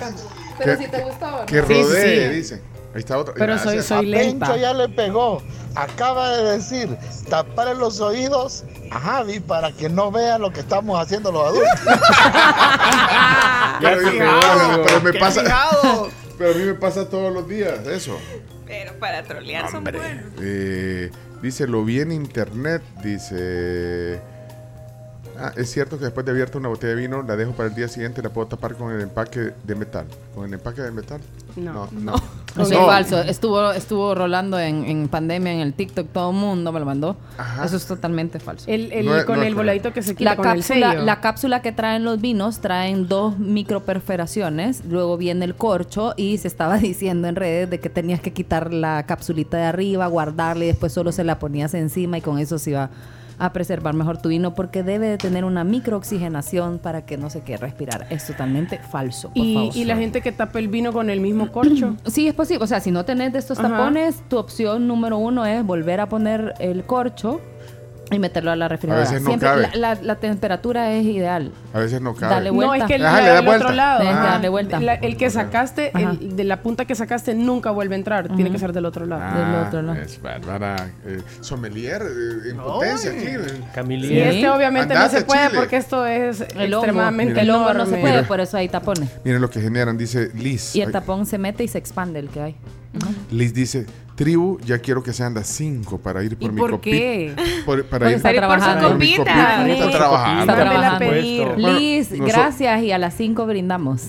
[SPEAKER 3] Pero
[SPEAKER 15] si
[SPEAKER 4] te gustaba,
[SPEAKER 3] Que rodee, dice. Ahí está otro.
[SPEAKER 15] Pero soy- soy
[SPEAKER 16] A
[SPEAKER 15] lenta.
[SPEAKER 16] Pencho ya le pegó. Acaba de decir, tapar los oídos a Javi para que no vea lo que estamos haciendo los adultos.
[SPEAKER 7] ah.
[SPEAKER 3] Pero,
[SPEAKER 16] Qué
[SPEAKER 3] yo-
[SPEAKER 16] fijado,
[SPEAKER 3] pero me
[SPEAKER 16] qué
[SPEAKER 3] pasa.
[SPEAKER 16] fijado.
[SPEAKER 3] Pero a mí me pasa todos los días, eso.
[SPEAKER 7] Pero para trolear son buenos.
[SPEAKER 3] Eh, dice, lo vi en internet, dice... Ah, es cierto que después de abierta una botella de vino, la dejo para el día siguiente, la puedo tapar con el empaque de metal. ¿Con el empaque de metal?
[SPEAKER 6] No.
[SPEAKER 3] no.
[SPEAKER 4] Eso
[SPEAKER 3] No.
[SPEAKER 4] es falso. Estuvo, estuvo rolando en, en pandemia en el TikTok, todo el mundo me lo mandó. Eso es totalmente falso.
[SPEAKER 6] El- el- No es- con no es el correcto. voladito que se quita
[SPEAKER 4] la
[SPEAKER 6] con el
[SPEAKER 4] cápsula,
[SPEAKER 6] sello.
[SPEAKER 4] La cápsula que traen los vinos traen dos microperferaciones, luego viene el corcho y se estaba <laughs> diciendo en redes de que tenías que quitar la capsulita de arriba, guardarla y después solo se la ponías encima y con eso se iba a preservar mejor tu vino porque debe de tener una microoxigenación para que no se quede respirar. Es totalmente falso. por
[SPEAKER 6] Y,
[SPEAKER 4] favor.
[SPEAKER 6] y la gente que tapa el vino con el mismo corcho.
[SPEAKER 4] Sí, es posible. O sea, si no tenés de estos
[SPEAKER 6] Ajá.
[SPEAKER 4] tapones, tu opción número uno es volver a poner el corcho y meterlo a la refrigeradora.
[SPEAKER 3] veces no
[SPEAKER 4] Siempre
[SPEAKER 3] cabe.
[SPEAKER 4] La, la- la temperatura es ideal.
[SPEAKER 3] A veces no cabe.
[SPEAKER 4] Dale vuelta.
[SPEAKER 6] No, es que el,
[SPEAKER 3] Ajá,
[SPEAKER 6] el
[SPEAKER 3] le da
[SPEAKER 6] del
[SPEAKER 3] vuelta.
[SPEAKER 6] otro lado.
[SPEAKER 4] Tienes que
[SPEAKER 6] ajá,
[SPEAKER 4] darle vuelta.
[SPEAKER 6] la- el que sacaste, el, de la punta que sacaste, nunca vuelve a entrar. Tiene que ser del otro lado.
[SPEAKER 3] Ah, Es Bárbara. eh, sommelier, eh, en potencia aquí. eh.
[SPEAKER 6] Y este obviamente
[SPEAKER 3] Andate,
[SPEAKER 6] no se puede
[SPEAKER 3] Chile.
[SPEAKER 6] porque esto es
[SPEAKER 4] El hongo.
[SPEAKER 6] extremadamente
[SPEAKER 4] El hongo no se
[SPEAKER 6] enorme.
[SPEAKER 4] puede, por eso hay tapones.
[SPEAKER 3] Miren lo que generan, dice Liz.
[SPEAKER 4] Y el
[SPEAKER 3] Ay,
[SPEAKER 4] tapón se mete y se expande el que hay.
[SPEAKER 3] Liz dice, tribu, ya quiero que sean las 5 para ir por mi
[SPEAKER 4] por
[SPEAKER 3] copita.
[SPEAKER 4] qué?
[SPEAKER 3] Por, para
[SPEAKER 4] Porque
[SPEAKER 3] ir
[SPEAKER 4] está trabajando.
[SPEAKER 3] por mi
[SPEAKER 4] Copita.
[SPEAKER 3] copita.
[SPEAKER 4] Sí.
[SPEAKER 3] Está trabajando.
[SPEAKER 4] Está trabajando.
[SPEAKER 3] Bueno,
[SPEAKER 4] Liz,
[SPEAKER 3] noso-
[SPEAKER 4] gracias y a las 5 brindamos.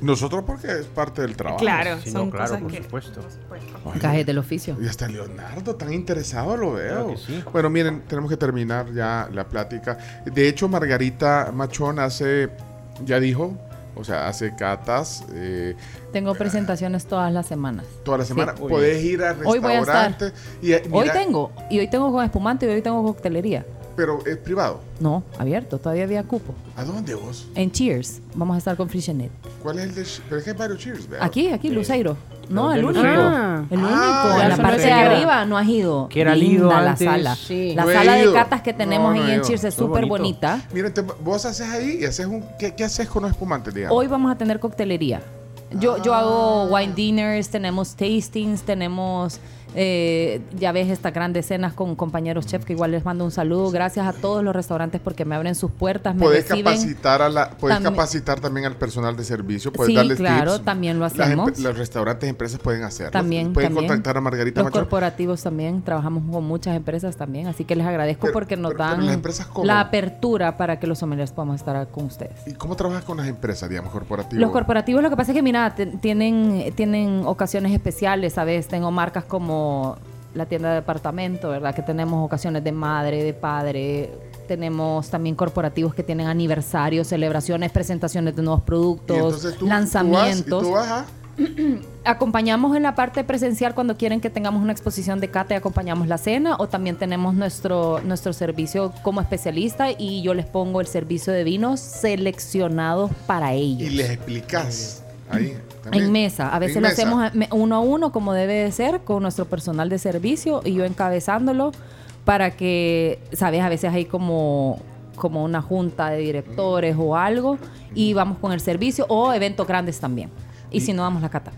[SPEAKER 3] Nosotros porque es parte del trabajo.
[SPEAKER 4] Claro, Sí, no, son claro, cosas por que-
[SPEAKER 3] supuesto.
[SPEAKER 4] Cajes del oficio.
[SPEAKER 3] Y hasta Leonardo, tan interesado lo veo.
[SPEAKER 4] Claro que sí.
[SPEAKER 3] Bueno, miren, tenemos que terminar ya la plática. De hecho, Margarita Machón hace, ya dijo, o sea, hace catas eh,
[SPEAKER 4] Tengo presentaciones todas las semanas.
[SPEAKER 3] toda la semana.
[SPEAKER 4] Sí.
[SPEAKER 3] Podés ir a
[SPEAKER 4] Hoy voy a estar.
[SPEAKER 3] restaurantes. y, eh,
[SPEAKER 4] Hoy
[SPEAKER 3] mira,
[SPEAKER 4] tengo. Y hoy tengo con espumante y hoy tengo coctelería.
[SPEAKER 3] Pero es privado.
[SPEAKER 4] No, abierto. Todavía había cupo.
[SPEAKER 3] ¿A dónde vos?
[SPEAKER 4] En Cheers. Vamos a estar con Frisianet.
[SPEAKER 3] ¿Cuál es el de.? Pero es que hay varios cheers, ¿verdad?
[SPEAKER 4] Aquí, aquí, Luceiro. No,
[SPEAKER 3] de
[SPEAKER 4] el único.
[SPEAKER 3] Luceiro.
[SPEAKER 4] El único.
[SPEAKER 3] Ah,
[SPEAKER 4] en
[SPEAKER 3] ya
[SPEAKER 4] la
[SPEAKER 3] se
[SPEAKER 4] parte
[SPEAKER 3] me
[SPEAKER 4] de
[SPEAKER 3] olvidó.
[SPEAKER 4] arriba no has ido.
[SPEAKER 3] Que era
[SPEAKER 4] Linda
[SPEAKER 3] lido
[SPEAKER 4] la
[SPEAKER 3] antes.
[SPEAKER 4] sala.
[SPEAKER 3] Sí.
[SPEAKER 4] La
[SPEAKER 3] No he
[SPEAKER 4] sala de
[SPEAKER 3] ido.
[SPEAKER 4] catas que tenemos
[SPEAKER 3] No, no
[SPEAKER 4] ahí
[SPEAKER 3] he
[SPEAKER 4] en
[SPEAKER 3] ido.
[SPEAKER 4] Cheers es
[SPEAKER 3] Muy
[SPEAKER 4] súper
[SPEAKER 3] bonito.
[SPEAKER 4] bonita.
[SPEAKER 3] Mira, te- vos haces ahí y haces un. ¿Qué, qué haces con los espumantes, digamos?
[SPEAKER 4] Hoy vamos a tener coctelería. Yo, yo hago wine dinners, tenemos tastings, tenemos, eh, ya ves, estas grandes cenas con compañeros chef que igual les mando un saludo. Gracias a todos los restaurantes porque me abren sus puertas, me
[SPEAKER 3] Podés
[SPEAKER 4] reciben.
[SPEAKER 3] capacitar, a la, podés
[SPEAKER 4] También-
[SPEAKER 3] capacitar también al personal de servicio, puedes
[SPEAKER 4] Sí,
[SPEAKER 3] darles
[SPEAKER 4] claro,
[SPEAKER 3] tips.
[SPEAKER 4] también lo
[SPEAKER 3] Las
[SPEAKER 4] hacemos.
[SPEAKER 3] empe- los restaurantes, empresas pueden hacerlo.
[SPEAKER 4] También,
[SPEAKER 3] Pueden
[SPEAKER 4] también.
[SPEAKER 3] contactar a Margarita
[SPEAKER 4] Los
[SPEAKER 3] Machón.
[SPEAKER 4] corporativos también, trabajamos con muchas empresas también, así que les agradezco porque nos dan
[SPEAKER 3] las empresas cómo?
[SPEAKER 4] la apertura para que los sommeliers podamos estar con ustedes.
[SPEAKER 3] ¿Y cómo trabajas con las empresas, digamos, corporativas?
[SPEAKER 4] Los corporativos lo que pasa es que, mira, te- tienen, tienen ocasiones especiales, ¿sabes? Tengo marcas como la tienda de departamento, ¿verdad? Que tenemos ocasiones de madre, de padre. Tenemos también corporativos que tienen aniversarios, celebraciones, presentaciones de nuevos
[SPEAKER 3] Y
[SPEAKER 4] productos,
[SPEAKER 3] entonces tú- tú vas y tú
[SPEAKER 4] lanzamientos.
[SPEAKER 3] vas ah, a-
[SPEAKER 4] acompañamos en la parte presencial cuando quieren que tengamos una exposición de cata y acompañamos la cena o también tenemos nuestro, nuestro servicio como especialista y yo les pongo el servicio de vinos seleccionados para ellos.
[SPEAKER 3] Y les explicas ahí. también.
[SPEAKER 4] En mesa, a veces
[SPEAKER 3] En
[SPEAKER 4] lo
[SPEAKER 3] mesa.
[SPEAKER 4] hacemos a- me- uno a uno como debe de ser con nuestro personal de servicio y yo encabezándolo para que, sabes, a veces hay como como una junta de directores o algo y vamos con el servicio o eventos grandes también. Y, si no damos la cata.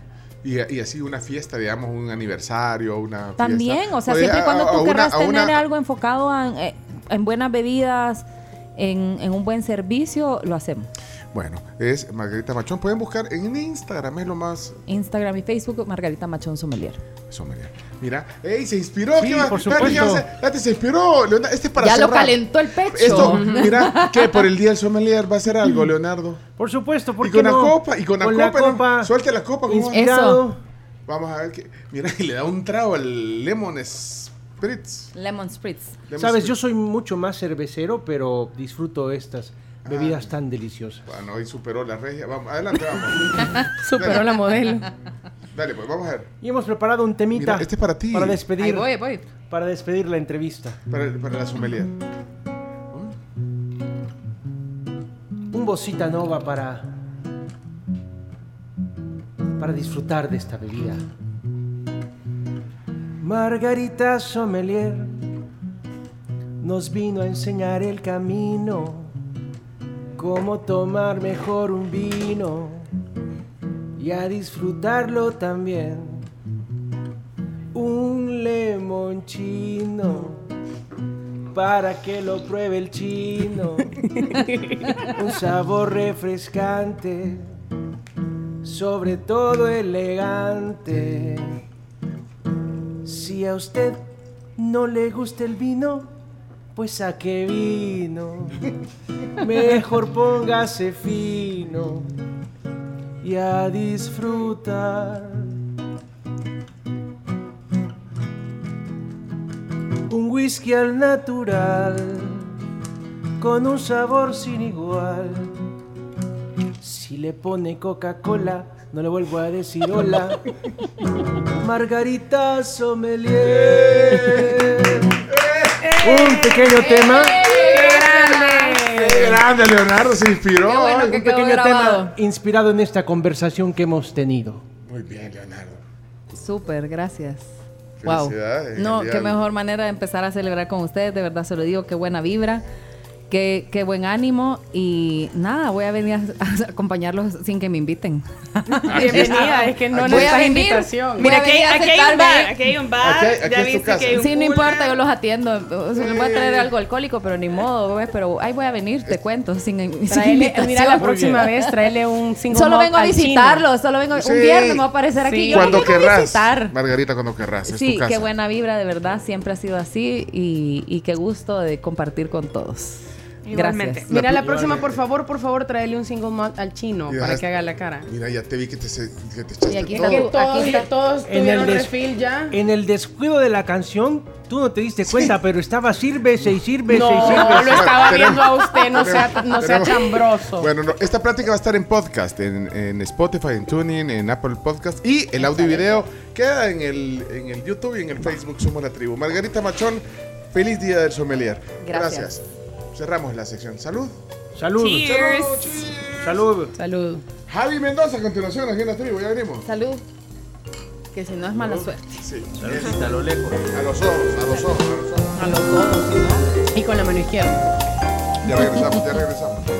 [SPEAKER 3] Y, y así una fiesta, digamos, un aniversario, una fiesta.
[SPEAKER 4] También, o sea,
[SPEAKER 3] Podés
[SPEAKER 4] siempre y
[SPEAKER 3] a-
[SPEAKER 4] cuando
[SPEAKER 3] a
[SPEAKER 4] tú
[SPEAKER 3] una-
[SPEAKER 4] querrás
[SPEAKER 3] a
[SPEAKER 4] tener
[SPEAKER 3] una-
[SPEAKER 4] algo enfocado en, eh, en buenas bebidas en, en un buen servicio, lo hacemos.
[SPEAKER 3] Bueno, es Margarita Machón. Pueden buscar en Instagram, es lo más
[SPEAKER 4] Instagram y Facebook, Margarita Machón Sommelier.
[SPEAKER 3] sommelier. Mira, ¡ey! Se inspiró.
[SPEAKER 4] Sí,
[SPEAKER 3] ¿qué va?
[SPEAKER 4] por
[SPEAKER 3] Espérate,
[SPEAKER 4] supuesto.
[SPEAKER 3] ya se- espérate, se inspiró. Leonardo, este es para
[SPEAKER 10] Ya lo
[SPEAKER 3] cerrar.
[SPEAKER 10] calentó el pecho.
[SPEAKER 3] Esto, mira, que por el día del sommelier va a ser algo, Leonardo.
[SPEAKER 10] Por supuesto,
[SPEAKER 3] y
[SPEAKER 10] porque
[SPEAKER 3] con la copa, y con, la copa, ¿no? suelte la copa. ¿cómo va?
[SPEAKER 10] Inspirado. Eso.
[SPEAKER 3] Vamos a ver que, mira, y le da un trago al lemon spritz.
[SPEAKER 4] Lemon Spritz.
[SPEAKER 10] Sabes, yo soy mucho más cervecero, pero disfruto estas
[SPEAKER 3] Ah.
[SPEAKER 10] bebidas tan deliciosas.
[SPEAKER 3] Bueno, hoy superó la regia. Vamos, adelante, vamos.
[SPEAKER 10] Superó
[SPEAKER 4] <laughs>
[SPEAKER 10] la modelo.
[SPEAKER 3] Dale, pues vamos a ver.
[SPEAKER 10] Y hemos preparado un temita.
[SPEAKER 3] Mira, este es para ti.
[SPEAKER 10] Para despedir.
[SPEAKER 3] Ahí voy, ahí
[SPEAKER 10] Para despedir la entrevista.
[SPEAKER 3] Para, para la sommelier.
[SPEAKER 10] Un bocita nova para. para disfrutar de esta bebida. Margarita Sommelier nos vino a enseñar el camino, cómo tomar mejor un vino y a disfrutarlo también. Un lemonchino para que lo pruebe el chino. Un sabor refrescante, sobre todo elegante. Si a usted no le gusta el vino, pues a qué vino. Mejor póngase fino y a disfrutar. Un whisky al natural, con un sabor sin igual. Si le pone Coca-Cola, no le vuelvo a decir hola. Margarita Sommelier. Eh, Un pequeño tema.
[SPEAKER 3] ¡Qué grande, Leonardo! Se inspiró.
[SPEAKER 10] Un pequeño tema inspirado en esta conversación que hemos tenido.
[SPEAKER 3] Muy bien, Leonardo.
[SPEAKER 4] Súper, gracias. Wow.
[SPEAKER 3] Felicidades.
[SPEAKER 4] No,
[SPEAKER 3] Genial.
[SPEAKER 4] qué mejor manera de empezar a celebrar con ustedes, de verdad se lo digo, qué buena vibra, qué, qué buen ánimo y nada, voy a <laughs> venir a, a acompañarlos sin que me inviten.
[SPEAKER 6] <laughs>
[SPEAKER 7] <laughs>
[SPEAKER 6] Bienvenida, es que no
[SPEAKER 4] Voy a
[SPEAKER 6] necesitas
[SPEAKER 4] venir.
[SPEAKER 6] invitación.
[SPEAKER 4] Voy a
[SPEAKER 6] Mira, aquí hay-
[SPEAKER 4] venir a
[SPEAKER 6] aquí hay un
[SPEAKER 4] sentarme.
[SPEAKER 6] bar, aquí hay un bar, Aquí hay- aquí ya es tu viste que casa. hay un
[SPEAKER 4] Sí, no
[SPEAKER 6] cooler.
[SPEAKER 4] importa, yo los atiendo. O sea, les voy a traer algo alcohólico, pero ni modo, ¿ves? pero ahí voy a venir,
[SPEAKER 3] Eh,
[SPEAKER 4] te cuento, sin, sin
[SPEAKER 6] Tráele-
[SPEAKER 4] invitación.
[SPEAKER 6] mira, la próxima vez tráele un single
[SPEAKER 4] Solo
[SPEAKER 6] malt
[SPEAKER 4] vengo a
[SPEAKER 6] al chino.
[SPEAKER 4] visitarlos, solo vengo
[SPEAKER 3] Sí.
[SPEAKER 4] un viernes me voy a aparecer aquí. Yo
[SPEAKER 3] cuando
[SPEAKER 4] los vengo a
[SPEAKER 3] querrás.
[SPEAKER 4] visitar.
[SPEAKER 3] Margarita, cuando querrás. es tu
[SPEAKER 4] Sí,
[SPEAKER 3] casa.
[SPEAKER 4] qué buena vibra, de verdad, siempre ha sido así y, y qué gusto de compartir con todos. Gracias.
[SPEAKER 6] Mira, la próxima, por favor, por favor, tráele un single malt al chino
[SPEAKER 3] Y
[SPEAKER 6] para
[SPEAKER 3] dejaste-
[SPEAKER 6] que haga la cara.
[SPEAKER 3] Mira, ya te vi que te, se- que te echaste
[SPEAKER 6] Y aquí
[SPEAKER 3] todo.
[SPEAKER 6] está tu- Todos- todos tuvieron
[SPEAKER 10] des-
[SPEAKER 6] refil ya.
[SPEAKER 10] en el descuido de la canción, tú no te diste cuenta, pero estaba sírvese y sírvese
[SPEAKER 6] No,
[SPEAKER 10] y sírvese.
[SPEAKER 6] lo estaba viendo a usted, no
[SPEAKER 10] Tenemos-
[SPEAKER 6] sea, no sea
[SPEAKER 10] tenemos-
[SPEAKER 6] chambroso.
[SPEAKER 3] Bueno, no, esta plática va a estar en podcast, en, en Spotify, en Tuning, en Apple Podcast y el audio y video queda en el, en el YouTube y en el Facebook Somos la Tribu. Margarita Machón, feliz día del sommelier.
[SPEAKER 6] Gracias.
[SPEAKER 3] Cerramos la sección. Salud.
[SPEAKER 10] Salud.
[SPEAKER 6] Cheers.
[SPEAKER 10] Salud.
[SPEAKER 6] Salud.
[SPEAKER 3] Javi Mendoza, a continuación aquí en la tribu, ya venimos.
[SPEAKER 4] Salud. Que si no es mala suerte.
[SPEAKER 3] Sí.
[SPEAKER 5] a lo lejos.
[SPEAKER 3] A los ojos, a los ojos, a los ojos.
[SPEAKER 6] Y con la mano izquierda.
[SPEAKER 3] Ya regresamos, ya regresamos.